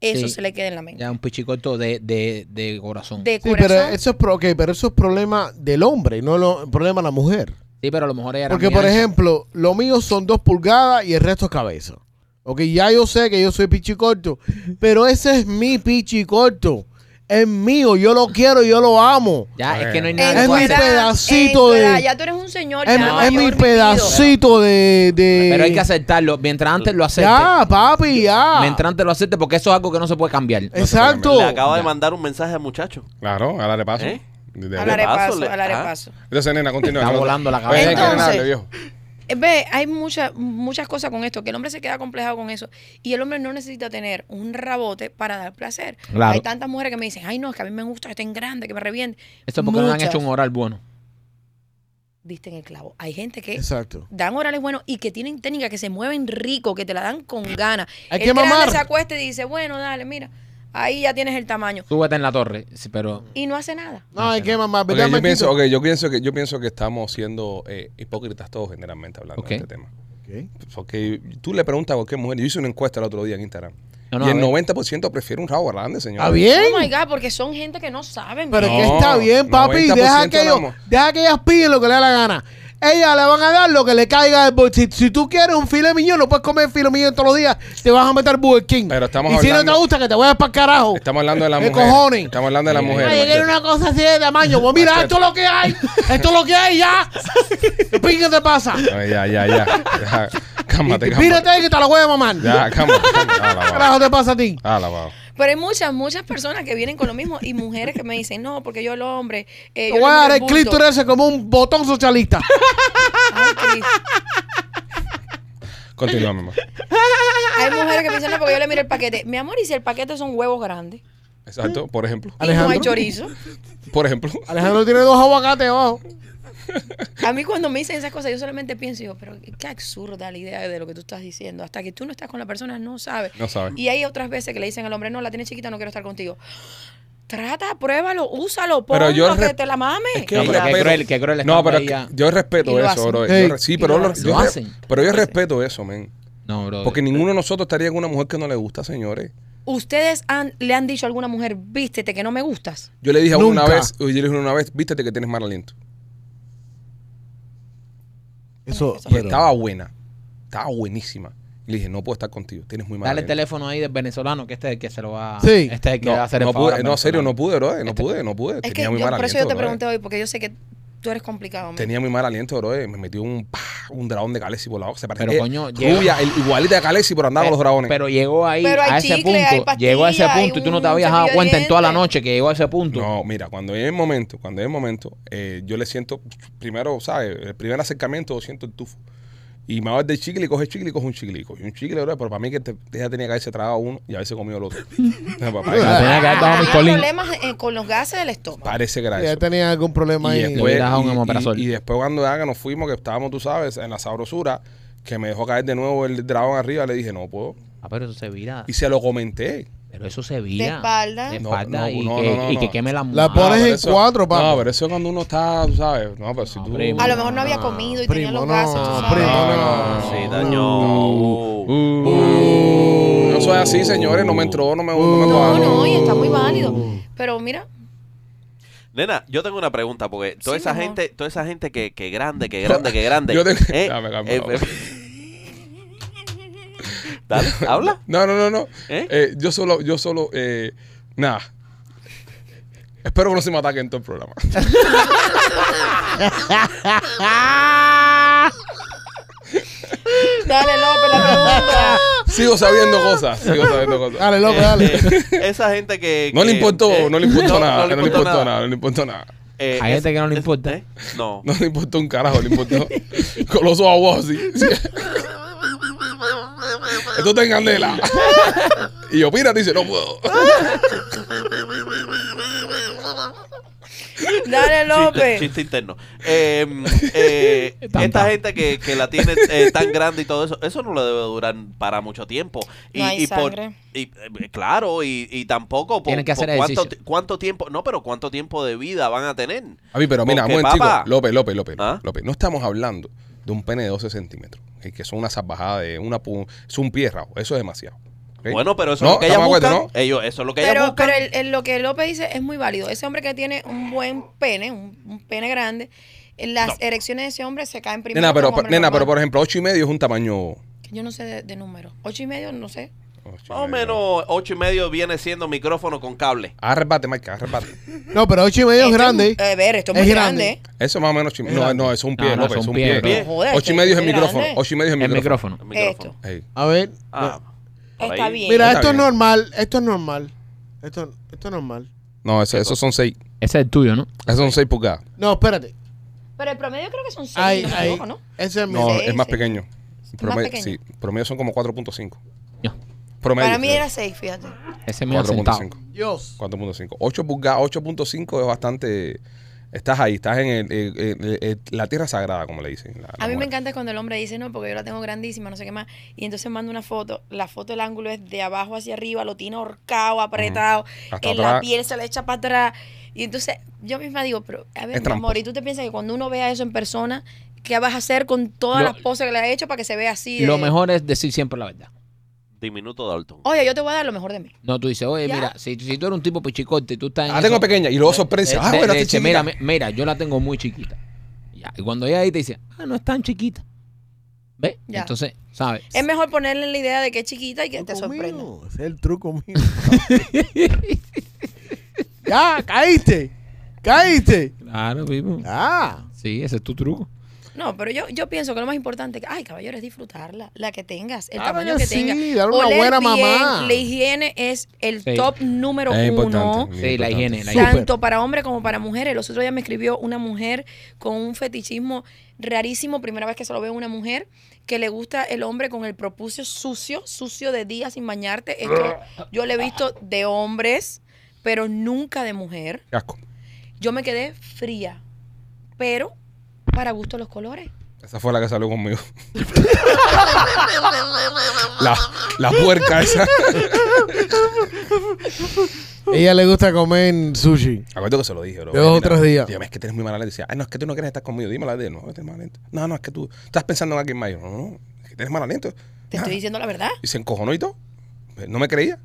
Speaker 5: eso
Speaker 2: Sí.
Speaker 5: se le queda en la mente.
Speaker 2: Ya un pichicoto de, de, de corazón.
Speaker 5: De
Speaker 3: Sí, pero
Speaker 5: corazón.
Speaker 3: eso es, pro- ok, pero eso es problema del hombre, no lo, problema de la mujer.
Speaker 2: Sí, pero a lo mejor ella era
Speaker 3: Porque,
Speaker 2: muy
Speaker 3: por
Speaker 2: ancha.
Speaker 3: ejemplo, lo mío son dos pulgadas y el resto es cabeza. Ok, ya yo sé que yo soy pichi corto, pero ese es mi pichi corto. Es mío, yo lo quiero, yo lo amo.
Speaker 2: Ya, es que no hay
Speaker 5: Eh, En
Speaker 2: nada.
Speaker 3: Es
Speaker 5: tu
Speaker 2: que
Speaker 3: mi
Speaker 2: hacer.
Speaker 5: edad,
Speaker 3: pedacito
Speaker 5: en tu
Speaker 3: de-
Speaker 5: edad, Ya tú eres un señor.
Speaker 3: Es,
Speaker 5: ya
Speaker 3: es
Speaker 5: mayor,
Speaker 3: mi
Speaker 5: vivido.
Speaker 3: pedacito de, de-
Speaker 2: Pero hay que aceptarlo. Mientras antes lo aceptes.
Speaker 3: Ya, papi, ya.
Speaker 5: Ah.
Speaker 2: Mientras antes lo aceptes, porque eso es algo que no se puede cambiar.
Speaker 1: Eh,
Speaker 3: Exacto.
Speaker 4: Le acaba de mandar un mensaje al muchacho.
Speaker 1: Claro, ahora le paso.
Speaker 4: ¿Eh?
Speaker 1: De- de-
Speaker 5: Hablaré
Speaker 4: paso,
Speaker 5: paso,
Speaker 4: le-
Speaker 5: hablaré
Speaker 4: ah.
Speaker 5: paso.
Speaker 1: Entonces, nena, continúa.
Speaker 2: Está
Speaker 1: Oye,
Speaker 2: volando la
Speaker 1: ¿qué
Speaker 2: cabeza.
Speaker 1: nena
Speaker 5: Entonces-
Speaker 1: hable, viejo?
Speaker 5: Eh, Ve, hay muchas muchas cosas con esto, que el hombre se queda complejado con eso. Y el hombre no necesita tener un rabote para dar placer.
Speaker 2: Claro.
Speaker 5: Hay tantas mujeres que me dicen, ay no, es que a mí me gusta que estén grandes, que me revienten.
Speaker 2: Esto es porque no le han
Speaker 5: Muchas.
Speaker 2: hecho un oral bueno.
Speaker 5: Viste en el clavo. Hay gente que
Speaker 3: Exacto.
Speaker 5: dan orales buenos y que tienen técnicas que se mueven rico, que te la dan con ganas.
Speaker 3: Hay
Speaker 5: El
Speaker 3: que
Speaker 5: grande
Speaker 3: mamar.
Speaker 5: se acuesta y dice, bueno, dale, mira, ahí ya tienes el tamaño.
Speaker 2: Súbete en la torre. sí, pero.
Speaker 5: Y no hace nada.
Speaker 3: No, hay que mamar.
Speaker 1: Ok,
Speaker 3: ¿verdad,
Speaker 1: yo,
Speaker 3: Marquito?
Speaker 1: pienso, ok, yo pienso que yo pienso que estamos siendo eh, hipócritas todos generalmente hablando
Speaker 2: Ok.
Speaker 1: de este tema.
Speaker 3: Ok.
Speaker 1: Porque tú le preguntas a cualquier mujer, yo hice una encuesta el otro día en Instagram.
Speaker 2: No, no,
Speaker 1: y
Speaker 2: a
Speaker 1: el
Speaker 2: ver.
Speaker 1: 90% prefiere un rabo grande, señor.
Speaker 3: ¿Está bien?
Speaker 5: Oh my God, porque son gente que no saben.
Speaker 3: Pero
Speaker 5: ¿no?
Speaker 3: es que
Speaker 1: No,
Speaker 3: está bien, papi.
Speaker 1: 90%
Speaker 3: Deja que,
Speaker 1: de la
Speaker 3: ellos,
Speaker 1: mu-
Speaker 3: deja que ellas piden lo que le da la gana. Ellas le van a dar lo que le caiga del bolsillo. Si tú quieres un filet miñón, no puedes comer filet miñón todos los días. Te vas a meter Burger King.
Speaker 1: Pero estamos
Speaker 3: y si no
Speaker 1: hablando-
Speaker 3: te gusta, que te vayas para carajo.
Speaker 1: Estamos hablando de la
Speaker 3: ¿Qué
Speaker 1: mujer.
Speaker 3: cojones?
Speaker 1: Estamos hablando de la mujer.
Speaker 3: Ay, yo quiero una cosa así de tamaño. Pues mira, esto es lo que hay. Esto es lo que hay, ya. ¿Qué pinga te pasa?
Speaker 1: Ay, ya, ya, ya. Ya, Cálmate, cálmate.
Speaker 3: Pírate ahí que te la voy a mamar.
Speaker 1: Ya, cálmate. cálmate. Ah,
Speaker 3: ¿Qué
Speaker 1: Alabado.
Speaker 3: carajo te pasa a ti?
Speaker 1: Alabado.
Speaker 5: Pero hay muchas, muchas personas que vienen con lo mismo y mujeres que me dicen, no, porque yo el hombre. eh, yo
Speaker 3: Te
Speaker 5: le
Speaker 3: voy a
Speaker 5: miro
Speaker 3: dar el
Speaker 5: bulto".
Speaker 3: clítoris ese como un botón socialista.
Speaker 5: Ay, Cristo.
Speaker 1: Continúa, mi amor.
Speaker 5: Hay mujeres que me dicen, no, porque yo le miro el paquete. Mi amor, y si el paquete son huevos grandes
Speaker 1: Exacto, por ejemplo.
Speaker 5: y no hay
Speaker 3: Alejandro.
Speaker 5: chorizo.
Speaker 1: Por ejemplo.
Speaker 3: Alejandro tiene dos aguacates abajo.
Speaker 5: A mí cuando me dicen esas cosas, yo solamente pienso, y digo, pero qué absurda la idea de lo que tú estás diciendo. Hasta que tú no estás con la persona, no sabes.
Speaker 1: No sabes.
Speaker 5: Y hay otras veces que le dicen al hombre, no, la tienes chiquita, no quiero estar contigo. Trata, pruébalo, úsalo,
Speaker 1: Pero
Speaker 5: ponlo,
Speaker 1: yo
Speaker 5: que
Speaker 1: re-
Speaker 5: te la mames.
Speaker 1: Es que
Speaker 2: No,
Speaker 1: yo
Speaker 2: pero qué
Speaker 1: respeto-
Speaker 2: cruel, qué cruel
Speaker 1: No,
Speaker 2: estando
Speaker 1: pero
Speaker 2: ahí ya.
Speaker 1: yo
Speaker 5: Y
Speaker 1: respeto
Speaker 5: lo
Speaker 1: eso,
Speaker 5: hacen.
Speaker 1: bro.
Speaker 3: Ey.
Speaker 1: Yo re- sí, pero,
Speaker 5: lo
Speaker 1: lo-
Speaker 5: hacen.
Speaker 1: yo
Speaker 2: Lo
Speaker 1: re-
Speaker 2: hacen.
Speaker 1: pero yo respeto eso, men.
Speaker 2: No, bro.
Speaker 1: Porque ninguno de nosotros estaría con una mujer que no le gusta, señores.
Speaker 5: ¿Ustedes han- le han dicho a alguna mujer, vístete que no me gustas?
Speaker 1: Yo le dije a uno una
Speaker 3: Nunca.
Speaker 1: vez, yo le dije a uno una vez, vístete que tienes mal aliento.
Speaker 3: Eso,
Speaker 1: Y Pues estaba buena. Estaba buenísima. Y le dije, no puedo estar contigo, tienes muy mal
Speaker 2: Dale el
Speaker 1: aliento.
Speaker 2: teléfono ahí del venezolano, que este es el que se lo va
Speaker 3: Sí.
Speaker 2: Este es el que
Speaker 1: no,
Speaker 2: va a hacer
Speaker 1: no
Speaker 2: el favor
Speaker 1: pude,
Speaker 2: al
Speaker 1: no, serio, no
Speaker 2: venezolano.
Speaker 1: pude, bro. No pude, no pude.
Speaker 5: Este, Es que
Speaker 1: Tenía muy
Speaker 5: yo-
Speaker 1: mal
Speaker 5: por
Speaker 1: aliento.
Speaker 5: eso yo te
Speaker 1: brother.
Speaker 5: pregunté hoy, porque yo sé que tú eres complicado. man.
Speaker 1: ¿eh? Tenía muy mal aliento, bro. eh. Me metió un pa, un dragón de Calesi por la boca. Se parecía
Speaker 2: Pero, coño,
Speaker 1: rubia, el- igualita de Calesi por andar con los dragones.
Speaker 2: Pero llegó ahí
Speaker 5: Pero hay
Speaker 2: a ese
Speaker 5: chicle, hay
Speaker 2: punto. Llegó a ese
Speaker 5: pastilla,
Speaker 2: punto y tú no te
Speaker 5: hay
Speaker 2: habías
Speaker 5: un
Speaker 2: dado
Speaker 5: cepillo de
Speaker 2: cuenta en toda la
Speaker 5: dientes.
Speaker 2: noche que llegó a ese punto.
Speaker 1: no, mira, cuando es el momento, cuando es el momento, eh, yo le siento, primero, ¿sabes? El primer acercamiento siento el tufo. Y me va del chicle y coge chicle y coge un chicle. Y coge un chicle, bro, pero para mí que te- ella tenía que haberse tragado uno y haberse comido el otro. No, papá,
Speaker 2: La
Speaker 1: ya-
Speaker 2: tenía que haber dado
Speaker 5: Tenía
Speaker 2: mi colín.
Speaker 5: problemas eh, con los gases del estómago.
Speaker 1: parece que era
Speaker 3: ya
Speaker 1: eso.
Speaker 3: tenía algún problema
Speaker 1: Y este
Speaker 3: ahí.
Speaker 1: después,
Speaker 2: Le hubieras dado un
Speaker 1: y-
Speaker 2: omeprazol.
Speaker 1: y- y después cuando ya que nos fuimos, que estábamos, tú sabes, en la sabrosura, que me dejó caer de nuevo el dragón arriba, le dije, no puedo.
Speaker 2: Ah, pero eso se vira.
Speaker 1: Y se lo comenté.
Speaker 2: Pero eso se vira.
Speaker 5: De espalda.
Speaker 2: De
Speaker 1: No,
Speaker 2: espalda
Speaker 1: no,
Speaker 2: y,
Speaker 1: no,
Speaker 2: que,
Speaker 1: no, no,
Speaker 2: y que
Speaker 1: no.
Speaker 2: queme la
Speaker 3: La
Speaker 2: mano.
Speaker 3: pones-
Speaker 1: Ah,
Speaker 3: Tres en
Speaker 1: Pero eso-
Speaker 3: cuatro, papi.
Speaker 1: No, pero eso es cuando uno está, tú sabes. No, pero si
Speaker 2: No,
Speaker 1: tú.
Speaker 2: primo.
Speaker 5: A lo mejor no había comido y tenía
Speaker 3: Primo,
Speaker 5: los
Speaker 3: no,
Speaker 5: gases. tú sabes.
Speaker 3: primo, no.
Speaker 4: Ah, Sí,
Speaker 1: no,
Speaker 4: daño.
Speaker 1: Uh, no soy así, señores. No me entró, no me, no me
Speaker 5: No,
Speaker 1: cuadro.
Speaker 5: no, y está muy válido. Pero mira,
Speaker 4: Nena, yo tengo una pregunta, porque toda
Speaker 5: Sí,
Speaker 4: esa
Speaker 5: mi amor.
Speaker 4: gente, toda esa gente que, que grande, que grande, que grande.
Speaker 1: Yo tengo-
Speaker 4: Eh,
Speaker 1: Dame, calma,
Speaker 4: eh,
Speaker 1: por favor.
Speaker 4: Dale, habla.
Speaker 1: No, no, no, no.
Speaker 4: ¿Eh?
Speaker 1: Eh, yo solo, yo solo, eh, nada. Espero que no se me ataque en todo el programa.
Speaker 5: dale López la pregunta.
Speaker 1: sigo sabiendo cosas, sigo sabiendo cosas.
Speaker 3: Dale, loco, dale.
Speaker 4: Eh, esa gente que.
Speaker 1: No le
Speaker 4: que-
Speaker 1: importó,
Speaker 4: eh,
Speaker 1: no le importó
Speaker 4: no,
Speaker 1: nada,
Speaker 4: no
Speaker 1: no le importó nada. no le importó nada.
Speaker 4: Eh,
Speaker 2: Hay
Speaker 4: es-
Speaker 2: gente que no le
Speaker 4: es-
Speaker 2: importa.
Speaker 4: ¿eh? No.
Speaker 1: No le importó un carajo, le importó. Con los ojos aguados así. Sí. Esto está en candela. Y yo, pírate, dice, no puedo.
Speaker 5: Dale
Speaker 4: Chiste,
Speaker 5: López.
Speaker 4: chiste interno. Eh, eh,
Speaker 2: Tanta.
Speaker 4: esta gente que, que la tiene eh, tan grande y todo eso, eso no le debe durar para mucho tiempo. Y,
Speaker 5: No hay
Speaker 4: y por-
Speaker 5: sangre.
Speaker 4: y, eh, claro, y, y tampoco. Por,
Speaker 2: Tienen que
Speaker 4: por
Speaker 2: hacer
Speaker 4: cuánto,
Speaker 2: ejercicio.
Speaker 4: ti- cuánto tiempo? No, pero ¿cuánto tiempo de vida van a tener?
Speaker 1: A mí, pero mira,
Speaker 4: Porque,
Speaker 1: buen
Speaker 4: papá,
Speaker 1: chico. López, López, López,
Speaker 4: ¿Ah?
Speaker 1: López. No estamos hablando de un pene de 12 centímetros. ¿ok? Que son una salvajada de una pu- es un pie Raúl. Eso es demasiado. ¿ok?
Speaker 4: Bueno, pero eso
Speaker 1: No,
Speaker 4: es lo que ellas
Speaker 1: estamos de
Speaker 4: buscan.
Speaker 1: acuerdo,
Speaker 4: Ellos, eso es lo que ellas
Speaker 5: Pero,
Speaker 4: buscan.
Speaker 5: pero el- el- lo que López dice es muy válido. Ese hombre que tiene un buen pene, un, un pene grande, las erecciones de ese hombre se caen primero.
Speaker 1: Nena,
Speaker 5: que
Speaker 1: pero,
Speaker 5: un hombre
Speaker 1: nena,
Speaker 5: normal.
Speaker 1: pero por ejemplo, 8 y medio es un tamaño.
Speaker 5: Yo no sé de, de número. Ocho y medio, no sé.
Speaker 1: ocho y
Speaker 4: Más o
Speaker 1: medio.
Speaker 4: menos ocho y medio viene siendo micrófono con cable.
Speaker 1: Arrebate, Mike, arrebate.
Speaker 3: No, pero ocho y medio es
Speaker 5: Este
Speaker 3: grande.
Speaker 5: eh, ver, esto es,
Speaker 3: Es
Speaker 5: muy
Speaker 3: grande.
Speaker 5: grande.
Speaker 1: Eso más o menos. ocho y- No, no, eso es un pie,
Speaker 2: No, no,
Speaker 1: López. Es un pie.
Speaker 2: pie.
Speaker 5: No jodas,
Speaker 1: 8 y
Speaker 5: este
Speaker 1: medio es
Speaker 5: es
Speaker 1: el micrófono.
Speaker 5: grande.
Speaker 1: 8 y medio es el
Speaker 2: El
Speaker 1: micrófono.
Speaker 2: micrófono.
Speaker 4: El
Speaker 5: Esto.
Speaker 4: micrófono.
Speaker 1: Ey.
Speaker 3: A ver.
Speaker 4: Ah, por
Speaker 5: Está
Speaker 4: ahí.
Speaker 5: bien.
Speaker 3: Mira,
Speaker 1: Está
Speaker 3: esto es
Speaker 1: bien.
Speaker 3: normal. Esto es normal. Esto, esto es normal.
Speaker 1: No, eso- esos son 6.
Speaker 2: Ese es el tuyo, ¿no?
Speaker 1: Esos son 6 pulgadas.
Speaker 3: No, espérate.
Speaker 5: Pero el promedio creo que son seis,
Speaker 3: Ahí,
Speaker 5: no me
Speaker 3: ahí.
Speaker 5: equivoco, ¿no?
Speaker 3: Ese es mi.
Speaker 1: No,
Speaker 5: Sí,
Speaker 1: es más
Speaker 5: sí.
Speaker 1: pequeño. Promedio,
Speaker 5: pequeño.
Speaker 1: Sí, promedio son como 4.5.
Speaker 2: Ya.
Speaker 1: Promedio.
Speaker 5: Para mí
Speaker 1: creo.
Speaker 5: era seis, fíjate.
Speaker 2: Ese me ha sentado.
Speaker 1: 4.5.
Speaker 3: Dios.
Speaker 1: 4.5. 8 pulgadas, 8.5 es bastante. Estás ahí, estás en el- el- el- el- la tierra sagrada, como le dicen. la- la
Speaker 5: A mí me
Speaker 1: mujer.
Speaker 5: encanta cuando el hombre dice, no, porque yo la tengo grandísima, no sé qué más. Y entonces manda una foto. La foto del ángulo es de abajo hacia arriba, lo tiene ahorcado, apretado.
Speaker 1: Hasta
Speaker 5: en
Speaker 1: atrás.
Speaker 5: la piel se le echa para atrás. Y entonces yo misma digo, pero a ver,
Speaker 1: Es
Speaker 5: mi amor,
Speaker 1: tramposo.
Speaker 5: ¿y tú te piensas que cuando uno vea eso en persona, qué vas a hacer con todas
Speaker 2: Lo-
Speaker 5: las poses que le has hecho para que se vea así? de-
Speaker 2: Lo mejor es decir siempre la verdad.
Speaker 4: Diminuto Dalton.
Speaker 5: Oye, yo te voy a dar lo mejor de mí.
Speaker 2: No, tú dices, oye,
Speaker 5: Ya.
Speaker 2: mira, si, si tú eres un tipo pichicote y tú estás en.
Speaker 1: Ah, tengo
Speaker 2: eso-
Speaker 1: pequeña. Y luego sorpresa.
Speaker 2: de-
Speaker 1: Ah,
Speaker 2: Eh, de-
Speaker 1: bueno,
Speaker 2: de-
Speaker 1: estoy
Speaker 2: dice, mira,
Speaker 1: chiquita.
Speaker 2: mi- mira, yo la tengo muy chiquita. Ya, Y cuando ella ahí te dice, ah, no es tan chiquita. ¿Ves?
Speaker 5: Ya.
Speaker 2: Entonces, ¿sabes?
Speaker 5: Es mejor ponerle la idea de que es chiquita y que te
Speaker 3: Truco
Speaker 5: sorprenda.
Speaker 3: mío, ese es el truco mío. ya, caíste. Caíste.
Speaker 2: Claro, vivo.
Speaker 3: Ah.
Speaker 2: Sí, ese es tu truco.
Speaker 5: No, pero yo, yo pienso que lo más importante, que, ay, caballero, es disfrutarla, la que tengas, el
Speaker 3: Claro
Speaker 5: tamaño
Speaker 3: que
Speaker 5: que
Speaker 3: Ah, sí,
Speaker 5: tengas.
Speaker 3: darle una buena mamá.
Speaker 5: La higiene es el
Speaker 2: Sí.
Speaker 5: top número
Speaker 1: Es
Speaker 5: uno.
Speaker 1: importante. muy
Speaker 2: Sí, la
Speaker 1: importante.
Speaker 2: higiene, la higiene.
Speaker 5: Tanto para hombres como para mujeres. Los otros días me escribió una mujer con un fetichismo rarísimo, primera vez que se lo veo a una mujer, que le gusta el hombre con el propucio sucio, sucio de día sin bañarte. Esto yo lo he visto de hombres, pero nunca de mujer.
Speaker 1: Qué asco.
Speaker 5: Yo me quedé fría, pero para gusto los colores.
Speaker 1: Esa fue la que salió conmigo. la, la puerca esa.
Speaker 3: Ella le gusta comer sushi.
Speaker 1: Acuerdo que se lo dije, bro.
Speaker 3: Dos o tres días.
Speaker 1: Dígame, es que tienes muy mala leche. Decía, ay, no, es que tú no quieres estar conmigo. Dímela de no, tienes mala lente. No, no, es que tú estás pensando en alguien más. Yo, no, no, es que tienes mala lente.
Speaker 5: Te
Speaker 1: Ah.
Speaker 5: estoy diciendo la verdad.
Speaker 1: Y se encojonó y todo. No me creía.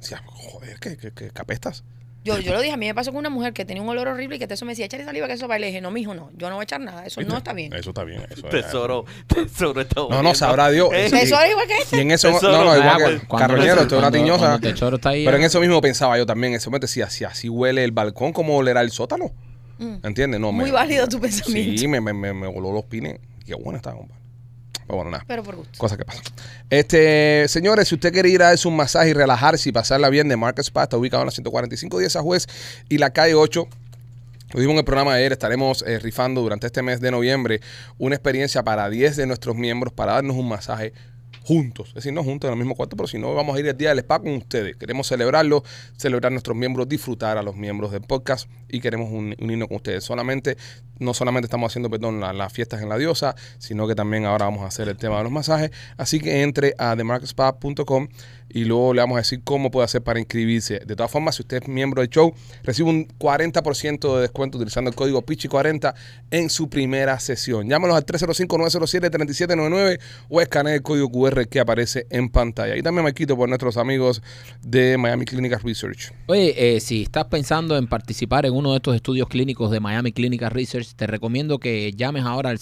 Speaker 1: Decía, joder, que, que, que capestas.
Speaker 5: Yo, yo lo dije, a mí me pasó con una mujer que tenía un olor horrible y que eso me decía, échale saliva que eso baile. Le dije, no, mijo, no, yo no voy a echar nada, eso Pues no está bien.
Speaker 1: Eso está bien. Eso es-
Speaker 4: Tesoro, tesoro está
Speaker 1: No, no, sabrá Dios.
Speaker 4: Eh,
Speaker 1: Eso-
Speaker 5: Eso es igual que este.
Speaker 1: Y en eso,
Speaker 4: Eso
Speaker 1: no,
Speaker 4: no
Speaker 1: no,
Speaker 4: me
Speaker 1: igual
Speaker 2: da,
Speaker 1: que
Speaker 2: pues, cuando-
Speaker 1: carroñero, estoy una
Speaker 2: cuando-
Speaker 1: tiñosa.
Speaker 2: cuando el tesoro está ahí,
Speaker 1: pero
Speaker 2: ya.
Speaker 1: en eso mismo pensaba yo también, en ese momento decía, si así huele el balcón, ¿cómo olerá el sótano?
Speaker 5: Mm.
Speaker 1: ¿Entiendes? No,
Speaker 5: Muy válido tu pensamiento.
Speaker 1: Sí, me, me, me, me voló los pines. Qué buena está, compadre. Pero bueno, nada.
Speaker 5: Pero por gusto.
Speaker 1: Cosas que pasan. Este, señores, si usted quiere ir a darse un masaje y relajarse y pasarla bien, de Market Spa está ubicado en la 145 10 a juez y la calle 8. Lo dimos en el programa de ayer, estaremos eh, rifando durante este mes de noviembre una experiencia para 10 de nuestros miembros para darnos un masaje juntos. Es decir, no juntos en el mismo cuarto, pero si no, vamos a ir el día del spa con ustedes. Queremos celebrarlo, celebrar a nuestros miembros, disfrutar a los miembros del podcast y queremos un- unirnos con ustedes. Solamente No solamente estamos haciendo, perdón, la- las fiestas en la diosa, sino que también ahora vamos a hacer el tema de los masajes. Así que entre a themarkspa.com y luego le vamos a decir cómo puede hacer para inscribirse. De todas formas, si usted es miembro del show, recibe un 40% de descuento utilizando el código PICHI40 en su primera sesión. Llámanos al 305-907-3799 o escanee el código QR que aparece en pantalla. Y también me quito por nuestros amigos de Miami Clinical Research.
Speaker 2: Oye, eh, si estás pensando en participar en uno de estos estudios clínicos de Miami Clinical Research, te recomiendo que llames ahora al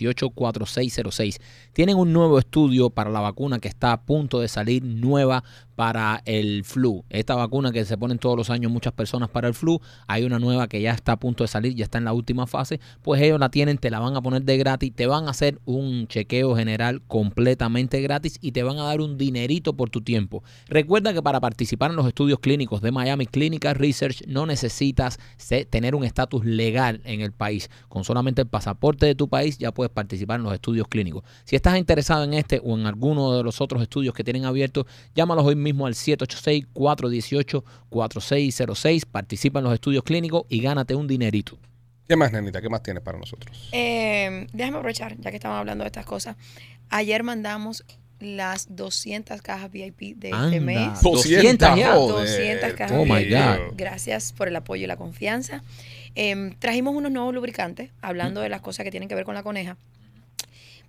Speaker 2: 786-418-4606. Tienen un nuevo estudio para la vacuna que está a punto de salir nueva para el flu. Esta vacuna que se ponen todos los años muchas personas para el flu, hay una nueva que ya está a punto de salir, ya está en la última fase, pues ellos la tienen, te la van a poner de gratis, te van a hacer un chequeo general completamente gratis y te van a dar un dinerito por tu tiempo. Recuerda que para participar en los estudios clínicos de Miami Clinical Research no necesitas se- tener un estatus legal en el país. Con solamente el pasaporte de tu país ya puedes participar en los estudios clínicos. Si estás interesado en este o en alguno de los otros estudios que tienen abiertos, llámalos hoy mismo al 786-418-4606. Participa en los estudios clínicos y gánate un dinerito.
Speaker 1: ¿Qué más, nenita? ¿Qué más tienes para nosotros?
Speaker 5: Eh, déjame aprovechar, ya que estamos hablando de estas cosas. Ayer mandamos las 200 cajas VIP de este mes.
Speaker 2: 200 ya.
Speaker 1: joder.
Speaker 5: 200 cajas
Speaker 2: Oh my
Speaker 5: de
Speaker 2: God.
Speaker 5: Bill. Gracias por el apoyo y la confianza. Em, trajimos unos nuevos lubricantes, hablando de las cosas que tienen que ver con la coneja,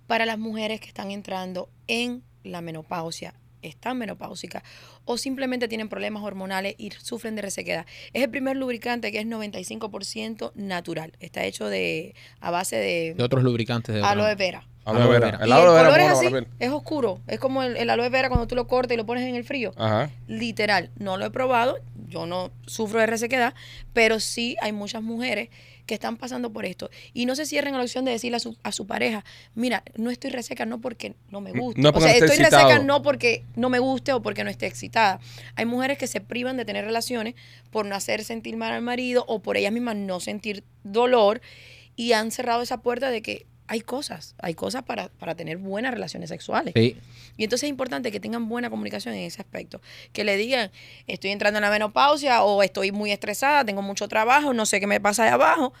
Speaker 5: para las mujeres que están entrando en la menopausia están menopáusicas o simplemente tienen problemas hormonales y sufren de resequedad. Es el primer lubricante que es 95% natural. Está hecho de a base
Speaker 2: De
Speaker 5: de
Speaker 2: otros lubricantes de
Speaker 5: aloe
Speaker 2: otra-
Speaker 5: vera.
Speaker 1: Aloe vera.
Speaker 2: Aloe vera.
Speaker 5: Y
Speaker 1: El aloe vera
Speaker 5: color es
Speaker 1: bueno para
Speaker 5: así,
Speaker 1: la piel.
Speaker 5: es oscuro. Es como el, el aloe vera cuando tú lo cortas y lo pones en el frío.
Speaker 1: Ajá.
Speaker 5: Literal, no lo he probado, yo no sufro de resequedad, pero sí hay muchas mujeres que están pasando por esto. Y no se cierren a la opción de decirle a su, a su pareja, mira, no estoy reseca no porque no me
Speaker 1: No
Speaker 5: guste.
Speaker 1: es
Speaker 5: o
Speaker 1: porque
Speaker 5: sea,
Speaker 1: esté
Speaker 5: estoy
Speaker 1: excitado.
Speaker 5: reseca no porque no me guste o porque no esté excitada. Hay mujeres que se privan de tener relaciones por no hacer sentir mal al marido o por ellas mismas no sentir dolor y han cerrado esa puerta de que hay cosas, hay cosas para, para tener buenas relaciones sexuales.
Speaker 2: Sí.
Speaker 5: Y entonces es importante que tengan buena comunicación en ese aspecto. Que le digan, estoy entrando en la menopausia o estoy muy estresada, tengo mucho trabajo, no sé qué me pasa de abajo.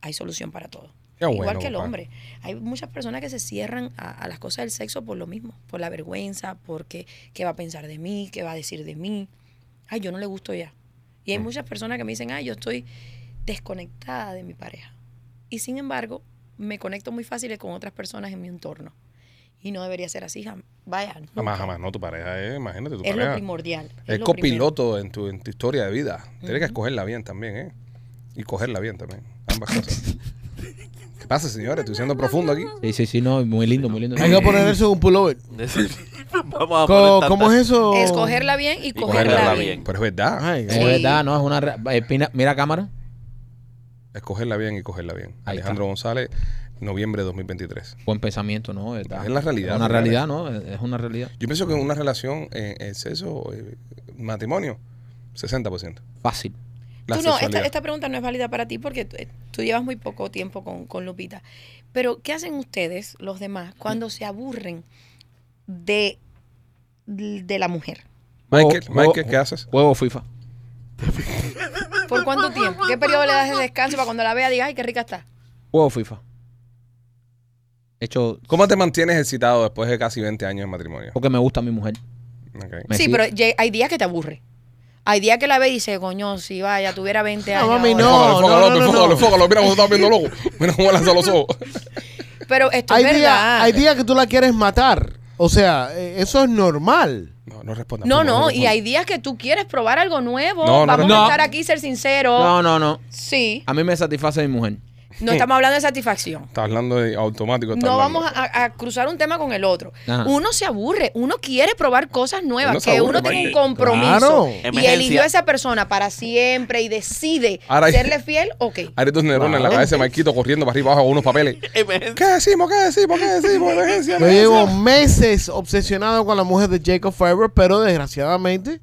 Speaker 5: Hay solución para todo.
Speaker 1: Qué bueno,
Speaker 5: Igual que el
Speaker 1: compadre.
Speaker 5: hombre. Hay muchas personas que se cierran a, a las cosas del sexo por lo mismo, por la vergüenza, porque qué va a pensar de mí, qué va a decir de mí. Ay, yo no le gusto ya. Y
Speaker 1: Mm.
Speaker 5: hay muchas personas que me dicen, ay, yo estoy desconectada de mi pareja. Y sin embargo, me conecto muy fácil con otras personas en mi entorno. Y no debería ser así, jam- vaya. nunca.
Speaker 1: Jamás, jamás. No, tu pareja es, imagínate, tu
Speaker 5: Es lo
Speaker 1: pareja.
Speaker 5: primordial.
Speaker 1: Es,
Speaker 5: lo
Speaker 1: copiloto en tu, en tu historia de vida. Tienes que
Speaker 5: Ujú.
Speaker 1: escogerla bien también, ¿eh? Y cogerla bien también. Ambas cosas. ¿Qué pasa, señores? Estoy siendo profundo aquí.
Speaker 2: Sí, sí, sí, no, muy lindo, muy lindo.
Speaker 3: Hay que poner eso en un pullover.
Speaker 4: Vamos a
Speaker 3: Co-
Speaker 4: poner
Speaker 3: ¿Cómo,
Speaker 4: tantas-
Speaker 3: es eso?
Speaker 5: primero. Escogerla bien y,
Speaker 4: cogerla
Speaker 5: cogerla,
Speaker 4: bien.
Speaker 5: bien.
Speaker 1: Pero es verdad.
Speaker 3: Ay,
Speaker 2: Es
Speaker 5: Sí.
Speaker 2: verdad, no, es una... re- eh, pina- Mira cámara.
Speaker 1: Escogerla bien y cogerla bien.
Speaker 2: Ahí
Speaker 1: Alejandro González, noviembre de 2023.
Speaker 2: Buen pensamiento, ¿no? Es
Speaker 1: Es la realidad,
Speaker 2: Es una
Speaker 1: señores.
Speaker 2: realidad, ¿no? Es es una realidad.
Speaker 1: Yo pienso que en una relación, eh, el sexo, eh, matrimonio, 60%.
Speaker 2: Fácil.
Speaker 1: La
Speaker 5: Tú no, esta,
Speaker 1: sexualidad.
Speaker 5: esta pregunta no es válida para ti porque tú, tú llevas muy poco tiempo con, con Lupita. Pero, ¿qué hacen ustedes, los demás, cuando se aburren de, de la mujer?
Speaker 1: Michael,
Speaker 2: Juego-
Speaker 1: Michael, ¿qué
Speaker 2: juego-
Speaker 1: haces?
Speaker 2: Juego FIFA.
Speaker 5: ¿Por cuánto tiempo? ¿Qué periodo le das de descanso para cuando la vea digas, ay, qué rica está?
Speaker 2: Juego FIFA. Hecho
Speaker 1: ¿Cómo te mantienes excitado después de casi 20 años de matrimonio?
Speaker 2: porque me gusta mi mujer.
Speaker 1: Ok.
Speaker 2: Me
Speaker 5: sí,
Speaker 2: sigue-
Speaker 5: pero ye- hay días que te aburre. Hay días que la ve y dice, coño, si vaya, tuviera 20
Speaker 3: No,
Speaker 5: años.
Speaker 3: mami,
Speaker 5: ahora".
Speaker 3: no.
Speaker 1: Enfócalo,
Speaker 3: no,
Speaker 1: enfócalo,
Speaker 3: no.
Speaker 1: enfócalo, enfócalo. Mira cómo estás viendo el ojo. Mira cómo lanza los ojos.
Speaker 5: Pero esto
Speaker 3: Hay
Speaker 5: es
Speaker 3: días
Speaker 5: verdad.
Speaker 3: hay días que tú la quieres matar. O sea, eh, eso es normal.
Speaker 1: No, no responda.
Speaker 5: No,
Speaker 1: por favor,
Speaker 5: no, y
Speaker 1: responda.
Speaker 5: hay días que tú quieres probar algo nuevo.
Speaker 1: No, no,
Speaker 5: Vamos
Speaker 1: no.
Speaker 5: a estar aquí ser sinceros.
Speaker 2: No, no, no.
Speaker 5: Sí,
Speaker 2: A mí me satisface mi mujer.
Speaker 5: no estamos hablando de satisfacción.
Speaker 1: Está hablando de automático. está
Speaker 5: No
Speaker 1: hablando.
Speaker 5: vamos a, a cruzar un tema con el otro.
Speaker 2: Ajá.
Speaker 5: Uno se aburre, uno quiere probar cosas nuevas,
Speaker 1: Uno se
Speaker 5: que
Speaker 1: aburre,
Speaker 5: uno tiene un
Speaker 1: Maite.
Speaker 5: compromiso
Speaker 3: Claro.
Speaker 5: y
Speaker 4: Emergencia.
Speaker 5: eligió a esa persona para siempre y decide
Speaker 1: Ahora-
Speaker 5: serle fiel, ok.
Speaker 1: Haré dos neuronas en la
Speaker 2: Claro.
Speaker 1: cabeza de Marquito corriendo para arriba y abajo con unos papeles. ¿Qué decimos? ¿Qué decimos? ¿Qué decimos? Emergencia,
Speaker 3: Yo
Speaker 1: emergencia.
Speaker 3: llevo meses obsesionado con la mujer de Jacob Forever, pero desgraciadamente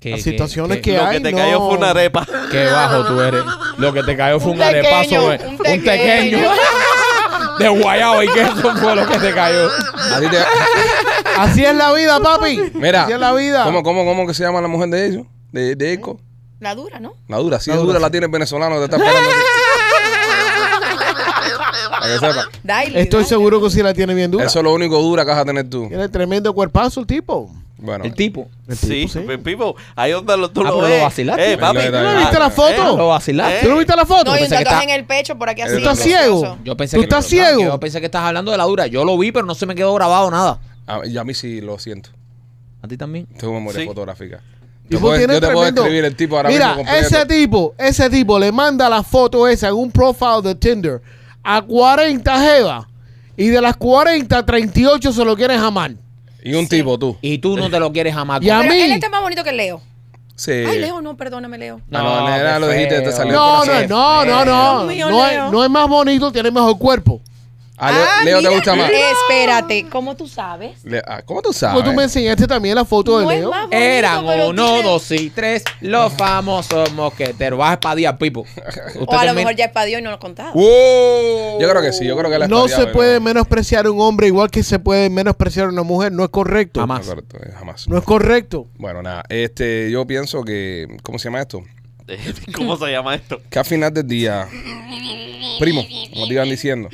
Speaker 2: Que-
Speaker 3: las
Speaker 2: que-
Speaker 3: situaciones que,
Speaker 2: que-
Speaker 4: Lo
Speaker 3: hay
Speaker 4: que te
Speaker 3: no-
Speaker 4: cayó fue una arepa.
Speaker 2: Qué bajo tú eres. Lo que te cayó fue
Speaker 5: Un
Speaker 2: un, arepazo.
Speaker 5: tequeño,
Speaker 2: de-
Speaker 5: un
Speaker 2: Un pequeño.
Speaker 5: tequeño.
Speaker 2: De guayaba y queso fue lo que te cayó.
Speaker 1: A ti te-
Speaker 3: Así es la vida, papi.
Speaker 1: Mira.
Speaker 3: Así es la vida.
Speaker 1: ¿Cómo, cómo, cómo que se llama la mujer de ellos? De, de Eco.
Speaker 5: La dura, ¿no?
Speaker 1: La dura, sí,
Speaker 3: La
Speaker 1: dura,
Speaker 3: dura,
Speaker 1: la tiene el venezolano que te está esperando. para que sepa.
Speaker 5: Dale,
Speaker 3: Estoy
Speaker 5: dale.
Speaker 3: seguro que sí la tiene bien dura.
Speaker 1: Eso es lo único dura que vas a tener tú.
Speaker 3: Tiene tremendo cuerpazo el tipo.
Speaker 1: Bueno,
Speaker 2: El tipo.
Speaker 3: El
Speaker 4: Sí,
Speaker 3: tipo, sí.
Speaker 4: pe- Pipo, ahí donde lo, tú
Speaker 2: Ah,
Speaker 4: lo
Speaker 2: pero lo
Speaker 4: ves.
Speaker 2: vacilaste.
Speaker 4: Eh, papi,
Speaker 1: ¿Tú no
Speaker 4: ah,
Speaker 1: viste
Speaker 3: la
Speaker 4: eh,
Speaker 3: foto?
Speaker 2: Lo vacilaste.
Speaker 3: ¿Tú no viste la foto?
Speaker 5: No, y un
Speaker 2: Pensé que
Speaker 5: tatuaje
Speaker 2: Eh, está-
Speaker 5: en el pecho por aquí así.
Speaker 1: ¿Tú estás
Speaker 5: precioso.
Speaker 3: ciego?
Speaker 2: Yo pensé
Speaker 3: ¿Tú
Speaker 2: que
Speaker 3: estás
Speaker 2: no,
Speaker 3: ciego?
Speaker 2: Yo pensé que estás hablando de la dura. Yo lo vi, pero no se me quedó grabado nada.
Speaker 1: a, yo a mí sí lo siento.
Speaker 2: ¿A ti también?
Speaker 1: Tengo memoria
Speaker 4: Sí.
Speaker 1: fotográfica. Te
Speaker 3: Tipo
Speaker 1: puedo-
Speaker 3: tiene
Speaker 1: yo te puedo
Speaker 3: tremendo-
Speaker 1: describir el tipo ahora
Speaker 3: Mira,
Speaker 1: mismo completo.
Speaker 3: ese tipo, ese tipo le manda la foto esa en un profile de Tinder a 40 jevas y de las 40, 38 se lo quieren jamar.
Speaker 1: Y un tipo tú.
Speaker 2: Y tú no te lo quieres jamás.
Speaker 3: Ya. A
Speaker 5: Pero
Speaker 3: mí.
Speaker 5: él está más bonito que Leo.
Speaker 1: Sí.
Speaker 5: Ay, Leo, no, perdóname, Leo.
Speaker 1: Ah, no,
Speaker 2: No,
Speaker 1: nena,
Speaker 2: qué
Speaker 1: lo dijiste, te
Speaker 2: feo.
Speaker 1: salió
Speaker 3: No,
Speaker 1: el
Speaker 3: no,
Speaker 1: corazón.
Speaker 3: no, no, no.
Speaker 5: Dios mío,
Speaker 3: No es,
Speaker 5: Leo.
Speaker 3: no es más bonito, tiene mejor cuerpo.
Speaker 1: Ah, Leo,
Speaker 5: Ah,
Speaker 1: Leo
Speaker 5: mira,
Speaker 1: te gusta más.
Speaker 5: Espérate, ¿cómo tú sabes?
Speaker 1: Le- ah, ¿Cómo tú sabes?
Speaker 3: Como tú me enseñaste también la foto de
Speaker 5: No es
Speaker 3: Leo.
Speaker 5: más bonito,
Speaker 2: Eran
Speaker 5: pero
Speaker 2: uno,
Speaker 5: tiene-
Speaker 2: dos y tres los famosos mosqueteros. Vas a espadear, Pipo.
Speaker 5: O a lo mejor ya es para Dios y no lo has contado.
Speaker 1: ¡Wow! Yo creo que sí, yo creo que la
Speaker 3: No
Speaker 1: estadía,
Speaker 3: se
Speaker 1: pero-
Speaker 3: puede menospreciar un hombre igual que se puede menospreciar una mujer. No es correcto.
Speaker 2: Jamás.
Speaker 1: No, correcto, eh, jamás.
Speaker 3: No es correcto.
Speaker 1: Bueno, nada, este, yo pienso que, ¿cómo se llama esto?
Speaker 4: ¿Cómo se llama esto?
Speaker 1: Que al final del día, primo, como te iban diciendo,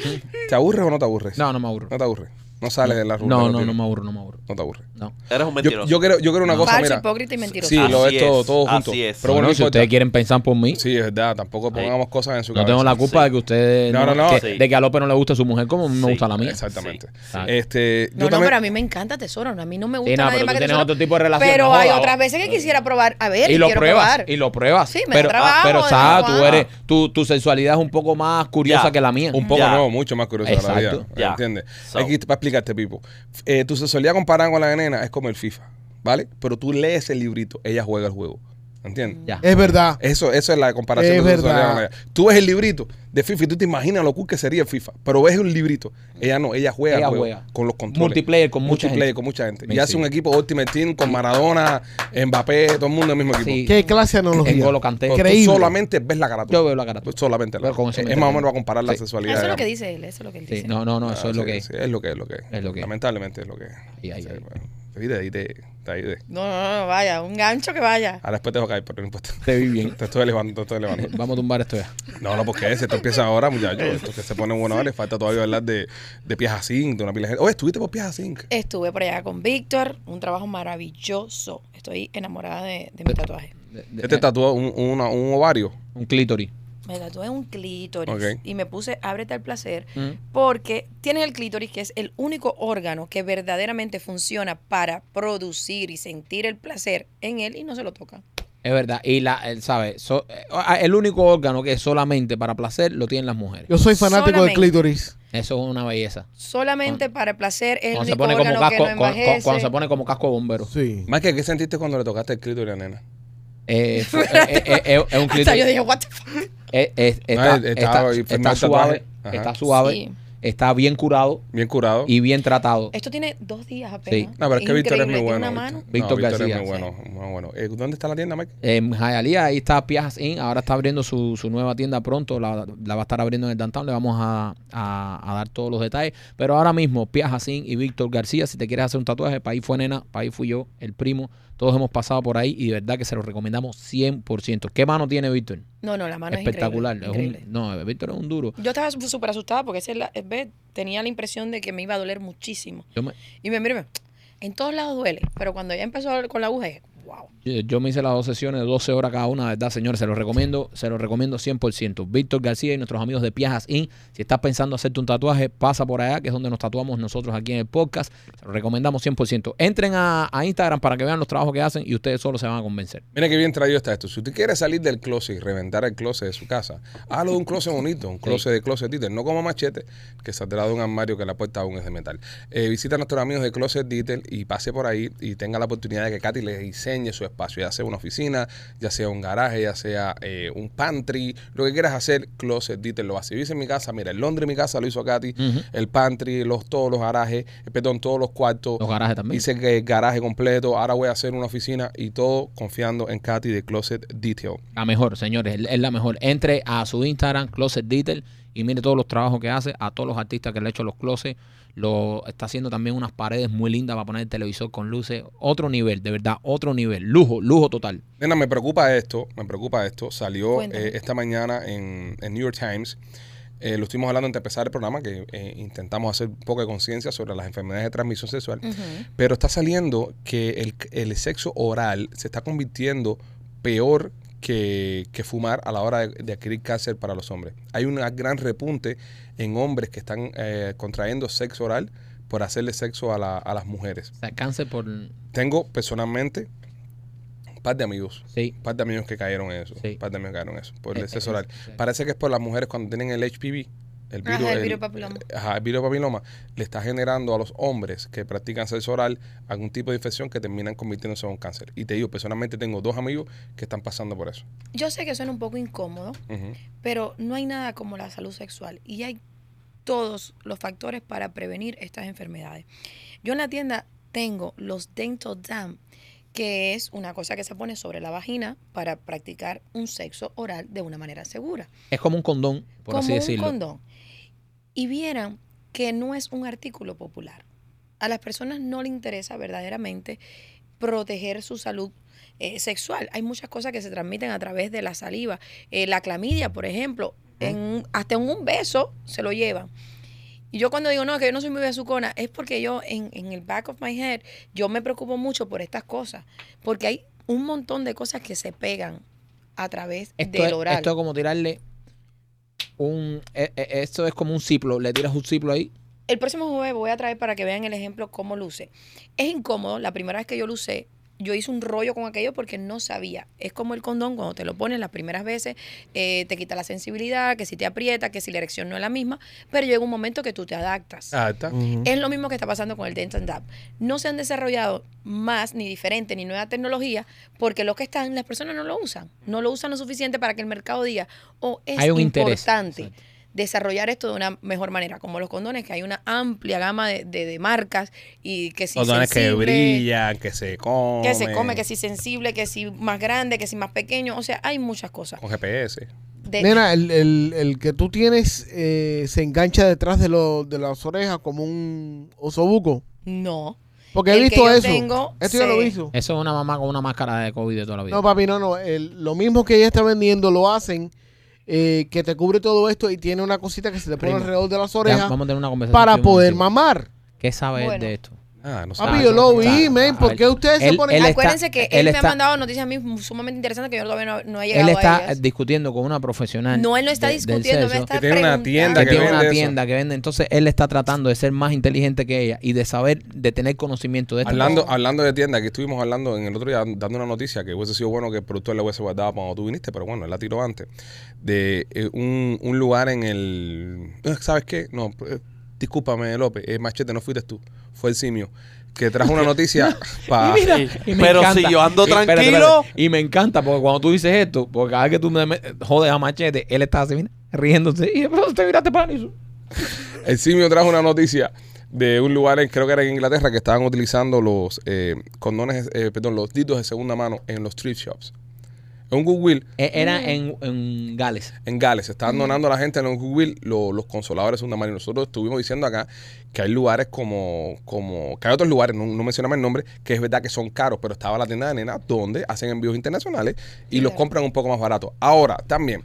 Speaker 1: ¿te aburres o no te aburres?
Speaker 2: No, no me aburro.
Speaker 1: No te aburres. No sales de la ruta.
Speaker 2: No, no,
Speaker 1: tiro.
Speaker 2: no me aburro, no me aburro.
Speaker 1: No te aburres.
Speaker 2: No.
Speaker 4: Eres un
Speaker 1: Yo,
Speaker 4: mentiroso.
Speaker 1: yo quiero, yo quiero una cosa,
Speaker 5: Falso,
Speaker 1: mira.
Speaker 5: hipócrita y mentiroso.
Speaker 1: Sí, lo
Speaker 4: Así
Speaker 1: es todo,
Speaker 4: es,
Speaker 1: todo junto.
Speaker 4: así es.
Speaker 1: Pero bueno,
Speaker 2: Bueno,
Speaker 1: no
Speaker 2: si
Speaker 1: importa.
Speaker 2: ustedes quieren pensar por mí,
Speaker 1: Sí, es verdad, tampoco pongamos cosas en su
Speaker 2: no
Speaker 1: cabeza.
Speaker 2: tengo la culpa
Speaker 4: Sí.
Speaker 2: de que ustedes
Speaker 1: No, no, no.
Speaker 2: que-
Speaker 4: Sí.
Speaker 2: de que a López no le gusta su mujer como a mí me
Speaker 4: Sí,
Speaker 2: gusta la mía.
Speaker 1: Exactamente.
Speaker 2: Sí.
Speaker 1: Este,
Speaker 5: No,
Speaker 1: yo
Speaker 5: no,
Speaker 1: también,
Speaker 5: pero a mí me encanta Tesoro. no, A mí no me gusta
Speaker 2: Sí, no,
Speaker 5: nadie
Speaker 2: pero
Speaker 5: más
Speaker 2: tú
Speaker 5: que
Speaker 2: tienes
Speaker 5: Tesoro.
Speaker 2: otro tipo de relación,
Speaker 5: Pero
Speaker 2: no
Speaker 5: hay
Speaker 2: joda,
Speaker 5: otras
Speaker 2: vos.
Speaker 5: veces que quisiera probar. A ver,
Speaker 2: y lo
Speaker 5: quiero
Speaker 2: pruebas,
Speaker 5: probar.
Speaker 2: y lo pruebas.
Speaker 5: Sí, me da
Speaker 2: pero, ah,
Speaker 5: trabajo,
Speaker 2: pero
Speaker 5: me da
Speaker 2: sabes, tú
Speaker 5: trabajo.
Speaker 2: eres, tu, tu sexualidad es un poco más curiosa
Speaker 4: Ya.
Speaker 2: que la mía.
Speaker 1: un poco
Speaker 4: Ya.
Speaker 1: no, mucho más curioso la
Speaker 2: Exacto.
Speaker 1: vida.
Speaker 4: Ya.
Speaker 1: ¿Entiendes?
Speaker 4: So.
Speaker 1: Aquí te- para explicarte, Pipo. Eh, tu sexualidad comparada con la de nena es como el FIFA, ¿vale? Pero tú lees el librito, ella juega el juego. ¿Entiendes?
Speaker 2: Ya.
Speaker 3: Es verdad.
Speaker 1: Eso, eso es la comparación
Speaker 3: Es
Speaker 1: de tu
Speaker 3: verdad.
Speaker 1: sexualidad con la de- Tú ves el librito de FIFA y tú te imaginas lo cool que sería el FIFA, pero ves un librito. Ella no, ella juega,
Speaker 2: Ella
Speaker 1: el juego
Speaker 2: juega.
Speaker 1: con los controles.
Speaker 2: Multiplayer con mucha
Speaker 1: Multiplayer
Speaker 2: gente.
Speaker 1: con mucha gente. Y
Speaker 2: Me
Speaker 1: hace un
Speaker 2: sigue.
Speaker 1: equipo Ultimate Team con Maradona, Mbappé, todo el mundo en el mismo equipo.
Speaker 2: Sí.
Speaker 3: Qué clase de analogía.
Speaker 2: En Golo Kanté.
Speaker 1: Pero tú
Speaker 3: Increíble.
Speaker 1: solamente ves la carátula.
Speaker 2: Yo veo la carátula.
Speaker 1: Solamente la
Speaker 2: Pero con eso me
Speaker 1: Es más o
Speaker 2: entretengo.
Speaker 1: menos va a comparar la
Speaker 2: Sí.
Speaker 5: Ah,
Speaker 1: sexualidad.
Speaker 5: Eso es lo
Speaker 1: digamos.
Speaker 5: que dice él, eso es lo que él
Speaker 2: Sí,
Speaker 5: dice.
Speaker 2: no, no, no,
Speaker 1: Ah,
Speaker 2: eso es lo
Speaker 1: sí,
Speaker 2: que es.
Speaker 1: sí, es lo que es. Lo que es.
Speaker 2: Es lo que es.
Speaker 1: Lamentablemente es lo que es.
Speaker 2: Ay, ay,
Speaker 1: Sí,
Speaker 2: ay.
Speaker 1: bueno. Te vi, te vi, te- te vi, te vi.
Speaker 5: No, no, no, vaya, un gancho que vaya.
Speaker 1: Ahora después te dejo caer, pero no importa.
Speaker 2: Te vi bien.
Speaker 1: Te estoy elevando, te estoy elevando.
Speaker 2: Vamos a tumbar esto ya.
Speaker 1: No, no, porque si esto empieza ahora, muchachos, esto que se pone bueno ahora, le falta todavía hablar de, de Piaja Zinc, de una pila de gente. Oye, estuviste por Piaja Zinc.
Speaker 5: Estuve por allá con Víctor, un trabajo maravilloso. Estoy enamorada de, de mi tatuaje.
Speaker 2: eh.
Speaker 1: Este tatuó un, una- un ovario.
Speaker 2: Un clítoris.
Speaker 5: Me tatué un clítoris
Speaker 1: Ok.
Speaker 5: y me puse ábrete al placer
Speaker 2: Mm.
Speaker 5: porque tienes el clítoris que es el único órgano que verdaderamente funciona para producir y sentir el placer en él y no se lo toca.
Speaker 2: Es verdad. Y la, él sabe, so- eh, ah, el único órgano que es solamente para placer lo tienen las mujeres.
Speaker 3: Yo soy fanático del
Speaker 5: Solamente.
Speaker 3: clítoris.
Speaker 2: Eso es una belleza.
Speaker 5: Solamente para el placer es el
Speaker 2: Ah. Cuando
Speaker 5: único
Speaker 2: se pone como
Speaker 5: órgano que
Speaker 2: casco,
Speaker 5: no
Speaker 2: cu- cu-
Speaker 5: envejece.
Speaker 2: cuando se pone como casco de bombero.
Speaker 3: Sí.
Speaker 1: Más que, ¿qué sentiste cuando le tocaste el clítoris a la nena?
Speaker 2: Eh, fu- eh, eh, eh, eh, es un
Speaker 5: Hasta yo
Speaker 2: clítoris.
Speaker 5: dije, what the fuck.
Speaker 2: Eh, eh,
Speaker 1: Ah, estaba
Speaker 2: está, está-
Speaker 1: ahí,
Speaker 2: está
Speaker 1: firmó el
Speaker 2: suave,
Speaker 1: tatuaje. Ajá.
Speaker 2: está suave,
Speaker 5: Sí.
Speaker 2: está bien curado
Speaker 1: Bien curado.
Speaker 2: y bien tratado.
Speaker 5: Esto tiene dos días apenas.
Speaker 1: No, pero es que Víctor es muy
Speaker 5: Increíble, tiene
Speaker 1: bueno.
Speaker 5: una mano.
Speaker 1: No,
Speaker 2: Víctor
Speaker 1: es
Speaker 2: García,
Speaker 1: muy bueno. muy bueno. Eh, ¿Dónde está la tienda, Mike?
Speaker 2: En Hialeah, ahí está Piajas Inn. Ahora está abriendo su, su nueva tienda pronto. La, la va a estar abriendo en el downtown. Le vamos a, a- a dar todos los detalles. Pero ahora mismo, Piajas Inn y Víctor García, si te quieres hacer un tatuaje, para ahí fue nena, para ahí fui yo, el primo. Todos hemos pasado por ahí y de verdad que se lo recomendamos 100%. ¿Qué mano tiene Víctor?
Speaker 5: No, no, la mano
Speaker 2: Espectacular.
Speaker 5: es
Speaker 2: Es
Speaker 5: increíble,
Speaker 2: un-
Speaker 5: increíble.
Speaker 2: no, Víctor es un duro.
Speaker 5: Yo estaba su- súper asustada porque ese la- ve, tenía la impresión de que me iba a doler muchísimo.
Speaker 2: Yo me,
Speaker 5: Y me miré, en todos lados duele, pero cuando ya empezó a doler con la aguja, dije, wow.
Speaker 2: Yo, yo me hice las dos sesiones de 12 horas cada una, de ¿verdad, señores? Se los recomiendo, se los recomiendo 100%. Víctor García y nuestros amigos de Piajas Inc. Si estás pensando hacerte un tatuaje, pasa por allá, que es donde nos tatuamos nosotros aquí en el podcast. Se los recomendamos 100%. Entren a, a Instagram para que vean los trabajos que hacen y ustedes solo se van a convencer.
Speaker 1: Mira qué bien traído está esto. Si usted quiere salir del closet y reventar el closet de su casa, hágalo de un closet bonito, un closet de closet Dieter. No como machete, que saldrá de un armario que la puerta aún es de metal. Eh, visita a nuestros amigos de Closet Dieter y pase por ahí y tenga la oportunidad de que Katy le diseñe su espacio, ya sea una oficina, ya sea un garaje, ya sea eh, un pantry, lo que quieras hacer, Closet Dieter lo hace. Yo hice en mi casa, mira, en Londres mi casa lo hizo Katy, el pantry, los, todos los garajes, eh, perdón, todos los cuartos.
Speaker 2: Los garajes también.
Speaker 1: Hice que garaje completo, ahora voy a hacer una oficina y todo confiando en Katy de Closet Detail.
Speaker 2: La mejor, señores, es la mejor. Entre a su Instagram, Closet Detail, y mire todos los trabajos que hace, a todos los artistas que le ha hecho los closets. Lo, está haciendo también unas paredes muy lindas para poner el televisor con luces. Otro nivel, de verdad, otro nivel. Lujo, lujo total.
Speaker 1: Nena, me preocupa esto, me preocupa esto. Salió
Speaker 5: Cuéntame.
Speaker 1: eh, esta mañana en, en New York Times eh, lo estuvimos hablando antes de empezar el programa, que eh, intentamos hacer un poco de conciencia sobre las enfermedades de transmisión sexual,
Speaker 5: Ujú.
Speaker 1: pero está saliendo que el, el sexo oral se está convirtiendo peor que, que fumar a la hora de, de adquirir cáncer para los hombres. Hay un gran repunte en hombres que están eh, contrayendo sexo oral por hacerle sexo a, la- a las mujeres.
Speaker 2: O sea, cáncer por...
Speaker 1: Tengo personalmente un par de amigos
Speaker 2: Sí.
Speaker 1: un par de amigos que cayeron en eso.
Speaker 2: Sí.
Speaker 1: Un par de amigos que cayeron en eso. Por
Speaker 2: Eh,
Speaker 1: el
Speaker 2: eh,
Speaker 1: sexo oral.
Speaker 2: sí, sí.
Speaker 1: Parece que es por las mujeres cuando tienen el HPV. El
Speaker 5: Ajá,
Speaker 1: virus,
Speaker 5: el virus papiloma.
Speaker 1: eh, Ajá, el virus papiloma le está generando a los hombres que practican sexo oral algún tipo de infección que terminan convirtiéndose en un cáncer. Y te digo, personalmente tengo dos amigos que están pasando por eso.
Speaker 5: Yo sé que suena un poco incómodo,
Speaker 1: Ujú.
Speaker 5: pero no hay nada como la salud sexual y hay todos los factores para prevenir estas enfermedades. Yo en la tienda tengo los Dental Dam, que es una cosa que se pone sobre la vagina para practicar un sexo oral de una manera segura,
Speaker 2: Es como un condón, por
Speaker 5: como
Speaker 2: así
Speaker 5: un
Speaker 2: decirlo.
Speaker 5: condón. Y vieran que no es un artículo popular. A las personas no les interesa verdaderamente proteger su salud eh, sexual. Hay muchas cosas que se transmiten a través de la saliva. Eh, la clamidia, por ejemplo, en un- hasta en un beso se lo llevan. Y yo cuando digo, no, que yo no soy muy besucona, es porque yo en, en el back of my head, yo me preocupo mucho por estas cosas, porque hay un montón de cosas que se pegan a través
Speaker 2: Esto
Speaker 5: del
Speaker 2: es,
Speaker 5: oral.
Speaker 2: esto es como tirarle un... eh, eh, esto es como un ciplo. Le tiras un ciplo ahí.
Speaker 5: El próximo jueves voy a traer para que vean el ejemplo cómo luce. Es incómodo, la primera vez que yo lucé, yo hice un rollo con aquello porque no sabía. Es como el condón, cuando te lo pones las primeras veces, eh, te quita la sensibilidad, que si te aprieta, que si la erección no es la misma, pero llega un momento que tú te adaptas.
Speaker 1: Ah, está.
Speaker 5: Es lo mismo que está pasando con el Dental Dab. No se han desarrollado más, ni diferente, ni nueva tecnología, porque lo que están, las personas no lo usan. No lo usan lo suficiente para que el mercado diga, oh, es
Speaker 2: Hay un interés.
Speaker 5: importante
Speaker 2: Exacto.
Speaker 5: desarrollar esto de una mejor manera, como los condones, que hay una amplia gama de, de- de marcas y que si
Speaker 1: Condones que
Speaker 5: sensible,
Speaker 1: brillan, que se comen.
Speaker 5: que se come, que si sensible, que si más grande, que si más pequeño. O sea, hay muchas cosas.
Speaker 1: Con GPS.
Speaker 5: De-
Speaker 3: Nena, el, el- el que tú tienes eh, se engancha detrás de, lo- de las orejas como un osobuco.
Speaker 5: no.
Speaker 3: Porque he
Speaker 5: El que
Speaker 3: visto
Speaker 5: yo
Speaker 3: eso.
Speaker 5: tengo,
Speaker 3: Esto yo lo
Speaker 5: se-
Speaker 3: he visto.
Speaker 2: Eso es una mamá con una máscara de COVID de toda la vida.
Speaker 3: No, papi, no, no. El- lo mismo que ella está vendiendo lo hacen, eh, que te cubre todo esto y tiene una cosita que se te pone
Speaker 2: Primo,
Speaker 3: alrededor de las
Speaker 2: Ya,
Speaker 3: orejas
Speaker 2: vamos a tener una conversación.
Speaker 3: para
Speaker 2: aquí un
Speaker 3: poder
Speaker 2: momentito.
Speaker 3: mamar.
Speaker 2: ¿Qué sabe él
Speaker 5: Bueno.
Speaker 2: de esto?
Speaker 1: Ah, no sé.
Speaker 3: Papi, yo lo vi, men. ¿Por qué ustedes se
Speaker 2: Él-
Speaker 3: ponen
Speaker 2: él está-
Speaker 5: Acuérdense que él, me
Speaker 2: está-
Speaker 5: ha mandado noticias a mí sumamente interesantes que yo todavía no, no he llegado
Speaker 2: Él está
Speaker 5: a ellas.
Speaker 2: discutiendo con una profesional.
Speaker 5: No, él no está
Speaker 2: Ah, de- del
Speaker 5: discutiendo, me
Speaker 2: sexo,
Speaker 5: está
Speaker 1: Que tiene una tienda
Speaker 2: que
Speaker 5: preguntando.
Speaker 2: tiene una
Speaker 1: vende eso.
Speaker 2: tienda que vende. Entonces él está tratando de ser más inteligente que ella y de saber, de tener conocimiento de esto.
Speaker 1: Hablando, hablando de tienda, que estuvimos hablando en el otro día, dando una noticia que hubiese sido bueno que el productor la hubiese guardado cuando tú viniste, pero bueno, él la tiró antes. De eh, un, un lugar en el. eh, ¿Sabes qué? No, eh, discúlpame, López, eh, Machete, no fuiste tú, fue el simio, que trajo una noticia para.
Speaker 2: Y me
Speaker 4: Ah, Pero
Speaker 2: encanta.
Speaker 4: si yo ando
Speaker 2: Y- espérate,
Speaker 4: tranquilo.
Speaker 2: espérate. Y me encanta porque cuando tú dices esto, porque cada vez que tú me me- jodes a machete, él está así, mira, riéndose. Y pero este te miraste para eso.
Speaker 1: El simio trajo una noticia de un lugar, en, creo que era en Inglaterra, que estaban utilizando los eh, condones, eh, perdón, los ditos de segunda mano en los thrift shops. En un Goodwill
Speaker 2: E- Era en, en Gales.
Speaker 1: en Gales. Están donando a la gente en los Google lo- los consoladores de una manera. Nosotros estuvimos diciendo acá que hay lugares como, como que hay otros lugares, no, no mencionamos el nombre, que es verdad que son caros, pero estaba la tienda de nena donde hacen envíos internacionales y los
Speaker 5: Claro.
Speaker 1: compran un poco más barato. Ahora, también,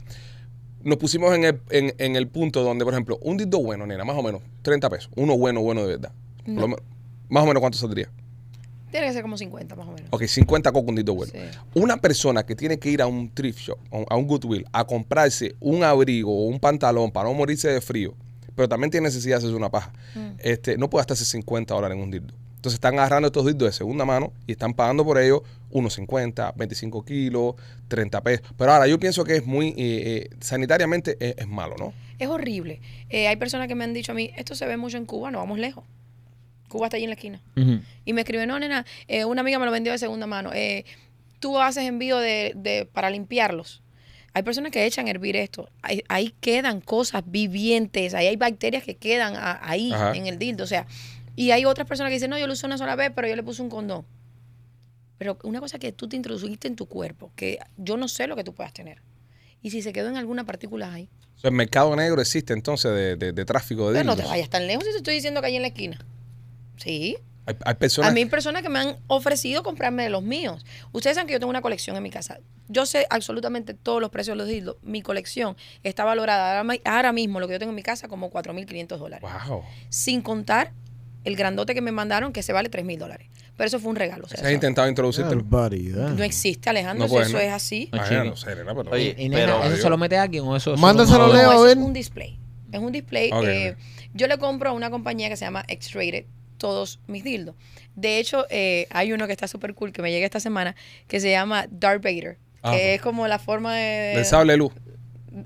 Speaker 1: nos pusimos en el, en, en el punto donde, por ejemplo, un dito bueno, nena, más o menos, 30 pesos. Uno bueno, bueno de verdad. Por lo
Speaker 5: No.
Speaker 1: men- más o menos, ¿cuánto saldría?
Speaker 5: Tiene que ser como 50 más o menos.
Speaker 1: Ok, 50 con un dito Oh, bueno.
Speaker 5: Sí.
Speaker 1: Una persona que tiene que ir a un thrift shop, a un- a un Goodwill, a comprarse un abrigo o un pantalón para no morirse de frío, pero también tiene necesidad de hacerse una paja,
Speaker 5: Mm.
Speaker 1: este, no puede gastarse 50 dólares en un dildo. Entonces están agarrando estos dildos de segunda mano y están pagando por ellos unos 50, 25 kilos, 30 pesos. Pero ahora yo pienso que es muy, eh, eh, sanitariamente es, es malo, ¿no?
Speaker 5: Es horrible. Eh, hay personas que me han dicho a mí, esto se ve mucho en Cuba, no vamos lejos. Cuba está allí en la esquina. Y me escribe, no, nena, eh, una amiga me lo vendió de segunda mano. Eh, tú haces envío de, de- para limpiarlos. Hay personas que echan a hervir esto. Ahí, ahí quedan cosas vivientes, ahí hay bacterias que quedan a- ahí
Speaker 1: Ajá.
Speaker 5: en el dildo. O sea, y hay otras personas que dicen, no, yo lo usé una sola vez, pero yo le puse un condón. Pero una cosa que tú te introduciste en tu cuerpo, que yo no sé lo que tú puedas tener. Y si se quedó en alguna partícula ahí.
Speaker 1: O sea, el mercado negro existe entonces de, de- de tráfico de
Speaker 5: Pero no
Speaker 1: dildos.
Speaker 5: te vayas tan lejos si te estoy diciendo que hay en la esquina. Sí.
Speaker 1: Hay, hay personas.
Speaker 5: A mí hay personas que me han ofrecido comprarme de los míos. Ustedes saben que yo tengo una colección en mi casa. Yo sé absolutamente todos los precios de los dildos. Mi colección está valorada ahora mi- ahora mismo, lo que yo tengo en mi casa, como 4.500 dólares.
Speaker 1: Wow.
Speaker 5: Sin contar el grandote que me mandaron, que se vale 3.000 dólares. Pero eso fue un regalo. o sea,
Speaker 1: Se has
Speaker 5: eso
Speaker 1: intentado
Speaker 3: Ah,
Speaker 1: introducírtelo.
Speaker 5: no,
Speaker 3: Barbaridad.
Speaker 5: existe, Alejandro.
Speaker 1: No
Speaker 5: eso-
Speaker 1: puede,
Speaker 5: eso
Speaker 1: ¿no?
Speaker 5: es así.
Speaker 1: Ah, ya, no sé, nena, pero.
Speaker 4: Oye,
Speaker 2: Y nena,
Speaker 4: pero-
Speaker 2: ¿eso se lo mete a alguien o eso? eso no-
Speaker 3: Mándaselo,
Speaker 5: No,
Speaker 3: Leo, a
Speaker 5: eso
Speaker 3: ver.
Speaker 5: es un display. Es un display.
Speaker 1: Ok,
Speaker 5: eh,
Speaker 1: ok.
Speaker 5: Yo le compro a una compañía que se llama X-Rated todos mis dildos. De hecho, eh, hay uno que está súper cool que me llega esta semana que se llama Darth Vader. Que
Speaker 1: Ah, ok.
Speaker 5: es como la forma de-
Speaker 1: Del sable de luz.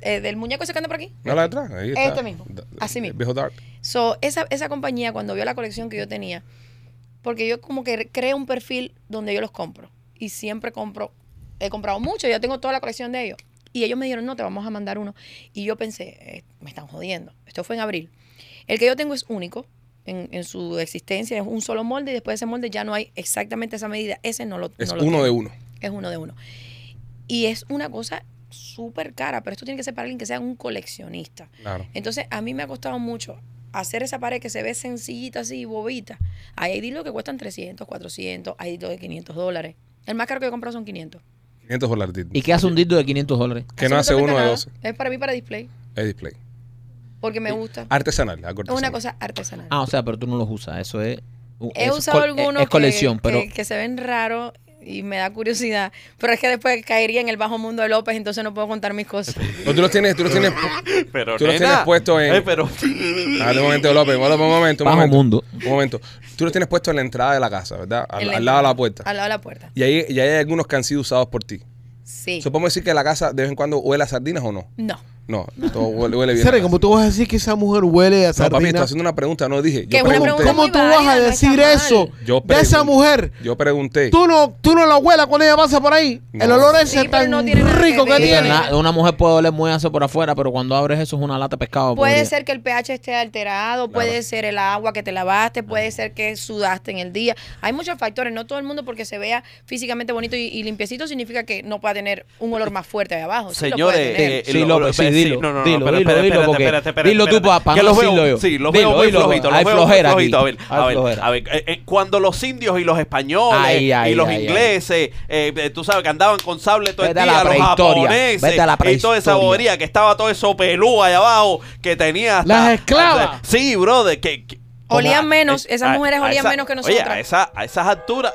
Speaker 5: eh, del muñeco ese que anda por aquí.
Speaker 1: No la detrás. Ahí está.
Speaker 5: Este mismo.
Speaker 1: Da-
Speaker 5: Así mismo.
Speaker 1: el Viejo Dark.
Speaker 5: So, esa, esa compañía, cuando vio la colección que yo tenía, porque yo como que creo un perfil donde yo los compro. Y siempre compro, he comprado mucho, ya tengo toda la colección de ellos. Y ellos me dijeron, no, te vamos a mandar uno. Y yo pensé, "Eh, me están jodiendo. Esto fue en abril. El que yo tengo es único en, en su existencia, es un solo molde y después de ese molde ya no hay exactamente esa medida. Ese no lo,
Speaker 1: Es
Speaker 5: no lo
Speaker 1: uno
Speaker 5: tengo.
Speaker 1: de uno.
Speaker 5: Es uno de uno. Y es una cosa súper cara, pero esto tiene que ser para alguien que sea un coleccionista.
Speaker 1: Claro.
Speaker 5: Entonces, a mí me ha costado mucho hacer esa pared que se ve sencillita así, bobita. Hay dildos que cuestan 300, 400, hay dildos de 500 dólares. El más caro que he comprado son 500.
Speaker 1: 500 dólares.
Speaker 2: ¿Y qué hace un dildo de 500 dólares?
Speaker 1: Que no hace
Speaker 5: Absolutamente
Speaker 1: uno de
Speaker 5: nada.
Speaker 1: 12.
Speaker 5: Es para mí para display,
Speaker 1: Es display.
Speaker 5: porque me gusta.
Speaker 1: Artesanal. algo
Speaker 5: Es
Speaker 1: Ah,
Speaker 5: una
Speaker 1: artesanal.
Speaker 5: cosa artesanal.
Speaker 2: Ah, o sea, pero tú no los usas. Eso es.
Speaker 5: He
Speaker 2: eso es
Speaker 5: usado
Speaker 2: col- eh,
Speaker 1: eh,
Speaker 5: algunos
Speaker 2: Es colección,
Speaker 5: que,
Speaker 2: pero.
Speaker 5: que, que se ven raros y me da curiosidad. Pero es que después caería en el bajo mundo de López, entonces no puedo contar mis cosas.
Speaker 1: Pero tú los tienes, tú los tienes.
Speaker 4: Pero,
Speaker 1: Tú los
Speaker 4: nena.
Speaker 1: tienes puestos en-
Speaker 4: Eh, pero...
Speaker 1: Dale un momento, López. López, un momento. Un
Speaker 2: Bajo
Speaker 1: momento.
Speaker 2: mundo.
Speaker 1: Un momento. Tú los tienes puestos en la entrada de la casa, ¿verdad? Al,
Speaker 5: En
Speaker 1: al lado de la puerta.
Speaker 5: Al lado de la puerta.
Speaker 1: Y ahí, y ahí hay algunos que han sido usados por ti.
Speaker 5: Sí.
Speaker 1: ¿So podemos decir que la casa de vez en cuando huele a sardinas o no?
Speaker 5: No.
Speaker 1: No, todo huele, huele bien.
Speaker 3: Sere,
Speaker 1: la
Speaker 3: ¿cómo
Speaker 1: casa.
Speaker 3: tú vas a decir que esa mujer huele a
Speaker 1: No, papi, estoy
Speaker 3: sardina?
Speaker 1: haciendo una pregunta, no dije.
Speaker 5: Que
Speaker 1: Yo
Speaker 5: es una
Speaker 1: pregunté.
Speaker 5: pregunta
Speaker 3: ¿Cómo
Speaker 5: muy
Speaker 3: tú vas a
Speaker 5: válida, no está
Speaker 3: decir
Speaker 5: mal.
Speaker 3: eso
Speaker 1: Yo
Speaker 3: de esa
Speaker 1: pregunto.
Speaker 3: mujer?
Speaker 1: Yo pregunté.
Speaker 3: Tú no, tú no la huelas cuando ella pasa por ahí.
Speaker 1: No.
Speaker 3: El olor
Speaker 5: Sí,
Speaker 3: ese
Speaker 5: pero
Speaker 3: tan
Speaker 5: no tiene nada que
Speaker 3: rico que
Speaker 5: ver.
Speaker 2: Sí, pero
Speaker 3: tiene.
Speaker 5: la-
Speaker 2: na- una mujer puede oler muy aso por afuera, pero cuando abres eso es una lata de pescado.
Speaker 5: Puede
Speaker 2: podría.
Speaker 5: ser que el pH esté alterado, puede ser el agua que te lavaste, puede ser que sudaste en el día. Hay muchos factores, no todo el mundo porque se vea físicamente bonito y, y limpiecito significa que no pueda tener un olor más fuerte de abajo. Sí lo puede
Speaker 4: Señores,
Speaker 5: tener.
Speaker 4: eh,
Speaker 2: Sí,
Speaker 4: lo-
Speaker 2: López, sí,
Speaker 4: eh,
Speaker 2: dilo,
Speaker 4: no, no, no,
Speaker 2: dilo,
Speaker 4: pero
Speaker 2: dilo,
Speaker 4: espérate,
Speaker 2: dilo,
Speaker 4: espérate,
Speaker 2: porque-
Speaker 4: espérate, espérate,
Speaker 2: dilo tú
Speaker 4: espérate,
Speaker 2: pa- pa
Speaker 4: que
Speaker 2: no
Speaker 4: los veo-
Speaker 2: decirlo yo.
Speaker 4: Sí, los
Speaker 2: Dilo,
Speaker 4: veo muy
Speaker 2: dilo, hay
Speaker 4: flojitos, los veo muy
Speaker 2: flojera aquí,
Speaker 4: flojitos. A ver,
Speaker 2: hay
Speaker 4: a ver,
Speaker 2: flojera.
Speaker 4: a ver, eh, eh, cuando los indios y los españoles
Speaker 2: Ay, ay,
Speaker 4: y los
Speaker 2: ay, ay.
Speaker 4: ingleses, eh, eh, tú sabes que andaban con sable todo el
Speaker 2: Vete a la
Speaker 4: día, los
Speaker 2: prehistoria,
Speaker 4: japoneses
Speaker 2: vete a la
Speaker 4: y toda esa
Speaker 2: prehistoria.
Speaker 4: bobería que estaba todo eso pelú allá abajo que tenía hasta
Speaker 3: Las esclavas.
Speaker 4: hasta- sí, brother, que, que-
Speaker 5: Olían
Speaker 4: como-
Speaker 5: menos,
Speaker 4: eh,
Speaker 5: esas
Speaker 4: a-
Speaker 5: mujeres
Speaker 4: a
Speaker 5: olían
Speaker 4: esa-
Speaker 5: menos que
Speaker 4: Oye,
Speaker 5: nosotras.
Speaker 4: a, esa- a esas alturas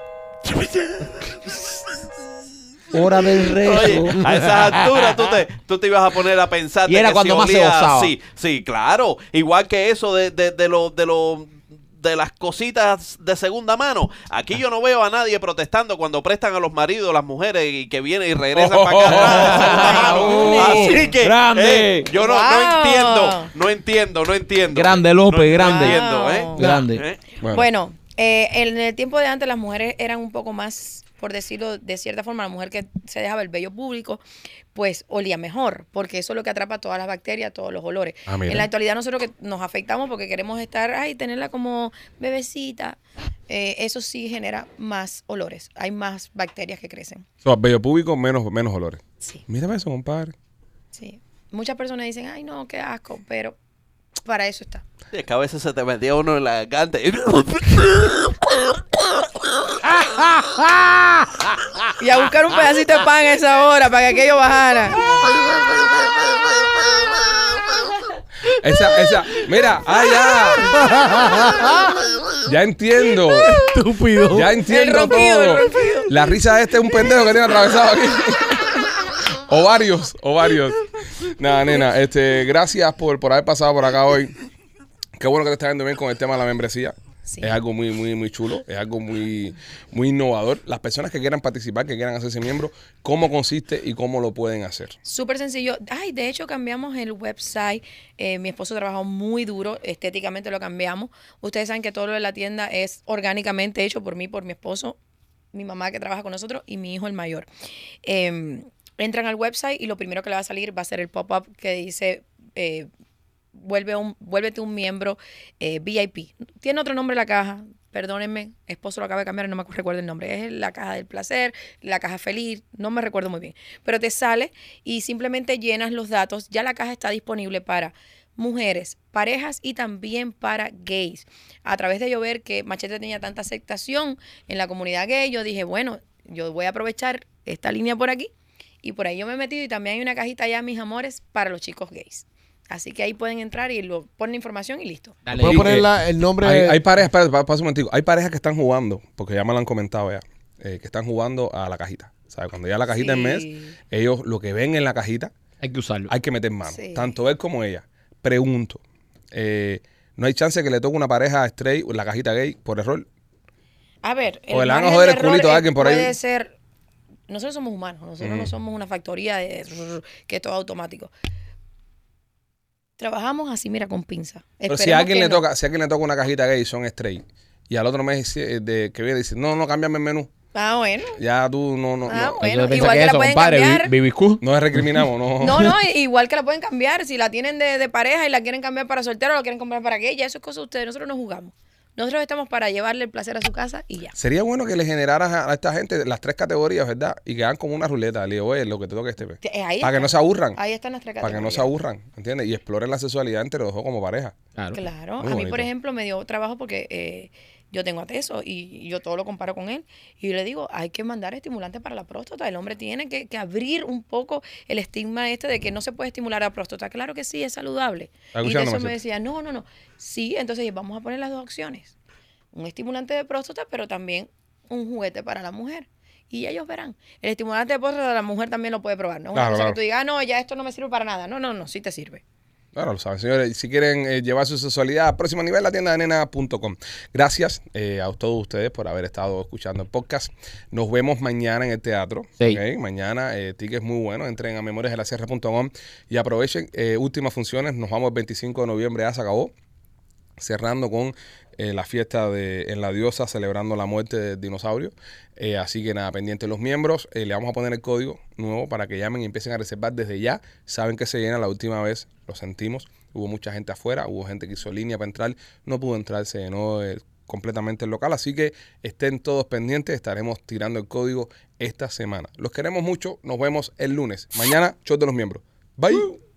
Speaker 2: Hora del
Speaker 4: Oye,
Speaker 2: rezo.
Speaker 4: a esas alturas tú te, tú te ibas a poner a pensar
Speaker 2: Y era cuando más se gozaba.
Speaker 4: Sí, sí, claro. Igual que eso de, de, de lo, de lo- de las cositas de segunda mano. Aquí yo no veo a nadie protestando cuando prestan a los maridos, las mujeres, y que vienen y regresan para acá.
Speaker 2: Oh,
Speaker 4: Así que
Speaker 2: grande.
Speaker 4: eh, yo no, no
Speaker 5: Wow.
Speaker 4: entiendo, no entiendo, no entiendo.
Speaker 2: Grande, López,
Speaker 4: no
Speaker 2: grande.
Speaker 4: entiendo, ¿eh?
Speaker 2: Grande.
Speaker 4: ¿Eh?
Speaker 1: Bueno,
Speaker 5: Bueno, eh, en el tiempo de antes las mujeres eran un poco más, por decirlo de cierta forma, la mujer que se dejaba el vello público, pues olía mejor, porque eso es lo que atrapa todas las bacterias, todos los olores.
Speaker 1: Ah, mira.
Speaker 5: en la actualidad nosotros que nos afectamos porque queremos estar, ay, tenerla como bebecita, eh, eso sí genera más olores, hay más bacterias que crecen.
Speaker 1: so, bello público, menos, menos olores.
Speaker 5: Sí,
Speaker 1: Mírame eso, compadre.
Speaker 5: sí. Muchas personas dicen, ay, no, qué asco, pero para eso está.
Speaker 4: Sí, Es que a veces se te metía uno en la garganta. y-
Speaker 5: Y a buscar un pedacito de pan a esa hora para que aquello bajara.
Speaker 1: Esa, esa. Mira, ah, ya. Ya entiendo.
Speaker 3: Estúpido.
Speaker 1: Ya entiendo
Speaker 5: El ronquido,
Speaker 1: todo.
Speaker 5: el ronquido.
Speaker 1: La risa de este es un pendejo que tiene atravesado aquí. O varios, o varios. Nada, nena, este, gracias por, por haber pasado por acá hoy. Qué bueno que te está yendo bien con el tema de la membresía.
Speaker 5: Sí.
Speaker 1: Es algo muy, muy, muy chulo, es algo muy, muy innovador. Las personas que quieran participar, que quieran hacerse miembro, ¿cómo consiste y cómo lo pueden hacer?
Speaker 5: Súper sencillo. Ay, de hecho cambiamos el website. Eh, mi esposo trabajó muy duro, estéticamente lo cambiamos. Ustedes saben que todo lo de la tienda es orgánicamente hecho por mí, por mi esposo, mi mamá que trabaja con nosotros y mi hijo el mayor. Eh, entran al website y lo primero que le va a salir va a ser el pop-up que dice... eh, Vuelve un, vuélvete un miembro eh, VIP. Tiene otro nombre la caja, perdónenme, esposo lo acaba de cambiar, no me acu- recuerdo el nombre. Es la caja del placer, la caja feliz, no me recuerdo muy bien. Pero te sale y simplemente llenas los datos. Ya la caja está disponible para mujeres, parejas y también para gays. A través de yo ver que Machete tenía tanta aceptación en la comunidad gay, yo dije, bueno, yo voy a aprovechar esta línea por aquí y por ahí yo me he metido y también hay una cajita allá, mis amores, para los chicos gays. Así que ahí pueden entrar y lo ponen información y listo.
Speaker 2: Dale,
Speaker 3: Puedo
Speaker 1: Y
Speaker 2: Enrique.
Speaker 1: poner-
Speaker 3: poner la- el nombre.
Speaker 1: Hay,
Speaker 3: de-
Speaker 1: hay parejas, espérate, pa- pasa un momentico. Hay parejas que están jugando, porque ya me lo han comentado ya, eh, que están jugando a la cajita. ¿Sabes? Cuando ya la cajita
Speaker 5: Sí.
Speaker 1: en mes, ellos lo que ven en la cajita
Speaker 2: hay que usarlo.
Speaker 1: hay que meter mano.
Speaker 5: Sí.
Speaker 1: Tanto él como ella. Pregunto, eh, ¿no hay chance que le toque una pareja straight la cajita gay por error?
Speaker 5: A ver,
Speaker 1: O le van a
Speaker 5: margen
Speaker 1: joder
Speaker 5: de
Speaker 1: el
Speaker 5: error
Speaker 1: culito a
Speaker 5: es-
Speaker 1: alguien por ahí.
Speaker 5: Puede ser. Nosotros somos humanos, nosotros no
Speaker 1: Ujú.
Speaker 5: somos una factoría de que es todo automático. Trabajamos así, mira, con pinza.
Speaker 1: Pero si a
Speaker 5: Esperemos
Speaker 1: alguien
Speaker 5: que
Speaker 1: le
Speaker 5: no.
Speaker 1: toca, si a alguien le toca una cajita gay, son straight. Y al otro mes eh, de, que viene dice, no, no, cámbiame el menú.
Speaker 5: Ah, bueno.
Speaker 1: Ya tú no, no,
Speaker 5: Ah,
Speaker 1: no.
Speaker 5: bueno,
Speaker 2: Entonces,
Speaker 5: igual
Speaker 2: ¿qué
Speaker 5: que
Speaker 2: es
Speaker 5: la pueden cambiar.
Speaker 2: Bi- Bibiscú.
Speaker 1: No recriminamos, no.
Speaker 5: No, no, igual que la pueden cambiar. Si la tienen de, de pareja y la quieren cambiar para soltero, la quieren cambiar para gay, ya eso es cosa de ustedes. Nosotros no jugamos. Nosotros estamos para llevarle el placer a su casa y ya.
Speaker 1: Sería bueno que le generaras a a esta gente las tres categorías, ¿verdad? Y que hagan como una ruleta. Le digo, oye, lo que te toque este mes.
Speaker 5: Eh, ahí
Speaker 1: Para que
Speaker 5: está.
Speaker 1: no se aburran.
Speaker 5: Ahí está nuestra
Speaker 1: Para que no se
Speaker 5: categoría.
Speaker 1: aburran, ¿entiendes? Y exploren la sexualidad entre los dos como pareja.
Speaker 2: Claro.
Speaker 5: Claro,
Speaker 1: Muy
Speaker 5: a mí,
Speaker 1: bonito.
Speaker 5: por ejemplo, me dio trabajo porque eh, yo tengo ateso y yo todo lo comparo con él. Y yo le digo, hay que mandar estimulantes para la próstata. El hombre tiene que, que abrir un poco el estigma este de que no se puede estimular la próstata. Claro que sí, es saludable.
Speaker 1: ¿Estás
Speaker 5: Y de
Speaker 1: escuchando,
Speaker 5: eso me
Speaker 1: Marcela?
Speaker 5: decía, no, no, no. Sí, entonces vamos a poner las dos opciones. Un estimulante de próstata, pero también un juguete para la mujer. Y ellos verán. El estimulante de próstata la mujer también lo puede probar. No es
Speaker 1: Claro,
Speaker 5: una cosa
Speaker 1: claro.
Speaker 5: que tú digas, "Ah, no, ya esto no me sirve para nada. No, no, no, sí te sirve.
Speaker 1: Bueno, lo saben, señores. Si quieren eh, llevar su sexualidad al próximo nivel, la tienda de nena.com. Gracias eh, a todos ustedes por haber estado escuchando el podcast. Nos vemos mañana en el teatro.
Speaker 2: Sí.
Speaker 1: ¿ok? Mañana, eh, tickets muy buenos. Entren a memoriasdelacierra.com y aprovechen eh, últimas funciones. Nos vamos el 25 de noviembre. Ya se acabó. cerrando con eh, la fiesta de, en la diosa celebrando la muerte del dinosaurio. Eh, así que nada, pendiente los miembros. Eh, le vamos a poner el código nuevo para que llamen y empiecen a reservar desde ya. Saben que se llena la última vez, lo sentimos. Hubo mucha gente afuera, hubo gente que hizo línea para entrar, no pudo entrar, se llenó eh, completamente el local. Así que estén todos pendientes, estaremos tirando el código esta semana. Los queremos mucho, nos vemos el lunes. Mañana, show de los miembros. Bye.